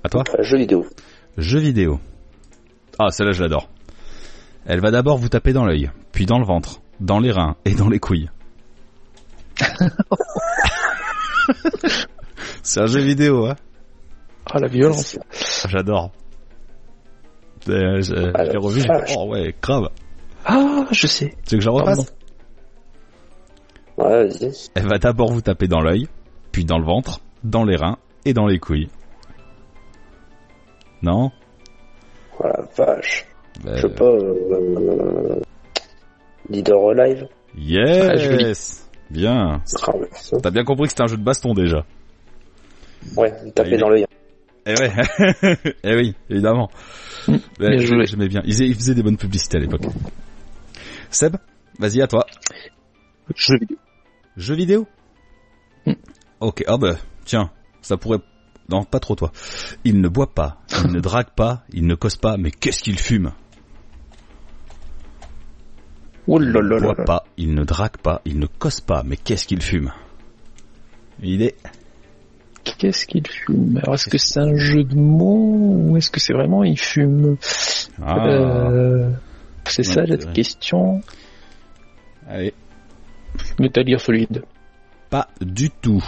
Speaker 4: à toi.
Speaker 6: Euh, Jeu vidéo.
Speaker 4: Jeux vidéo. Ah, celle-là, je l'adore. Elle va d'abord vous taper dans l'œil, puis dans le ventre, dans les reins et dans les couilles. C'est un jeu vidéo, hein
Speaker 5: Ah, la violence.
Speaker 4: J'adore. Euh, je je l'ai revu, j'ai fait, oh ouais, grave.
Speaker 5: Ah, je sais.
Speaker 4: Tu veux que je la repasse
Speaker 6: Ouais, vas-y.
Speaker 4: Elle va d'abord vous taper dans l'œil, puis dans le ventre, dans les reins et dans les couilles. Non
Speaker 6: Oh la vache.
Speaker 4: Bah,
Speaker 6: Je sais pas, euh, Leader Alive.
Speaker 5: Ah, joli.
Speaker 4: Euh, Yes Bien
Speaker 6: Ah, ouais, ça.
Speaker 4: T'as bien compris que c'était un jeu de baston déjà.
Speaker 6: Ouais,
Speaker 4: Ah, il est-
Speaker 6: taper dans l'œil.
Speaker 4: Eh ouais, [laughs] eh oui, évidemment.
Speaker 5: Mm,
Speaker 4: Ouais,
Speaker 5: bien joué.
Speaker 4: J'aimais bien. Ils, ils faisaient des bonnes publicités à l'époque. Seb, vas-y à toi.
Speaker 5: Jeux vidéo.
Speaker 4: Jeux vidéo.
Speaker 5: Mm.
Speaker 4: Ok. Ah bah tiens, ça pourrait. Non, pas trop toi. Il ne boit pas, il ne drague pas, il ne cause pas, mais qu'est-ce qu'il fume
Speaker 5: Oh
Speaker 4: Il
Speaker 5: là là
Speaker 4: ne
Speaker 5: là
Speaker 4: boit
Speaker 5: là.
Speaker 4: pas, il ne drague pas, il ne cause pas, mais qu'est-ce qu'il fume Il est.
Speaker 5: Qu'est-ce qu'il fume Alors, est-ce que c'est un jeu de mots ou est-ce que c'est vraiment il fume
Speaker 4: Ah.
Speaker 5: Euh, C'est
Speaker 4: Ouais,
Speaker 5: ça
Speaker 4: c'est
Speaker 5: la
Speaker 4: vrai.
Speaker 5: question.
Speaker 4: Allez.
Speaker 5: Metal Gear Solid.
Speaker 4: Pas du tout.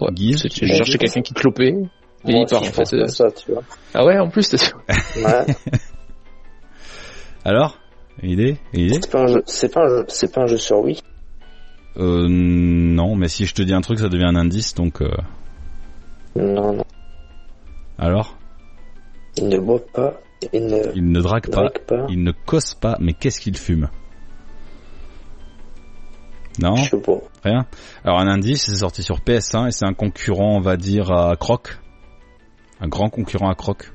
Speaker 5: Ouais,
Speaker 4: Guise.
Speaker 5: c'est- J'ai cherché quelqu'un qui clopait. Et
Speaker 6: Moi
Speaker 5: il part
Speaker 6: aussi,
Speaker 5: en
Speaker 6: je pense
Speaker 5: fait.
Speaker 6: à
Speaker 5: euh,
Speaker 6: ça, tu vois.
Speaker 5: Ah ouais, en plus, c'est- [laughs]
Speaker 6: Ouais.
Speaker 4: Alors Il est. [laughs] Il est.
Speaker 6: C'est pas un jeu, c'est pas un jeu, c'est pas un jeu sur Wii.
Speaker 4: Euh, non, mais si je te dis un truc, ça devient un indice, donc. euh,
Speaker 6: Non, non.
Speaker 4: alors
Speaker 6: Il ne boit pas, il ne
Speaker 4: Il ne drague pas,
Speaker 6: drague pas.
Speaker 4: il ne cause pas, mais qu'est-ce qu'il fume Non
Speaker 6: Je sais pas.
Speaker 4: Rien Alors, un indice, c'est sorti sur PS1 et c'est un concurrent, on va dire, à Croc. Un grand concurrent à Croc.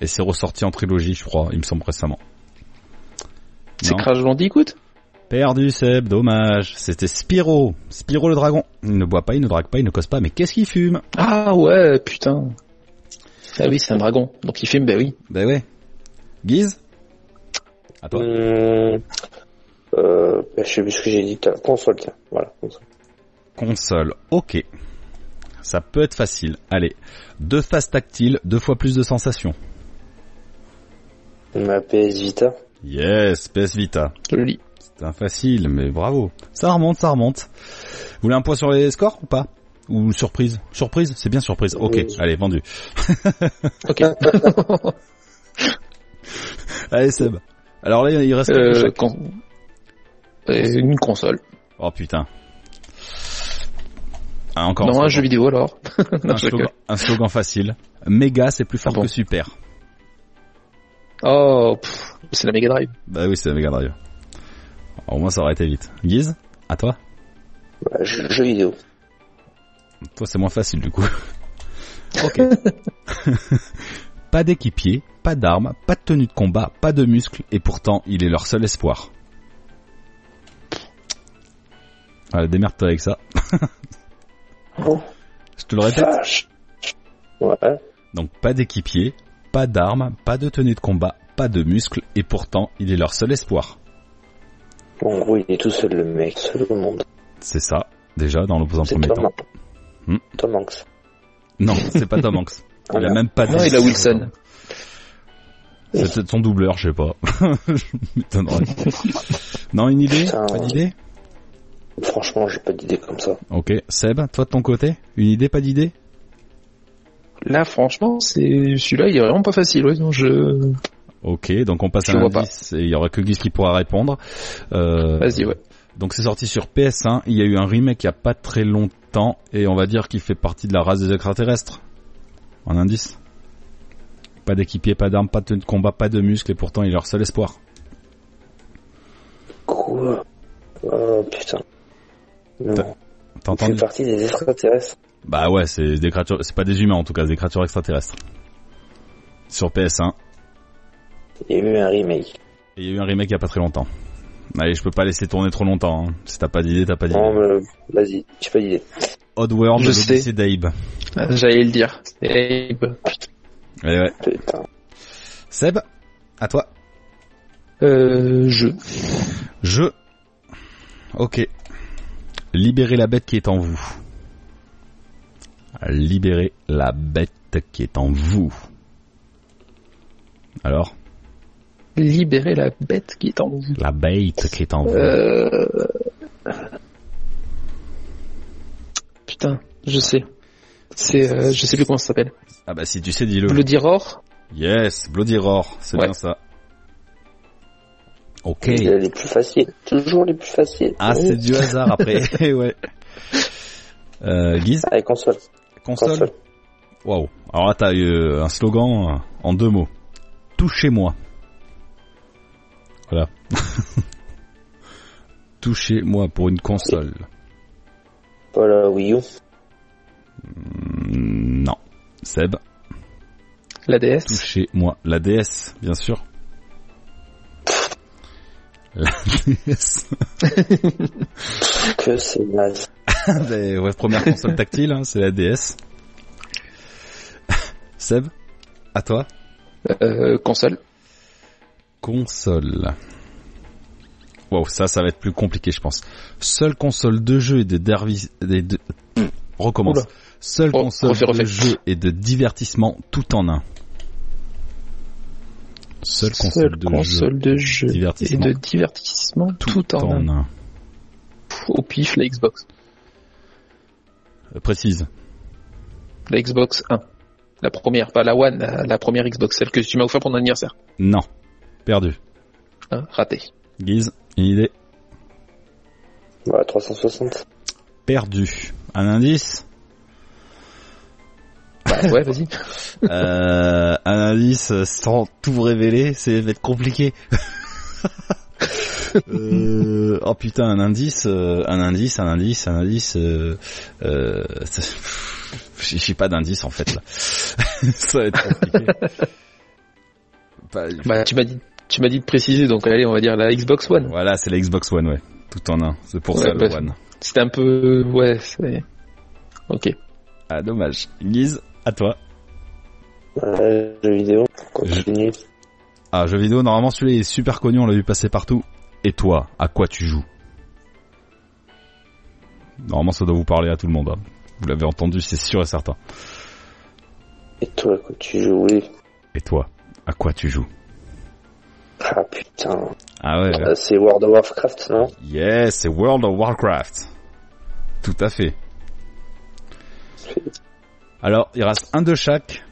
Speaker 4: Et c'est ressorti en trilogie, je crois, il me semble récemment.
Speaker 5: c'est
Speaker 4: Non.
Speaker 5: Crash Bandicoot
Speaker 4: Perdu Seb, dommage. C'était Spiro. Spiro le dragon. Il ne boit pas, il ne drague pas, il ne cause pas, mais qu'est-ce qu'il fume
Speaker 5: Ah ouais, putain. Ah oui, c'est un dragon. Donc il fume, ben oui.
Speaker 4: Ben ouais. Guise À toi.
Speaker 6: Hum, euh, bah, je sais plus ce que j'ai dit tout à l'heure. Console, tiens. Voilà. console.
Speaker 4: Console, ok. Ça peut être facile. Allez, deux faces tactiles, deux fois plus de sensations.
Speaker 6: Ma PS Vita.
Speaker 4: Yes, PS Vita.
Speaker 5: Joli.
Speaker 4: C'est un facile, mais bravo. Ça remonte, ça remonte. Vous voulez un point sur les scores ou pas Ou surprise Surprise C'est bien surprise. Ok,
Speaker 5: Euh,
Speaker 6: Oui.
Speaker 4: allez, vendu.
Speaker 5: Ok.
Speaker 4: Allez, Seb. Alors là, il reste... quelque
Speaker 5: Euh,
Speaker 4: chose.
Speaker 5: con- Euh, Une console.
Speaker 4: Oh putain. Ah, encore
Speaker 5: non, un
Speaker 4: un slogan.
Speaker 5: jeu vidéo alors. [laughs] non,
Speaker 4: un,
Speaker 5: je
Speaker 4: slogan,
Speaker 5: rigole.
Speaker 4: un slogan facile. Méga, c'est plus fort
Speaker 5: Ah bon.
Speaker 4: que super.
Speaker 5: Oh, pff, c'est la Mega Drive.
Speaker 4: Bah oui, c'est la Mega Drive. Au moins, ça aurait été vite. Guise, à toi.
Speaker 6: Bah, jeu, jeu vidéo.
Speaker 4: Toi, c'est moins facile
Speaker 6: [laughs]
Speaker 4: du coup. ok. [laughs] pas d'équipier, pas d'armes, pas de tenue de combat, pas de muscles, et pourtant, il est leur seul espoir. Allez, démerde-toi avec
Speaker 6: [laughs]
Speaker 4: ça.
Speaker 6: Oh.
Speaker 4: Je te le répète.
Speaker 6: Vache. Ouais.
Speaker 4: Donc pas d'équipier, pas d'armes, pas de tenue de combat, pas de muscles, et pourtant il est leur seul espoir.
Speaker 6: Bon, en gros, il est tout seul, le mec, seul au monde.
Speaker 4: C'est ça, déjà dans le dans un
Speaker 6: C'est
Speaker 4: premier
Speaker 6: Tom,
Speaker 4: temps.
Speaker 6: Hanks.
Speaker 4: Hmm.
Speaker 6: Tom Hanks.
Speaker 4: Non, c'est pas Tom Hanks. Il a
Speaker 6: Voilà.
Speaker 4: même pas de...
Speaker 5: Non, il a Wilson.
Speaker 4: C'est peut-être son doubleur, je sais pas. [laughs] Je m'étonnerais. non, une idée
Speaker 6: Putain.
Speaker 4: Pas d'idée
Speaker 6: Franchement, j'ai pas d'idée comme ça.
Speaker 4: Ok, Seb, toi de ton côté Une idée, pas d'idée
Speaker 5: Là, franchement, c'est celui-là, il est vraiment pas facile. Ouais, non, je...
Speaker 4: Ok, donc on passe à
Speaker 5: Je vois pas.
Speaker 4: l'indice et il y aura que Guise qui pourra répondre. Euh,
Speaker 5: Vas-y, ouais.
Speaker 4: Donc c'est sorti sur PS1, il y a eu un remake il y a pas très longtemps et on va dire qu'il fait partie de la race des extraterrestres. En indice. Pas d'équipier, pas d'armes, pas de tenue de combat, pas de muscles et pourtant il est leur seul espoir.
Speaker 6: Quoi Oh putain. Non.
Speaker 4: T'as- T'as
Speaker 6: Il fait
Speaker 4: entendu
Speaker 6: partie des extraterrestres.
Speaker 4: Bah ouais, c'est des créatures, c'est pas des humains en tout cas, c'est des créatures extraterrestres. Sur PS1.
Speaker 6: Il y a eu un remake.
Speaker 4: Et il y a eu un remake il y a pas très longtemps. Allez, je peux pas laisser tourner trop longtemps. hein. Si t'as pas d'idée, t'as pas d'idée.
Speaker 6: Non, mais vas-y, j'ai pas d'idée.
Speaker 4: Oddworld,
Speaker 5: Oh, Je
Speaker 4: l'Odyssée
Speaker 5: sais.
Speaker 4: d'Abe.
Speaker 5: Ah, J'allais le dire. Eh, bah.
Speaker 4: Eh Ouais, ouais.
Speaker 6: Putain.
Speaker 4: Seb, à toi.
Speaker 5: Euh, jeu.
Speaker 4: Je. Ok. Libérez la bête qui est en vous. Libérez la bête qui est en vous. Alors,
Speaker 5: Libérer la bête qui est en vous.
Speaker 4: la bête qui est en vous.
Speaker 5: Euh... Putain, je sais. C'est, euh, je sais plus comment ça s'appelle.
Speaker 4: Ah bah si tu sais, dis-le.
Speaker 5: Bloody Roar
Speaker 4: Yes, Bloody Roar, c'est
Speaker 5: Ouais.
Speaker 4: bien ça. Ok.
Speaker 6: Il a les plus faciles. Toujours les plus faciles.
Speaker 4: Ah, c'est [laughs] du hasard après. Eh ouais. Euh, Guise,
Speaker 6: Allez, console.
Speaker 4: console.
Speaker 6: Ah, Console.
Speaker 4: Waouh. Alors là, t'as eu un slogan euh, en deux mots. Touchez-moi. Voilà. [laughs] Touchez-moi pour une console.
Speaker 6: Voilà, Wii U.
Speaker 4: Hmm, non. Seb,
Speaker 5: la DS.
Speaker 4: touchez-moi. La DS, bien sûr. La DS.
Speaker 6: Que c'est naze.
Speaker 4: Des- ouais, première console tactile, hein, c'est la DS. Seb, à toi.
Speaker 5: Euh, console.
Speaker 4: Console. Wow, ça, ça va être plus compliqué, je pense. Seule console de jeu et de dervi... des de- Recommence.
Speaker 5: Hmm. Oula.
Speaker 4: Seule
Speaker 5: Oh,
Speaker 4: console
Speaker 5: refais, refais.
Speaker 4: de jeu et de divertissement tout en un. Seule console
Speaker 5: Seule
Speaker 4: de jeu.
Speaker 5: console de jeu. Et
Speaker 4: divertissement.
Speaker 5: de divertissement tout, en un.
Speaker 4: un.
Speaker 5: Pff, Au pif, la Xbox.
Speaker 4: Euh, Précise.
Speaker 5: La Xbox 1. La première, pas la One, la, la première Xbox, celle que tu m'as offert pour mon anniversaire.
Speaker 4: Non. Perdu.
Speaker 5: Hein,
Speaker 4: [laughs]
Speaker 5: raté.
Speaker 4: Guise, une idée.
Speaker 6: Voilà, 360.
Speaker 4: Perdu. Un indice.
Speaker 5: Bah, ouais, vas-y.
Speaker 4: Euh, un indice euh, sans tout révéler, c'est va
Speaker 5: [laughs]
Speaker 4: être compliqué. Euh, oh putain, un indice, euh, un indice, un indice, un indice. Euh, euh, ça- j'ai j'ai pas d'indice en fait là. [laughs] ça va être compliqué. Pas-
Speaker 5: Bah, tu m'as dit, tu m'as dit de préciser, donc allez, on va dire la Xbox One.
Speaker 4: voilà, c'est la Xbox One, ouais. Tout en un. C'est pour
Speaker 5: Ouais,
Speaker 4: ça le
Speaker 5: bah,
Speaker 4: One.
Speaker 5: C'était un peu, ouais, c'est, ok.
Speaker 4: Ah dommage. Guise, à toi.
Speaker 6: Voilà, jeu vidéo. Continue.
Speaker 4: Ah jeu vidéo, normalement celui-là est super connu, on l'a vu passer partout. Et toi, à quoi tu joues Normalement ça doit vous parler à tout le monde. hein. Vous l'avez entendu, c'est sûr et certain.
Speaker 6: Et toi, quoi, tu joues, oui.
Speaker 4: Et toi, à quoi tu joues
Speaker 6: Ah putain.
Speaker 4: Ah ouais,
Speaker 6: Euh, c'est World of Warcraft, non
Speaker 4: yes, c'est World of Warcraft. Tout à fait. Alors, il reste un de chaque.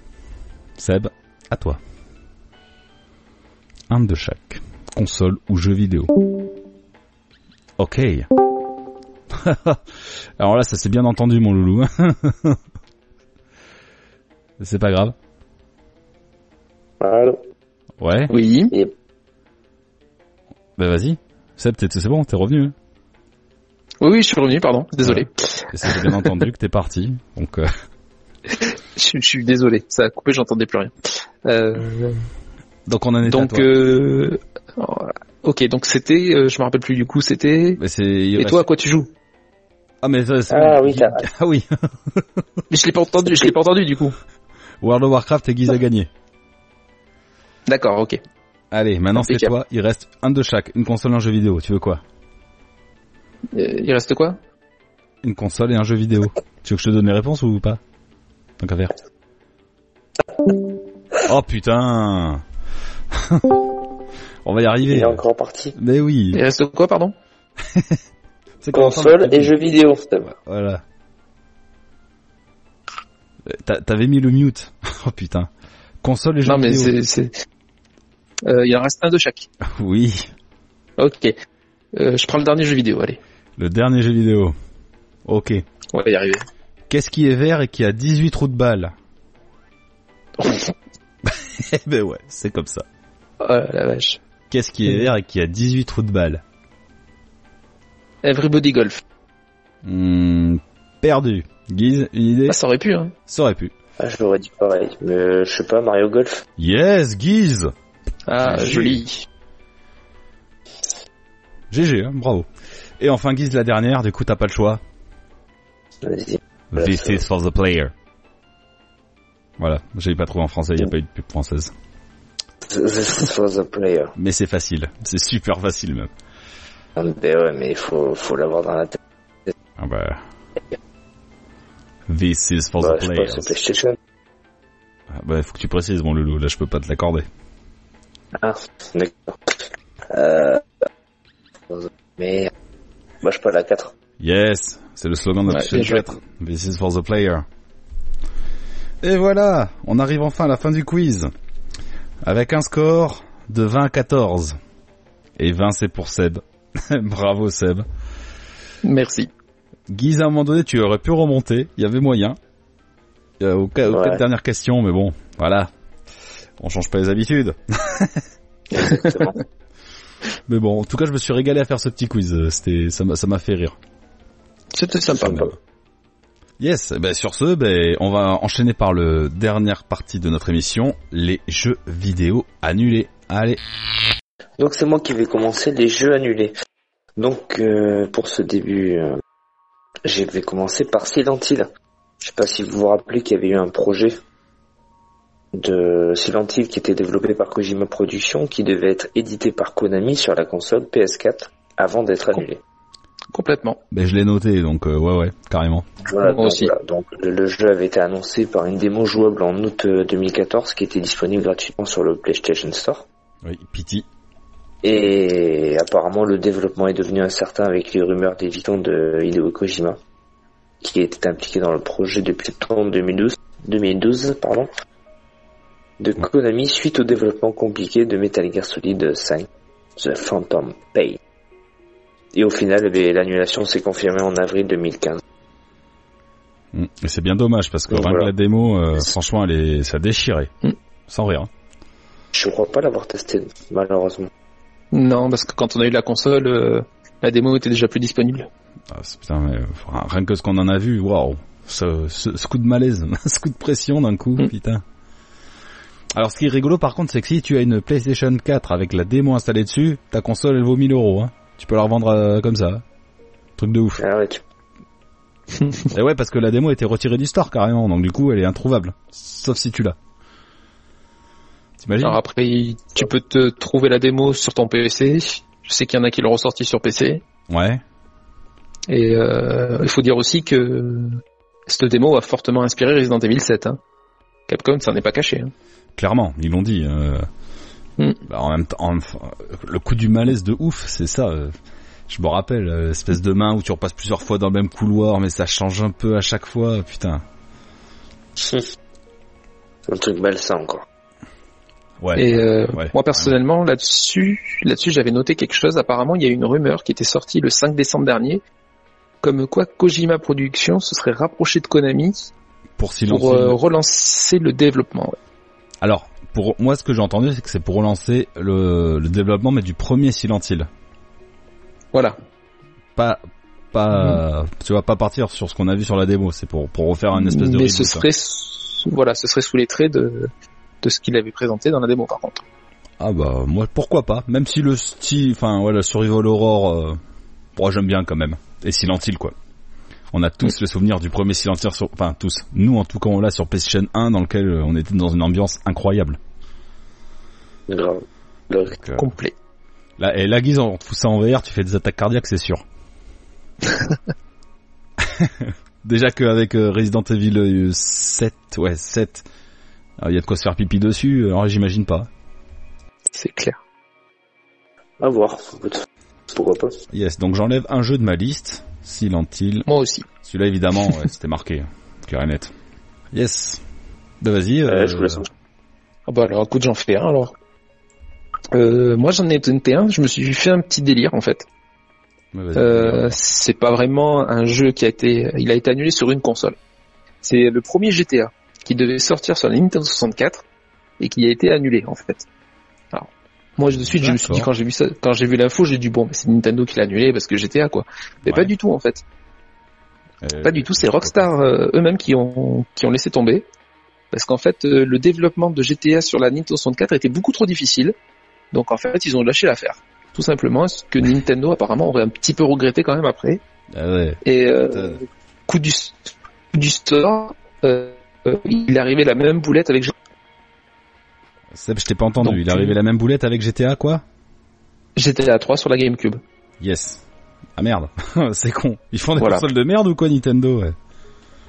Speaker 4: Seb, à toi. Un de chaque. Console ou jeu vidéo. Ok. [laughs] Alors là, ça s'est bien entendu, mon loulou. [laughs] C'est pas grave.
Speaker 6: Allô
Speaker 4: Ouais,
Speaker 5: Oui.
Speaker 4: bah vas-y. Seb, t'es- c'est bon, t'es revenu. hein.
Speaker 5: Oui, oui, je suis revenu, pardon. Désolé.
Speaker 4: Et ça s'est bien entendu que t'es parti. Donc, euh,
Speaker 5: Je, je suis désolé. Ça a coupé, j'entendais plus rien. Euh,
Speaker 4: donc on en est à
Speaker 5: donc,
Speaker 4: toi.
Speaker 5: euh, voilà. ok, donc c'était, euh, je me rappelle plus du coup, c'était.
Speaker 4: Mais Bah, c'est- il
Speaker 5: Et
Speaker 4: reste-
Speaker 5: toi, à quoi tu
Speaker 4: [laughs]
Speaker 5: joues
Speaker 4: Ah mais ça, c'est-
Speaker 6: Ah
Speaker 4: [laughs]
Speaker 6: oui, t'as-
Speaker 4: Ah oui.
Speaker 5: Mais je l'ai pas entendu. Je l'ai pas entendu du coup.
Speaker 4: World of Warcraft et Guise à gagner.
Speaker 5: D'accord, ok. Euh,
Speaker 4: Allez, maintenant c'est
Speaker 5: Impeccable.
Speaker 4: toi. Il reste un de chaque. Une console, un jeu vidéo. Tu veux quoi
Speaker 5: Euh, il reste quoi
Speaker 4: Une console et un jeu
Speaker 6: [laughs]
Speaker 4: vidéo. tu veux que je te donne les réponses ou pas Tant qu'à faire. Oh putain [laughs] On va y
Speaker 6: il
Speaker 4: arriver.
Speaker 6: est encore parti.
Speaker 4: Mais oui.
Speaker 5: Il reste quoi, pardon
Speaker 4: C'est comme ça,
Speaker 6: Console
Speaker 4: mais-
Speaker 6: et jeux vidéo. ça va.
Speaker 4: Voilà. Euh, t'a- T'avais mis le mute. [laughs] Oh putain. Console et jeux
Speaker 5: Non, mais
Speaker 4: vidéo.
Speaker 5: c'est. c'est- Euh, il en reste un de chaque.
Speaker 4: Oui.
Speaker 5: Ok. Euh, je prends le dernier jeu vidéo. Allez,
Speaker 4: Le dernier jeu vidéo. Ok.
Speaker 5: on va y arriver.
Speaker 4: Qu'est-ce qui est vert et qui a 18 trous de
Speaker 6: [laughs]
Speaker 4: balle Eh ben ouais, c'est comme ça.
Speaker 5: Oh la vache.
Speaker 4: Qu'est-ce qui
Speaker 6: Mm.
Speaker 4: est vert et qui a 18 trous de balle
Speaker 5: Everybody Golf.
Speaker 4: Hmm, Perdu. Guise, une idée
Speaker 5: Ah, ça aurait pu. Hein.
Speaker 4: Ça aurait pu.
Speaker 6: Ah, je l'aurais dit pareil. Mais euh, je sais pas, Mario Golf.
Speaker 4: Yes, Guise
Speaker 5: Ah,
Speaker 4: Oui.
Speaker 5: joli.
Speaker 4: GG, hein, bravo. Et enfin, Guise, la dernière, du coup, t'as pas le choix.
Speaker 6: Vas-y. Voilà,
Speaker 4: This
Speaker 6: ça.
Speaker 4: is for the player. Voilà, j'ai pas trouvé en français,
Speaker 6: Mm.
Speaker 4: il a pas eu de pub française.
Speaker 6: This was a player.
Speaker 4: Mais c'est facile, c'est super facile même.
Speaker 6: Ah, Ben ouais, mais il faut, faut l'avoir dans la tête.
Speaker 4: Ah bah... This is for
Speaker 6: Bah,
Speaker 4: the
Speaker 6: je sais pas,
Speaker 4: players.
Speaker 6: c'est PlayStation.
Speaker 4: Ah bah, faut que tu précises, mon loulou, là je peux pas te l'accorder.
Speaker 6: Ah, d'accord. Euh... Mais... Moi, je pas la 4.
Speaker 4: Yes, c'est le slogan de
Speaker 5: Ouais,
Speaker 4: Monsieur
Speaker 5: bien joué.
Speaker 4: Chouette. This is for the player. Et voilà, on arrive enfin à la fin du quiz. Avec un score de 20 à 14. Et 20 c'est pour Seb. [laughs] Bravo Seb.
Speaker 5: Merci.
Speaker 4: Guise, à un moment donné, tu aurais pu remonter, il y avait moyen. Euh, aux ca- aux
Speaker 6: Ouais.
Speaker 4: quatre dernières questions, mais bon, voilà. On change pas les habitudes.
Speaker 6: Exactement.
Speaker 4: Mais bon, en tout cas, je me suis régalé à faire ce petit quiz. euh, C'était, ça m'a ça m'a fait rire.
Speaker 5: C'était sympa.
Speaker 4: Quand même. Yes, eh ben sur ce, ben, on va enchaîner par le dernière partie de notre émission, les jeux vidéo annulés. Allez,
Speaker 6: Donc c'est moi qui vais commencer les jeux annulés. Donc euh, pour ce début, euh, je vais commencer par Silent Hill. Je sais pas si vous vous rappelez qu'il y avait eu un projet de Silent Hill qui était développé par Kojima Productions, qui devait être édité par Konami sur la console PS4 avant d'être annulé.
Speaker 5: Complètement.
Speaker 4: ben, je l'ai noté, donc euh, ouais ouais, carrément.
Speaker 6: Voilà,
Speaker 5: Moi
Speaker 6: donc,
Speaker 5: aussi.
Speaker 6: voilà. Donc, le, le jeu avait été annoncé par une démo jouable en août euh, 2014 qui était disponible gratuitement sur le PlayStation Store.
Speaker 4: Oui, pity.
Speaker 6: Et apparemment, le développement est devenu incertain avec les rumeurs des vitons de Hideo Kojima, qui était impliqué dans le projet depuis septembre 2012, 2012 pardon, de Konami suite au développement compliqué de Metal Gear Solid 5, The Phantom Pain. Et au final, eh bien, l'annulation s'est confirmée en avril 2015.
Speaker 4: Mm. Et c'est bien dommage parce que
Speaker 6: Donc,
Speaker 4: rien que
Speaker 6: voilà.
Speaker 4: la démo, euh, franchement, elle est, ça déchirait.
Speaker 5: Mm.
Speaker 4: Sans rire. hein.
Speaker 6: Je crois pas l'avoir testé, malheureusement.
Speaker 5: Non, parce que quand on a eu la console, euh, la démo était déjà plus disponible.
Speaker 4: Ah, c'est- putain, mais, euh, rien que ce qu'on en a vu, waouh, ce, ce- ce coup de malaise, [laughs] ce coup de pression d'un coup,
Speaker 5: Mm.
Speaker 4: putain. Alors, ce qui est rigolo, par contre, c'est que si tu as une PlayStation 4 avec la démo installée dessus, ta console, elle vaut 1000 euros. Hein. Tu peux la revendre euh, comme ça. hein. Truc de
Speaker 6: [laughs]
Speaker 4: ouf.
Speaker 6: Ah ouais, tu-
Speaker 4: Et ouais, parce que la démo était retirée du store carrément, donc du coup, elle est introuvable. Sauf si tu l'as. T'imagines
Speaker 5: Alors après, il- tu peux te trouver la démo sur ton PC. Je sais qu'il y en a qui l'ont ressorti sur PC.
Speaker 4: Ouais.
Speaker 5: Et euh, il faut dire aussi que cette démo a fortement inspiré Resident Evil 7. hein. Capcom, ça n'est pas caché. hein.
Speaker 4: clairement, ils l'ont dit. euh,
Speaker 5: Mm.
Speaker 4: bah, en même temps, en- le coup du malaise de ouf, c'est ça. euh, je me rappelle, euh, espèce de main où tu repasses plusieurs fois dans le même couloir, mais ça change un peu à chaque fois, putain.
Speaker 6: C'est un truc malsain encore.
Speaker 4: Ouais.
Speaker 5: Et euh,
Speaker 4: ouais,
Speaker 5: moi personnellement, là-dessus, là-dessus, j'avais noté quelque chose. Apparemment, il y a une rumeur qui était sortie le 5 décembre dernier, comme quoi Kojima Productions se serait rapproché de Konami
Speaker 4: Pour silencer.
Speaker 5: pour euh,
Speaker 4: le-
Speaker 5: relancer le développement. ouais.
Speaker 4: Alors, pour moi, ce que j'ai entendu, c'est que c'est pour relancer le, le développement, mais du premier Silent Hill.
Speaker 5: Voilà.
Speaker 4: Pas, pas,
Speaker 5: Mm.
Speaker 4: tu vas pas partir sur ce qu'on a vu sur la démo. C'est pour, pour refaire un espèce de.
Speaker 5: Mais ce
Speaker 4: reboot.
Speaker 5: serait sous- voilà, ce serait sous les traits de de ce qu'il avait présenté dans la démo par contre.
Speaker 4: Ah bah moi, pourquoi pas Même si le style, enfin voilà, Survival Horror, euh, moi j'aime bien quand même. Et Silent Hill quoi. On a tous le souvenir du premier Silent Hill sur, enfin tous. Nous en tout cas on l'a sur PlayStation 1 dans lequel euh, on était dans une ambiance incroyable.
Speaker 6: Grave. Donc,
Speaker 4: Donc, euh,
Speaker 5: Complet.
Speaker 4: Là, et là, Guise, on te fout ça en VR, tu fais des attaques cardiaques, c'est sûr. [laughs] Déjà qu'avec euh, Resident Evil euh, 7, ouais, 7, alors, il y a de quoi se faire pipi dessus, alors j'imagine pas.
Speaker 5: C'est clair.
Speaker 6: à voir. Écoute, pourquoi pas.
Speaker 4: Yes, donc j'enlève un jeu de ma liste, Silent Hill.
Speaker 5: Moi aussi.
Speaker 4: Celui-là, évidemment, ouais, c'était marqué, hein, clair et net. Yes. Bah, vas-y.
Speaker 6: Ouais,
Speaker 4: euh,
Speaker 6: je vous laisse.
Speaker 5: Ah bah alors écoute, j'en fais un alors. Euh, moi j'en ai tenté un, je me suis fait un petit délire en fait.
Speaker 4: ouais, vas-y.
Speaker 5: Euh, c'est pas vraiment un jeu qui a été, il a été annulé sur une console. C'est le premier GTA qui devait sortir sur la Nintendo 64 et qui a été annulé en fait. Alors moi de suite je me suis dit
Speaker 4: D'accord.
Speaker 5: quand j'ai vu ça, quand j'ai vu l'info j'ai dit bon mais c'est Nintendo qui l'a annulé parce que GTA quoi. Mais
Speaker 4: Ouais.
Speaker 5: pas du tout en fait,
Speaker 4: Euh,
Speaker 5: pas du tout. C'est Rockstar euh, eux-mêmes qui ont qui ont laissé tomber parce qu'en fait euh, le développement de GTA sur la Nintendo 64 était beaucoup trop difficile. Donc en fait ils ont lâché l'affaire. Tout simplement, ce que Nintendo apparemment aurait un petit peu regretté quand même après.
Speaker 4: Ah ouais.
Speaker 5: Et euh,
Speaker 4: Putain.
Speaker 5: coup du coup du sort, euh, euh, il est arrivé la même boulette avec
Speaker 4: Seb, je t'ai pas entendu.
Speaker 5: Donc,
Speaker 4: Il est arrivé la même boulette avec GTA, quoi?
Speaker 5: GTA 3 sur la GameCube.
Speaker 4: Yes. Ah merde, [laughs] c'est con. Ils font des
Speaker 5: Voilà.
Speaker 4: consoles de merde ou quoi Nintendo ouais.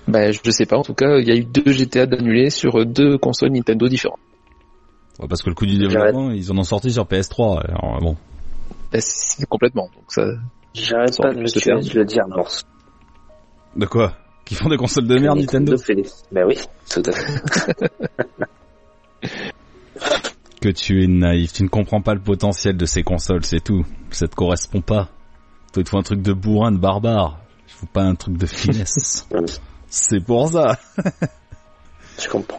Speaker 5: Ben je sais pas. En tout cas, il y a eu deux GTA d'annulés sur euh, deux consoles Nintendo différentes.
Speaker 4: Ouais, Parce que le coup du
Speaker 6: J'arrête.
Speaker 4: développement, ils en ont sorti sur PS3. Alors, bon,
Speaker 5: Ben, c'est complètement. Donc ça,
Speaker 6: J'arrête
Speaker 5: Sans
Speaker 6: pas de me
Speaker 5: plus se
Speaker 6: tuer
Speaker 5: faire.
Speaker 6: de le dire, Morse.
Speaker 4: de quoi Qui font des consoles de merde Nintendo
Speaker 6: fait des- Ben oui, tout à fait.
Speaker 4: Que tu es naïf, tu ne comprends pas le potentiel de ces consoles, c'est tout. Ça te correspond pas. Toi, il te faut un truc de bourrin, de barbare. Il faut pas un truc de finesse. [laughs] c'est pour ça.
Speaker 6: Je comprends.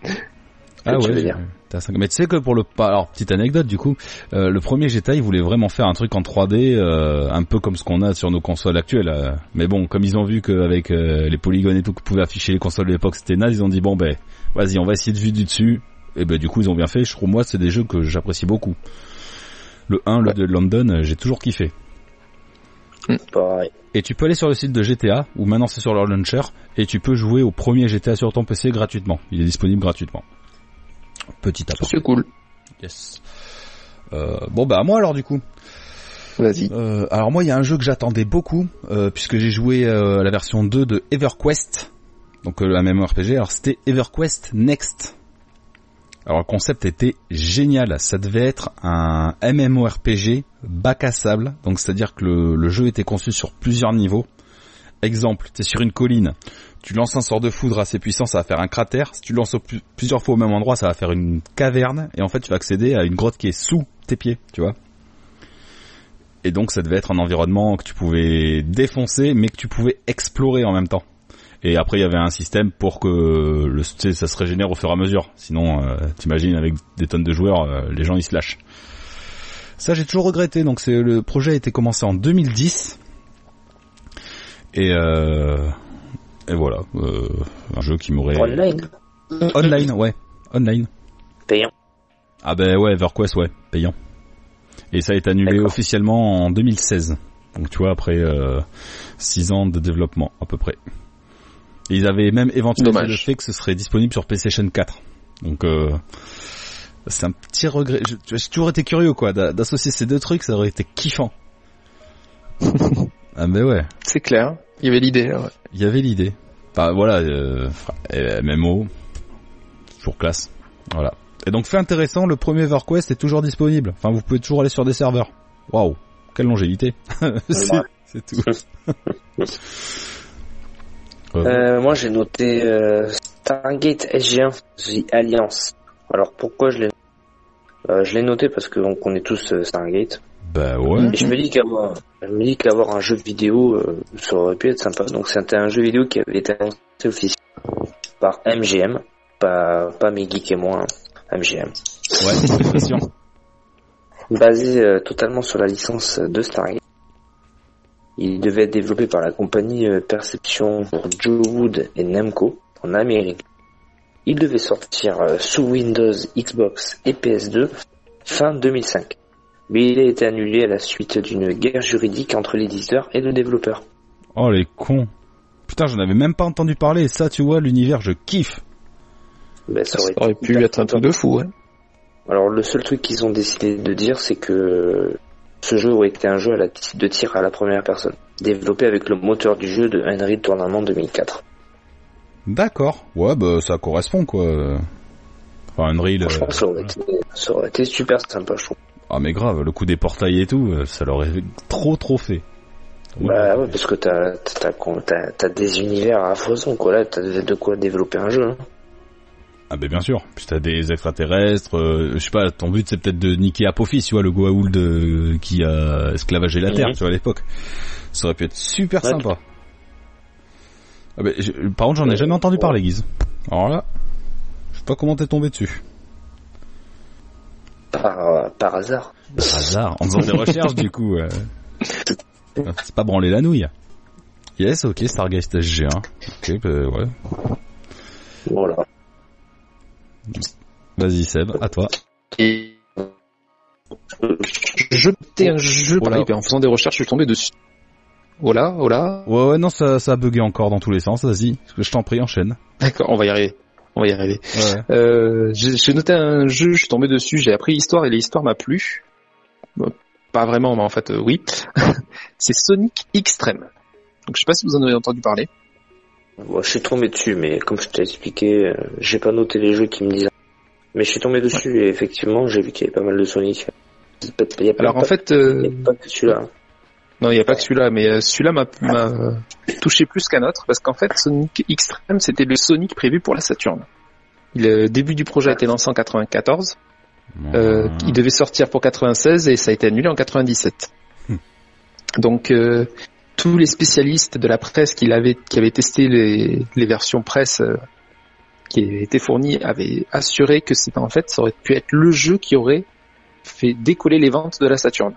Speaker 4: Ah
Speaker 6: Tu
Speaker 4: ouais,
Speaker 6: veux dire.
Speaker 4: t'as cinq- Mais tu sais que pour le pa- alors petite anecdote du coup, euh, le premier GTA il voulait vraiment faire un truc en 3D, euh, un peu comme ce qu'on a sur nos consoles actuelles. euh. Mais bon, comme ils ont vu qu'avec les polygones et tout que pouvaient afficher les consoles de l'époque c'était naze, ils ont dit bon ben vas-y on va essayer de vue du dessus. Et ben du coup ils ont bien fait. Je trouve moi c'est des jeux que j'apprécie beaucoup. Le 1, le 2 de London, euh, j'ai toujours kiffé.
Speaker 6: Pareil.
Speaker 4: Et tu peux aller sur le site de GTA, où maintenant c'est sur leur launcher, et tu peux jouer au premier GTA sur ton PC gratuitement. Il est disponible gratuitement. Petit apport.
Speaker 5: c'est cool.
Speaker 4: Yes. Euh, bon bah à moi alors du coup.
Speaker 5: Vas-y.
Speaker 4: Euh, alors moi il y a un jeu que j'attendais beaucoup euh, puisque j'ai joué euh, à la version 2 de EverQuest. Donc euh, la même RPG. Alors c'était EverQuest Next. Alors le concept était génial. Ça devait être un MMORPG bac à sable. Donc c'est-à-dire que le, le jeu était conçu sur plusieurs niveaux. Exemple, t'es sur une colline, tu lances un sort de foudre assez puissant, ça va faire un cratère. Si tu le lances au plus- plusieurs fois au même endroit, ça va faire une caverne. Et en fait, tu vas accéder à une grotte qui est sous tes pieds, tu vois. Et donc, ça devait être un environnement que tu pouvais défoncer, mais que tu pouvais explorer en même temps. Et après, il y avait un système pour que le, tu sais, ça se régénère au fur et à mesure. Sinon, euh, t'imagines, avec des tonnes de joueurs, euh, les gens, ils se lâchent. Ça, j'ai toujours regretté. Donc, c'est, le projet a été commencé en 2010. Et, euh, et voilà. euh, un jeu qui m'aurait...
Speaker 6: Online,
Speaker 4: Online, ouais. Online.
Speaker 6: payant.
Speaker 4: Ah ben ouais, EverQuest, ouais, payant. Et ça a été annulé
Speaker 6: D'accord.
Speaker 4: officiellement en 2016. Donc tu vois, après 6 ans de développement à peu près. Et ils avaient même éventuellement
Speaker 5: Dommage.
Speaker 4: le fait que ce serait disponible sur PlayStation 4. Donc euh, c'est un petit regret. Je- tu vois, J'ai toujours été curieux quoi, d'a- d'associer ces deux trucs, ça aurait été kiffant. ah ben ouais.
Speaker 5: C'est clair. Il y avait l'idée. hein. ouais.
Speaker 4: Il y avait l'idée. Enfin voilà, euh, euh, MMO, toujours classe. Voilà. Et donc fait intéressant, le premier EverQuest est toujours disponible. Enfin vous pouvez toujours aller sur des serveurs. Waouh, quelle longévité. [laughs] c'est, c'est
Speaker 6: [laughs]
Speaker 4: tout. Euh,
Speaker 6: Euh, moi, j'ai noté euh, Stargate SG1 The Alliance. Alors, pourquoi je l'ai euh, Je l'ai noté parce que donc, on est tous euh, Stargate.
Speaker 4: Bah ouais.
Speaker 6: Et je me dis qu'avoir, je me dis qu'avoir un jeu vidéo, euh, ça aurait pu être sympa. Donc c'était un jeu vidéo qui avait été annoncé officiellement par MGM, pas pas mes geeks et moi, hein, MGM,
Speaker 4: Ouais, [laughs] c'est pas sûr.
Speaker 6: basé euh, totalement sur la licence de Stargate. Il devait être développé par la compagnie euh, Perception pour Joe Wood et Namco en Amérique. Il devait sortir euh, sous Windows, Xbox et PS2 fin 2005. Mais il a été annulé à la suite d'une guerre juridique entre l'éditeur et le développeur.
Speaker 4: Oh les cons. Putain, j'en avais même pas entendu parler. Et ça, tu vois, l'univers, je kiffe.
Speaker 6: Ben, ça aurait été
Speaker 5: pu
Speaker 6: hyper
Speaker 5: être un truc de fou. hein.
Speaker 6: Alors le seul truc qu'ils ont décidé de dire, c'est que euh, ce jeu aurait été un jeu à la t- de tir à la première personne, développé avec le moteur du jeu de Henry Tournament 2004.
Speaker 4: D'accord. Ouais, bah ça correspond quoi. Enfin, Unreal. euh,
Speaker 6: Franchement, ça aurait, été, ça aurait été super sympa, je trouve.
Speaker 4: Ah mais grave, le coup des portails et tout, euh, ça l'aurait trop trop fait.
Speaker 6: Bah ouais, parce que t'as t'as t'as- t'as- t'as des univers à foison, quoi. Là, t'as de de quoi développer un jeu. hein.
Speaker 4: Ah ben bien sûr, puis t'as des extraterrestres, euh, je sais pas, ton but c'est peut-être de niquer Apophis, tu vois, le Goa'uld euh, qui a esclavagé la Terre,
Speaker 6: Mhm.
Speaker 4: tu vois, à l'époque. Ça aurait pu être super
Speaker 6: Ouais.
Speaker 4: sympa. Ah ben, je- par contre, j'en ai jamais entendu parler, Guise. Alors là, je sais pas comment t'es tombé
Speaker 6: [laughs]
Speaker 4: dessus.
Speaker 6: Par, euh, par hasard.
Speaker 4: Par hasard, en faisant des recherches du coup. euh. Ah, C'est pas branler la nouille. Yes, ok, Stargate SG1. Ok, bah, ouais.
Speaker 6: Voilà.
Speaker 4: Vas-y Seb, à toi.
Speaker 5: Et euh, je jetais un jeu
Speaker 4: Voilà.
Speaker 5: par là, en faisant des recherches, je suis tombé dessus. Voilà, voilà.
Speaker 4: Ouais, ouais, non, ça, ça a bugué encore dans tous les sens, vas-y. Je t'en prie, enchaîne.
Speaker 5: D'accord, on va y arriver. On va y arriver.
Speaker 4: Ouais.
Speaker 5: Euh, j'ai j'ai noté un jeu, je suis tombé dessus, j'ai appris l'histoire et l'histoire m'a plu. Bon, Pas vraiment, mais en fait, euh, oui. [laughs] c'est Sonic Extreme. Donc je sais pas si vous en avez entendu parler.
Speaker 6: Bon, je suis tombé dessus, mais comme je t'ai expliqué, euh, j'ai pas noté les jeux qui me disent. Mais je suis tombé dessus et effectivement, j'ai vu qu'il y avait pas mal de Sonic. Il y a pas- il y a pas-
Speaker 5: Alors en
Speaker 6: pas-
Speaker 5: fait,
Speaker 6: il y
Speaker 5: euh,
Speaker 6: a pas que celui-là.
Speaker 5: non, il n'y a pas que celui-là, mais euh, celui-là m'a- m'a euh, touché plus qu'un autre, parce qu'en fait, Sonic Extreme, c'était le Sonic prévu pour la Saturn. Le début du projet a été lancé en 94, Euh,
Speaker 4: Ah.
Speaker 5: il devait sortir pour 96 et ça a été annulé en 97.
Speaker 4: Hmm.
Speaker 5: Donc euh, tous les spécialistes de la presse qui l'avaient- qui avaient testé les, les versions presse euh, qui avaient été fournies avaient assuré que c'était en fait ça aurait pu être le jeu qui aurait fait décoller les ventes de la Saturn.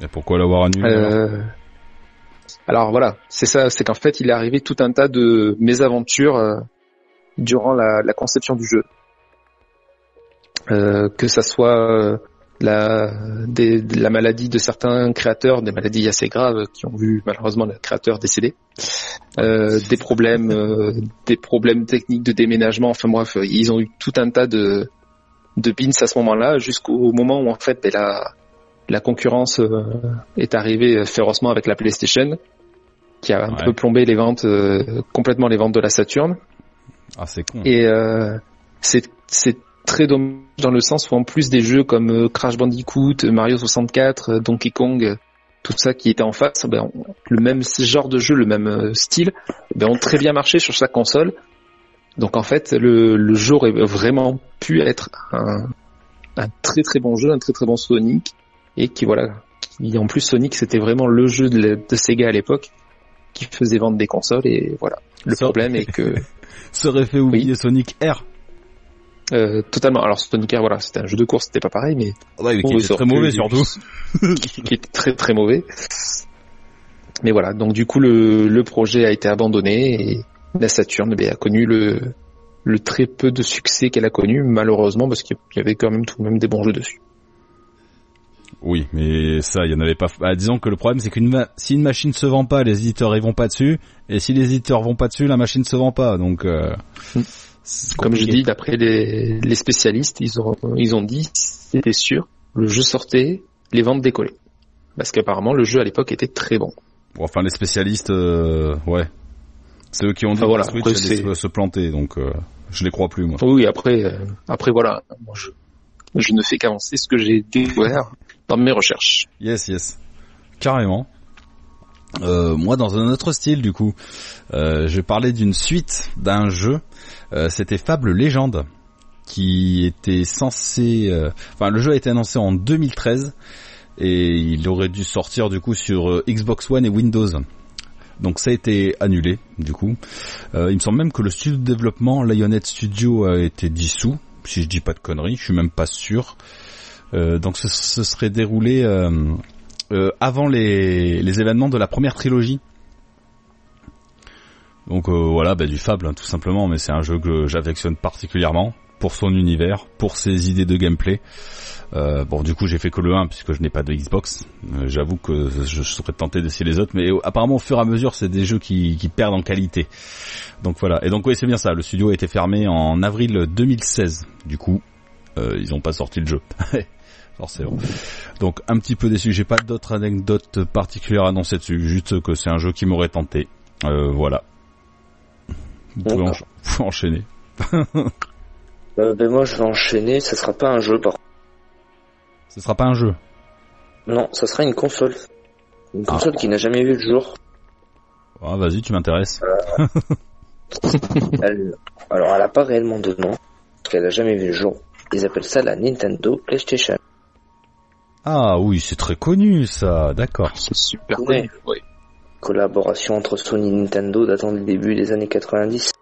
Speaker 4: Et pourquoi l'avoir annulé alors
Speaker 5: Euh, alors voilà, c'est ça, c'est qu'en fait il est arrivé tout un tas de mésaventures euh, durant la, la conception du jeu. Euh, que ça soit euh, la, des- de la maladie de certains créateurs, des maladies assez graves qui ont vu malheureusement le créateur décédé, euh, des problèmes, euh, des problèmes techniques de déménagement. Enfin bref, ils ont eu tout un tas de de pins à ce moment-là, jusqu'au moment où en fait ben, la la concurrence euh, est arrivée férocement avec la PlayStation, qui a un
Speaker 4: Ouais.
Speaker 5: peu plombé les ventes, euh, complètement les ventes de la Saturn.
Speaker 4: Ah, c'est con.
Speaker 5: Et euh, c'est c'est très dommage dans le sens où en plus des jeux comme euh, Crash Bandicoot, euh, Mario 64, euh, Donkey Kong, euh, tout ça qui était en face, ben, on- le même genre de jeu, le même euh, style, ben, ont très bien marché sur chaque console. Donc en fait, le, le jeu aurait vraiment pu être un, un très très bon jeu, un très très bon Sonic, et qui voilà, qui, en plus Sonic c'était vraiment le jeu de, la- de Sega à l'époque qui faisait vendre des consoles et voilà. Le
Speaker 4: Ça-
Speaker 5: problème est que
Speaker 4: Ça aurait fait oublier Sonic R.
Speaker 5: euh, totalement. Alors Sonic Air, voilà, c'était un jeu de course, c'était pas pareil, mais
Speaker 4: Ouais, mais
Speaker 5: On veut
Speaker 4: qui était très
Speaker 5: sortir
Speaker 4: mauvais
Speaker 5: du-
Speaker 4: surtout.
Speaker 5: [laughs] qui était très très mauvais. Mais voilà, donc du coup le, le projet a été abandonné et la Saturn ben, a connu le, le très peu de succès qu'elle a connu, malheureusement, parce qu'il y avait quand même tout de même des bons jeux dessus.
Speaker 4: Oui, mais ça, il y en avait pas. Ah, disons que le problème, c'est qu'une ma- si une machine se vend pas, les éditeurs ils vont pas dessus, et si les éditeurs vont pas dessus, la machine se vend pas. Donc, euh,
Speaker 5: Mm.
Speaker 4: c'est
Speaker 5: Comme je
Speaker 4: compliqué.
Speaker 5: dis, d'après les, les spécialistes, ils ont, ils ont dit, c'était sûr, le jeu sortait, les ventes décollaient. Parce qu'apparemment le jeu à l'époque était très bon.
Speaker 4: Bon, enfin, les spécialistes, euh, ouais, c'est eux qui ont dit
Speaker 5: Enfin, voilà,
Speaker 4: que Switch
Speaker 5: après,
Speaker 4: allait
Speaker 5: c'est-
Speaker 4: se, se planter, donc euh, je les crois plus moi.
Speaker 5: Oui, après, euh, après voilà, moi je, je ne fais qu'avancer ce que j'ai découvert dans mes recherches.
Speaker 4: Yes, yes. Carrément. Euh, moi, dans un autre style, du coup, euh, je parlais d'une suite d'un jeu. Euh, C'était Fable Légende, qui était censé. euh, Enfin, le jeu a été annoncé en 2013 et il aurait dû sortir du coup sur euh, Xbox One et Windows. Donc ça a été annulé du coup. Euh, il me semble même que le studio de développement Lionhead Studio a été dissous, si je dis pas de conneries, je suis même pas sûr. Euh, donc ce, ce serait déroulé euh, euh, avant les, les événements de la première trilogie. Donc euh, voilà, bah, du Fable hein, tout simplement, mais c'est un jeu que j'affectionne particulièrement pour son univers, pour ses idées de gameplay. Euh, bon, du coup, j'ai fait que le 1 puisque je n'ai pas de Xbox. Euh, J'avoue que je, je serais tenté d'essayer les autres, mais euh, apparemment, au fur et à mesure, c'est des jeux qui, qui perdent en qualité. Donc voilà. Et donc oui, c'est bien ça. Le studio a été fermé en avril 2016. Du coup, euh, ils n'ont pas sorti le jeu. [laughs] Forcément. Donc un petit peu déçu. J'ai pas d'autres anecdotes particulières à annoncer dessus. Juste que c'est un jeu qui m'aurait tenté. Euh, voilà. Vous pouvez,
Speaker 6: D'accord.
Speaker 4: encha- [laughs] vous pouvez enchaîner.
Speaker 6: Euh, ben moi, je vais enchaîner. Ça sera pas un jeu, par contre.
Speaker 4: Ce sera pas un jeu.
Speaker 6: Non, ça sera une console. Une
Speaker 5: Ah.
Speaker 6: console qui n'a jamais vu le jour.
Speaker 4: Ah, vas-y, tu m'intéresses.
Speaker 6: Elle- Alors, elle n'a pas réellement de nom, parce qu'elle n'a jamais vu le jour. Ils appellent ça la Nintendo PlayStation.
Speaker 4: Ah oui, c'est très connu ça. D'accord.
Speaker 5: C'est super
Speaker 6: Ouais.
Speaker 5: connu. Ouais.
Speaker 6: Collaboration entre Sony et Nintendo datant du début des années 90.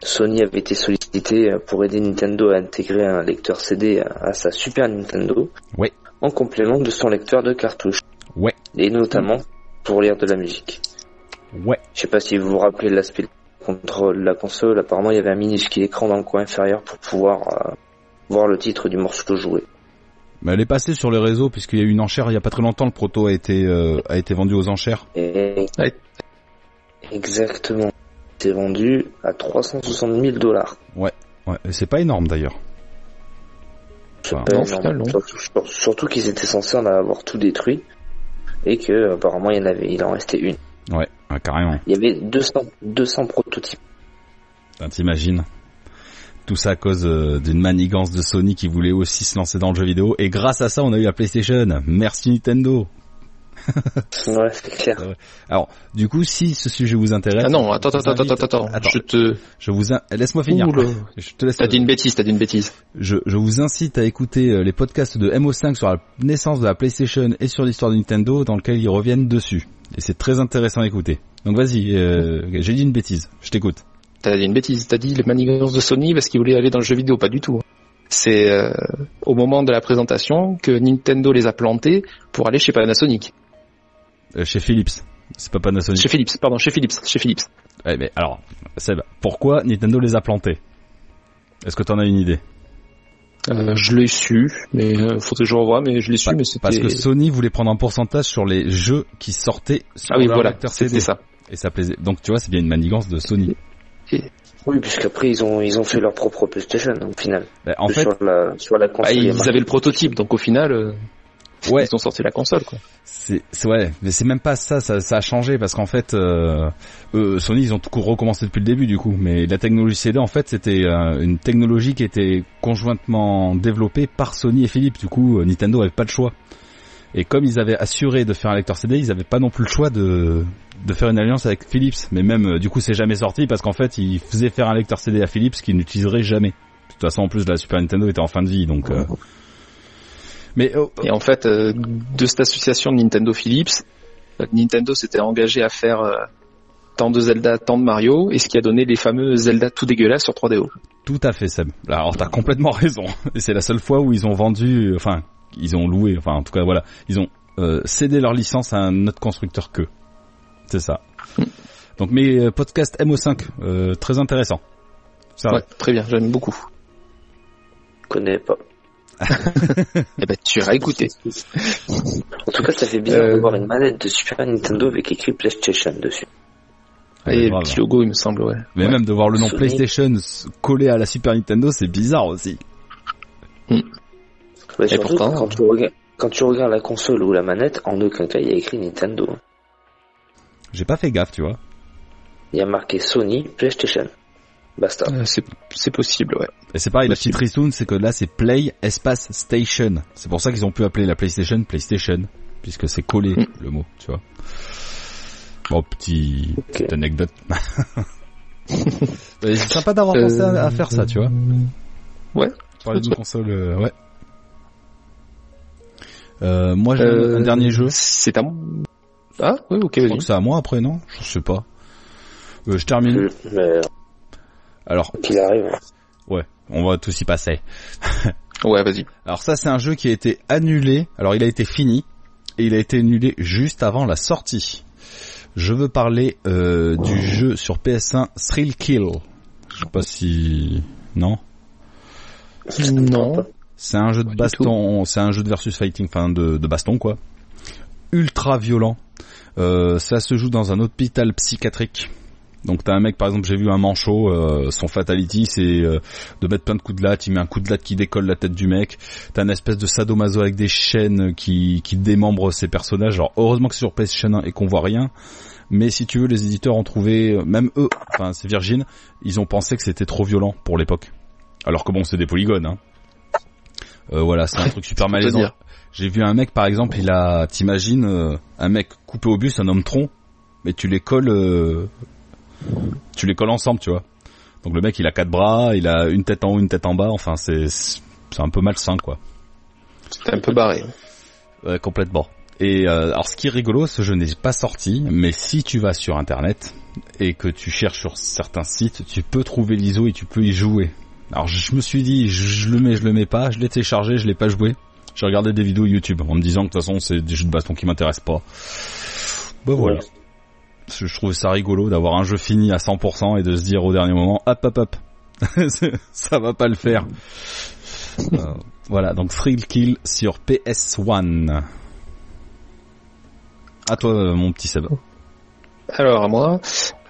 Speaker 6: Sony avait été sollicité euh, pour aider Nintendo à intégrer un lecteur CD à à sa Super Nintendo.
Speaker 4: Ouais.
Speaker 6: En complément de son lecteur de cartouche.
Speaker 4: Ouais.
Speaker 6: Et notamment pour lire de la musique.
Speaker 4: Ouais.
Speaker 6: Je sais pas si vous vous rappelez de l'aspect contrôle de la console. Apparemment, il y avait un minuscule écran dans le coin inférieur pour pouvoir euh, voir le titre du morceau joué.
Speaker 4: Mais elle est passée sur les réseaux puisqu'il y a eu une enchère il y a pas très longtemps. Le proto a été euh, a été vendu aux enchères.
Speaker 6: Et-
Speaker 5: Ouais.
Speaker 6: Exactement. C'est vendu à 360 000 dollars.
Speaker 4: Ouais. Et c'est pas énorme d'ailleurs. Ah,
Speaker 5: non, final, non.
Speaker 6: Surtout, sur- surtout qu'ils étaient censés en avoir tout détruit et que apparemment il y en avait, il en restait une.
Speaker 4: Ouais. Ah, carrément.
Speaker 6: Il y avait 200, 200 prototypes.
Speaker 4: Putain, T'imagines. Tout ça à cause euh, d'une manigance de Sony qui voulait aussi se lancer dans le jeu vidéo. Et grâce à ça, on a eu la PlayStation. Merci Nintendo.
Speaker 6: Ouais, c'est clair.
Speaker 4: Du coup, si ce sujet vous intéresse,
Speaker 5: Ah non, attends,
Speaker 4: je vous
Speaker 5: attends, attends,
Speaker 4: invite-
Speaker 5: attends,
Speaker 4: Attends.
Speaker 5: Je te.
Speaker 4: je vous in- Eh, laisse-moi finir.
Speaker 5: Oula.
Speaker 4: Je te laisse.
Speaker 5: T'as dit une bêtise, t'as dit une bêtise.
Speaker 4: Je, je vous incite à écouter euh, les podcasts de MO5 sur la naissance de la PlayStation et sur l'histoire de Nintendo dans lequel ils reviennent dessus. Et c'est très intéressant à écouter. Donc vas-y, euh, j'ai dit une bêtise, je t'écoute.
Speaker 5: T'as dit une bêtise, t'as dit les manigances de Sony parce qu'ils voulaient aller dans le jeu vidéo, pas du tout. C'est euh, au moment de la présentation que Nintendo les a plantés pour aller chez Panasonic.
Speaker 4: Euh, chez Philips, c'est pas Panasonic.
Speaker 5: Chez Philips, pardon, chez Philips, chez Philips.
Speaker 4: Ouais, mais alors, Seb, pourquoi Nintendo les a plantés Est-ce que t'en as une idée
Speaker 5: Euh, je l'ai su, mais euh, faudrait que je revoie, mais je l'ai su, mais c'était...
Speaker 4: Parce que Sony voulait prendre un pourcentage sur les jeux qui sortaient sur
Speaker 5: ah oui,
Speaker 4: leur
Speaker 5: voilà,
Speaker 4: lecteur CD.
Speaker 5: c'était ça.
Speaker 4: Et ça plaisait. Donc tu vois, c'est bien une manigance de Sony.
Speaker 6: Oui, puisqu'après ils ont ils ont fait leur propre PlayStation au final.
Speaker 4: Bah, en fait,
Speaker 6: sur la sur la console.
Speaker 5: Bah,
Speaker 6: il y a
Speaker 5: ils
Speaker 6: marqué-
Speaker 5: avaient le prototype, donc au final, euh,
Speaker 4: ouais.
Speaker 5: ils ont sorti la console, quoi.
Speaker 4: C'est c'est- ouais, mais c'est même pas ça, ça, ça a changé parce qu'en fait, euh, euh, Sony ils ont tout recommencé depuis le début du coup. Mais la technologie CD en fait c'était euh, une technologie qui était conjointement développée par Sony et Philips. Du coup, euh, Nintendo avait pas le choix. Et comme ils avaient assuré de faire un lecteur CD, ils avaient pas non plus le choix de de faire une alliance avec Philips. Mais même euh, du coup, c'est jamais sorti parce qu'en fait, ils faisaient faire un lecteur CD à Philips qu'ils n'utiliseraient jamais. De toute façon, en plus, la Super Nintendo était en fin de vie, donc. euh, Mais euh,
Speaker 5: Et en fait, euh, de cette association Nintendo-Philips, euh, Nintendo s'était engagé à faire euh, tant de Zelda, tant de Mario, et ce qui a donné les fameux Zelda tout dégueulasses sur 3DO.
Speaker 4: Tout à fait, Seb. Alors, t'as complètement [laughs] raison. Et c'est la seule fois où ils ont vendu, enfin, ils ont loué, enfin, en tout cas, voilà, ils ont euh, cédé leur licence à un autre constructeur qu'eux. C'est ça.
Speaker 5: Hmm.
Speaker 4: Donc, mes euh, podcasts MO5, euh, très intéressant. Ça,
Speaker 5: Ouais, très bien, j'aime beaucoup.
Speaker 6: je connais pas.
Speaker 5: Eh ben, tu iras écouter.
Speaker 6: En tout cas, ça fait bizarre de
Speaker 5: Euh.
Speaker 6: voir une manette de Super Nintendo avec écrit PlayStation dessus.
Speaker 4: ouais,
Speaker 5: et le
Speaker 4: grave.
Speaker 5: petit logo, il me semble, ouais.
Speaker 4: Mais
Speaker 5: Ouais.
Speaker 4: même de voir le nom
Speaker 6: Sony.
Speaker 4: PlayStation s- collé à la Super Nintendo, c'est bizarre aussi.
Speaker 6: Ouais,
Speaker 5: Et
Speaker 6: surtout
Speaker 5: pourtant,
Speaker 6: quand
Speaker 5: euh.
Speaker 6: tu regardes quand tu regardes la console ou la manette, en aucun cas il y a écrit Nintendo. hein.
Speaker 4: J'ai pas fait gaffe, tu vois.
Speaker 6: Il y a marqué Sony PlayStation. Basta.
Speaker 5: Euh, c'est- c'est possible, ouais.
Speaker 4: Et c'est pareil, la petite
Speaker 5: Possible.
Speaker 4: ristoune, c'est que là, c'est Play Espace Station. C'est pour ça qu'ils ont pu appeler la PlayStation PlayStation, puisque c'est collé
Speaker 5: Mm.
Speaker 4: le mot, tu vois. Bon, petit, petite anecdote. Mais [laughs] c'est sympa d'avoir
Speaker 5: Euh,
Speaker 4: Bah, pensé à, à faire ça, tu vois.
Speaker 5: ouais.
Speaker 4: Parler d'une console, euh, ouais. Euh, moi, j'ai
Speaker 5: Euh,
Speaker 4: un dernier jeu.
Speaker 5: C'est à moi. Ah oui, ok,
Speaker 4: Je
Speaker 5: vas-y.
Speaker 4: crois que c'est à moi après, non Je sais pas. Euh, je termine.
Speaker 6: Mais
Speaker 4: Alors,
Speaker 6: qu'ils arrivent.
Speaker 4: ouais, on va tous y passer.
Speaker 5: Ouais, vas-y.
Speaker 4: Alors ça, c'est un jeu qui a été annulé. Alors, il a été fini et il a été annulé juste avant la sortie. Je veux parler euh, du jeu sur PS1 Thrill Kill. Je sais pas si non.
Speaker 5: Non.
Speaker 4: C'est un jeu de
Speaker 5: Pas du
Speaker 4: baston, c'est un jeu de versus fighting, enfin de, de baston quoi. Ultra violent. Euh, ça se joue dans un hôpital psychiatrique. Donc t'as un mec par exemple, j'ai vu un manchot, euh, son fatality c'est euh, de mettre plein de coups de latte, il met un coup de latte qui décolle la tête du mec. T'as une espèce de sadomaso avec des chaînes qui, qui démembre ses personnages. Alors heureusement que c'est sur PlayStation 1 et qu'on voit rien. Mais si tu veux, les éditeurs ont trouvé, euh, même eux, enfin c'est Virgin, ils ont pensé que c'était trop violent pour l'époque. Alors que bon, c'est des polygones. Hein. Euh, voilà, c'est un truc super
Speaker 5: peut
Speaker 4: malaisant.
Speaker 5: dire.
Speaker 4: J'ai vu un mec, par exemple, il a, t'imagines, euh, un mec coupé au bus, un homme tronc, mais tu les colles, euh, tu les colles ensemble, tu vois. Donc le mec, il a quatre bras, il a une tête en haut, une tête en bas. Enfin, c'est c'est un peu malsain, quoi.
Speaker 5: T'es un peu barré.
Speaker 4: Ouais, Euh, complètement. Et euh, alors, ce qui est rigolo, ce jeu n'est pas sorti, mais si tu vas sur Internet et que tu cherches sur certains sites, tu peux trouver l'ISO et tu peux y jouer. Alors, je me suis dit, je, je le mets, je le mets pas. Je l'ai téléchargé, je l'ai pas joué. J'ai regardé des vidéos YouTube en me disant que de toute façon, c'est des jeux de baston qui m'intéressent pas. Bah voilà. Je je trouve ça rigolo d'avoir un jeu fini à 100% et de se dire au dernier moment, hop, hop, hop, [laughs] C'est- ça va pas le faire. Euh, voilà, donc Thrill Kill sur PS1. À toi, euh, mon petit Seb.
Speaker 5: Alors moi,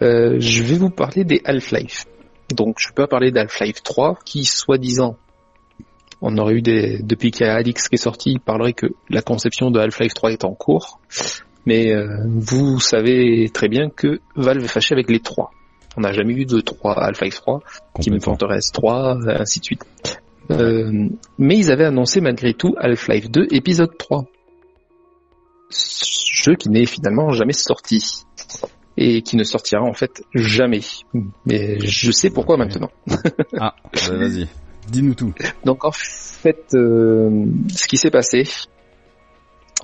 Speaker 5: euh, je vais vous parler des Half-Life. Donc je peux pas parler d'Half-Life 3 qui, soi-disant, on aurait eu des... Depuis qu'il y a Alix qui est sorti, il parlerait que la conception de Half-Life 3 est en cours. Mais euh, vous savez très bien que Valve est fâché avec les 3. On n'a jamais eu de 3 Half-Life 3. Team
Speaker 4: Complètement.
Speaker 5: Fortress 3, euh, ainsi de suite. Euh, mais ils avaient annoncé malgré tout Half-Life 2 épisode 3. Ce Jeu qui n'est finalement jamais sorti. Et qui ne sortira en fait jamais. Mais je sais pourquoi maintenant.
Speaker 4: Ah, bah, vas-y. Dis-nous tout.
Speaker 5: Donc en fait, euh, ce qui s'est passé,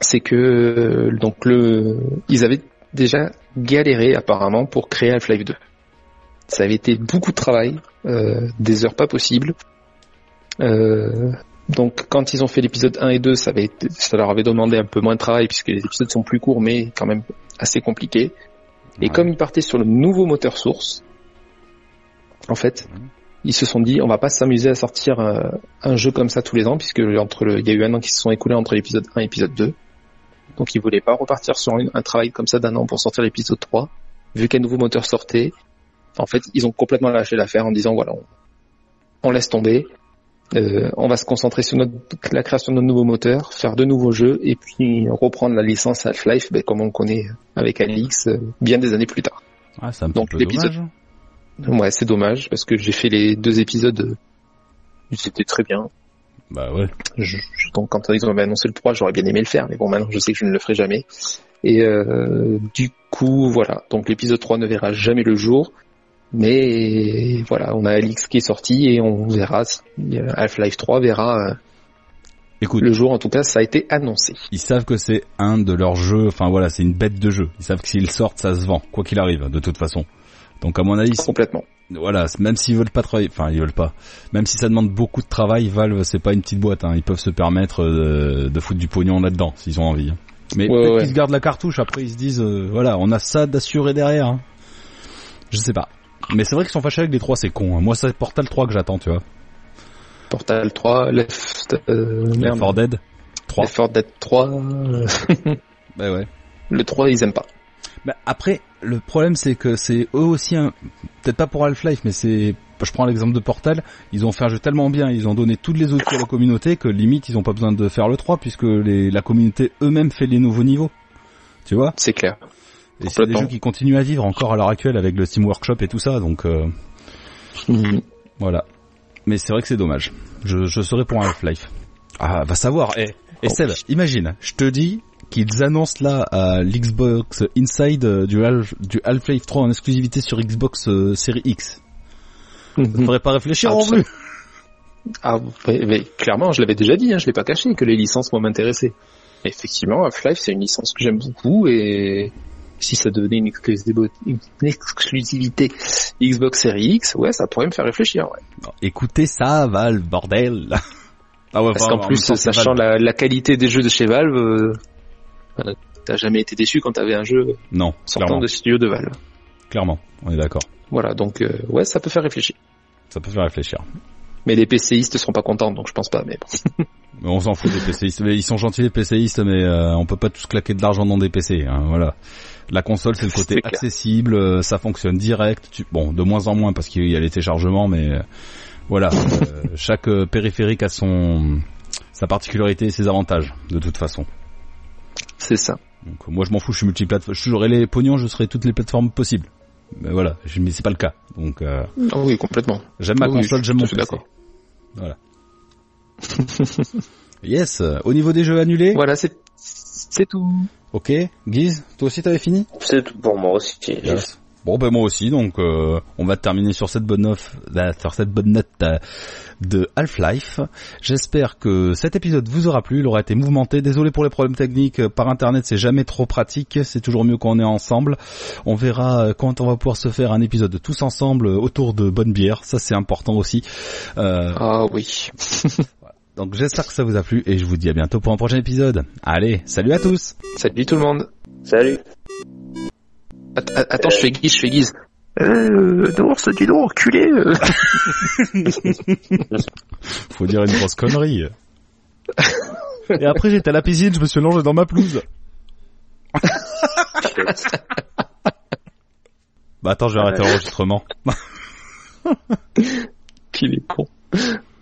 Speaker 5: c'est que euh, donc le, ils avaient déjà galéré apparemment pour créer Half-Life 2. Ça avait été beaucoup de travail, euh, des heures pas possibles. Euh, donc quand ils ont fait l'épisode 1 et 2, ça, avait été- ça leur avait demandé un peu moins de travail puisque les épisodes sont plus courts mais quand même assez compliqués. Et
Speaker 4: Ouais.
Speaker 5: comme ils partaient sur le nouveau moteur source, en fait, ils se sont dit on va pas s'amuser à sortir euh, un jeu comme ça tous les ans puisque entre le, il y a eu un an qui se sont écoulés entre l'épisode 1 et l'épisode 2. Donc ils voulaient pas repartir sur une- un travail comme ça d'un an pour sortir l'épisode 3 vu qu'un nouveau moteur sortait. En fait, ils ont complètement lâché l'affaire en disant voilà, on, on laisse tomber. Euh, on va se concentrer sur notre, la création de notre nouveau moteur, faire de nouveaux jeux et puis reprendre la licence Half-Life ben, comme on le connaît avec Alix euh, bien des années plus tard.
Speaker 4: Ah, c'est un
Speaker 5: Donc,
Speaker 4: petit peu
Speaker 5: l'épisode-
Speaker 4: dommage. hein.
Speaker 5: Ouais, c'est dommage parce que j'ai fait les deux épisodes, euh, c'était très bien.
Speaker 4: Bah ouais.
Speaker 5: Je- je- donc quand ils ont annoncé le 3, j'aurais bien aimé le faire, mais bon, maintenant je sais que je ne le ferai jamais. Et euh, du coup, voilà. Donc l'épisode 3 ne verra jamais le jour, mais voilà, on a Alix qui est sorti et on verra. si- euh, Half-Life 3 verra euh,
Speaker 4: Écoute,
Speaker 5: le jour. En tout cas, ça a été annoncé.
Speaker 4: ils savent que c'est un de leurs jeux. Enfin voilà, c'est une bête de jeu. Ils savent que s'ils sortent, ça se vend, quoi qu'il arrive, de toute façon. Donc à mon avis, c'est-
Speaker 5: Complètement.
Speaker 4: voilà, c'est- même s'ils veulent pas travailler, enfin ils veulent pas. Même si ça demande beaucoup de travail, Valve c'est pas une petite boîte. hein. Ils peuvent se permettre euh, de foutre du pognon là-dedans s'ils ont envie. hein. Mais
Speaker 5: Ouais,
Speaker 4: peut-être
Speaker 5: ouais.
Speaker 4: qu'ils se gardent la cartouche. Après ils se disent, euh, voilà, on a ça d'assuré derrière. hein. Je sais pas. Mais c'est vrai qu'ils sont fâchés avec les trois, c'est con. hein. Moi c'est Portal 3 que j'attends, tu vois.
Speaker 5: Portal 3, Left, euh,
Speaker 4: Left
Speaker 5: merde,
Speaker 4: 4 Dead 3.
Speaker 5: Left 4 Dead 3, euh,
Speaker 4: Bah ouais.
Speaker 5: le 3 ils aiment pas.
Speaker 4: Bah, après, le problème c'est que c'est eux aussi, un... peut-être pas pour Half-Life, mais c'est, je prends l'exemple de Portal, ils ont fait un jeu tellement bien, ils ont donné toutes les outils à la communauté que limite ils ont pas besoin de faire le 3 puisque les... la communauté eux-mêmes fait les nouveaux niveaux. Tu vois
Speaker 5: C'est clair.
Speaker 4: Et c'est des
Speaker 5: Complètement.
Speaker 4: jeux qui continuent à vivre encore à l'heure actuelle avec le Steam Workshop et tout ça, donc euh,
Speaker 5: Mhm.
Speaker 4: voilà. Mais c'est vrai que c'est dommage. Je, je serais pour un Half-Life. Ah, va savoir. Et, et Seb, imagine, je te dis qu'ils annoncent là à l'Xbox Inside euh, du, Half- du Half-Life 3 en exclusivité sur Xbox euh, Series X.
Speaker 5: Mhm.
Speaker 4: Faudrait pas réfléchir
Speaker 5: Ah,
Speaker 4: en
Speaker 5: ça-
Speaker 4: plus.
Speaker 5: Ah, mais, mais clairement, je l'avais déjà dit, hein, je l'ai pas caché, que les licences, moi, m'intéressaient. Effectivement, Half-Life, c'est une licence que j'aime beaucoup et si ça devenait une, exclus- une exclusivité Xbox Series X, ouais, ça pourrait me faire réfléchir. ouais.
Speaker 4: Écoutez ça, Valve, bordel. Ah ouais,
Speaker 5: Parce qu'en
Speaker 4: vraiment,
Speaker 5: plus,
Speaker 4: même temps, c'est
Speaker 5: sachant la,
Speaker 4: Valve.
Speaker 5: la qualité des jeux de chez Valve, euh, euh, t'as jamais été déçu quand t'avais un jeu
Speaker 4: Non,
Speaker 5: sortant
Speaker 4: clairement,
Speaker 5: de studio de Valve.
Speaker 4: clairement, on est d'accord.
Speaker 5: Voilà, donc euh, ouais, ça peut faire réfléchir.
Speaker 4: Ça peut faire réfléchir.
Speaker 5: Mais les PCistes seront pas contents, donc je pense pas. Mais bon.
Speaker 4: Mais on s'en fout des PCistes. Mais ils sont gentils les PCistes, mais euh, on peut pas tous claquer de l'argent dans des PC. hein, voilà. La
Speaker 5: [laughs]
Speaker 4: console, c'est le côté
Speaker 5: C'est clair.
Speaker 4: accessible, euh, ça fonctionne direct. tu- Bon, de moins en moins parce qu'il y a les téléchargements, mais euh, voilà. Euh, chaque euh, périphérique a son sa particularité et ses avantages, de toute façon.
Speaker 5: c'est ça.
Speaker 4: Donc, euh, moi, je m'en fous. Je suis multiplateforme. J'aurais les pognons, je serais toutes les plateformes possibles. Mais voilà, je- mais c'est pas le cas. Donc, euh,
Speaker 5: Ah oui, complètement.
Speaker 4: j'aime ma
Speaker 5: Oui,
Speaker 4: console,
Speaker 5: je
Speaker 4: j'aime mon
Speaker 5: suis
Speaker 4: PC.
Speaker 5: d'accord.
Speaker 4: Voilà. yes. euh, Au niveau des jeux annulés,
Speaker 5: Voilà, c'est c'est tout.
Speaker 4: ok. Guise, toi aussi t'avais fini
Speaker 6: C'est tout pour moi aussi. J'ai-
Speaker 4: Yes. Bon ben moi aussi donc euh, on va terminer sur cette bonne off, là, sur cette bonne note euh, de Half-Life. J'espère que cet épisode vous aura plu, il aura été mouvementé. Désolé pour les problèmes techniques euh, par internet, c'est jamais trop pratique, c'est toujours mieux quand on est ensemble. On verra euh, quand on va pouvoir se faire un épisode tous ensemble euh, autour de bonne bière, ça c'est important aussi. Euh,
Speaker 5: Ah oui.
Speaker 4: donc j'espère que ça vous a plu et je vous dis à bientôt pour un prochain épisode. Allez, salut à tous.
Speaker 5: Salut tout le monde.
Speaker 6: Salut.
Speaker 5: Att- att- Attends, je fais guise, je fais guise. Euh, d'ours, dis donc, enculé. euh.
Speaker 4: Faut dire une grosse connerie. Et après, j'étais à la piscine, je me suis allongé dans ma pelouse. Bah attends, je vais arrêter l'enregistrement.
Speaker 5: [laughs] Qu'il est con.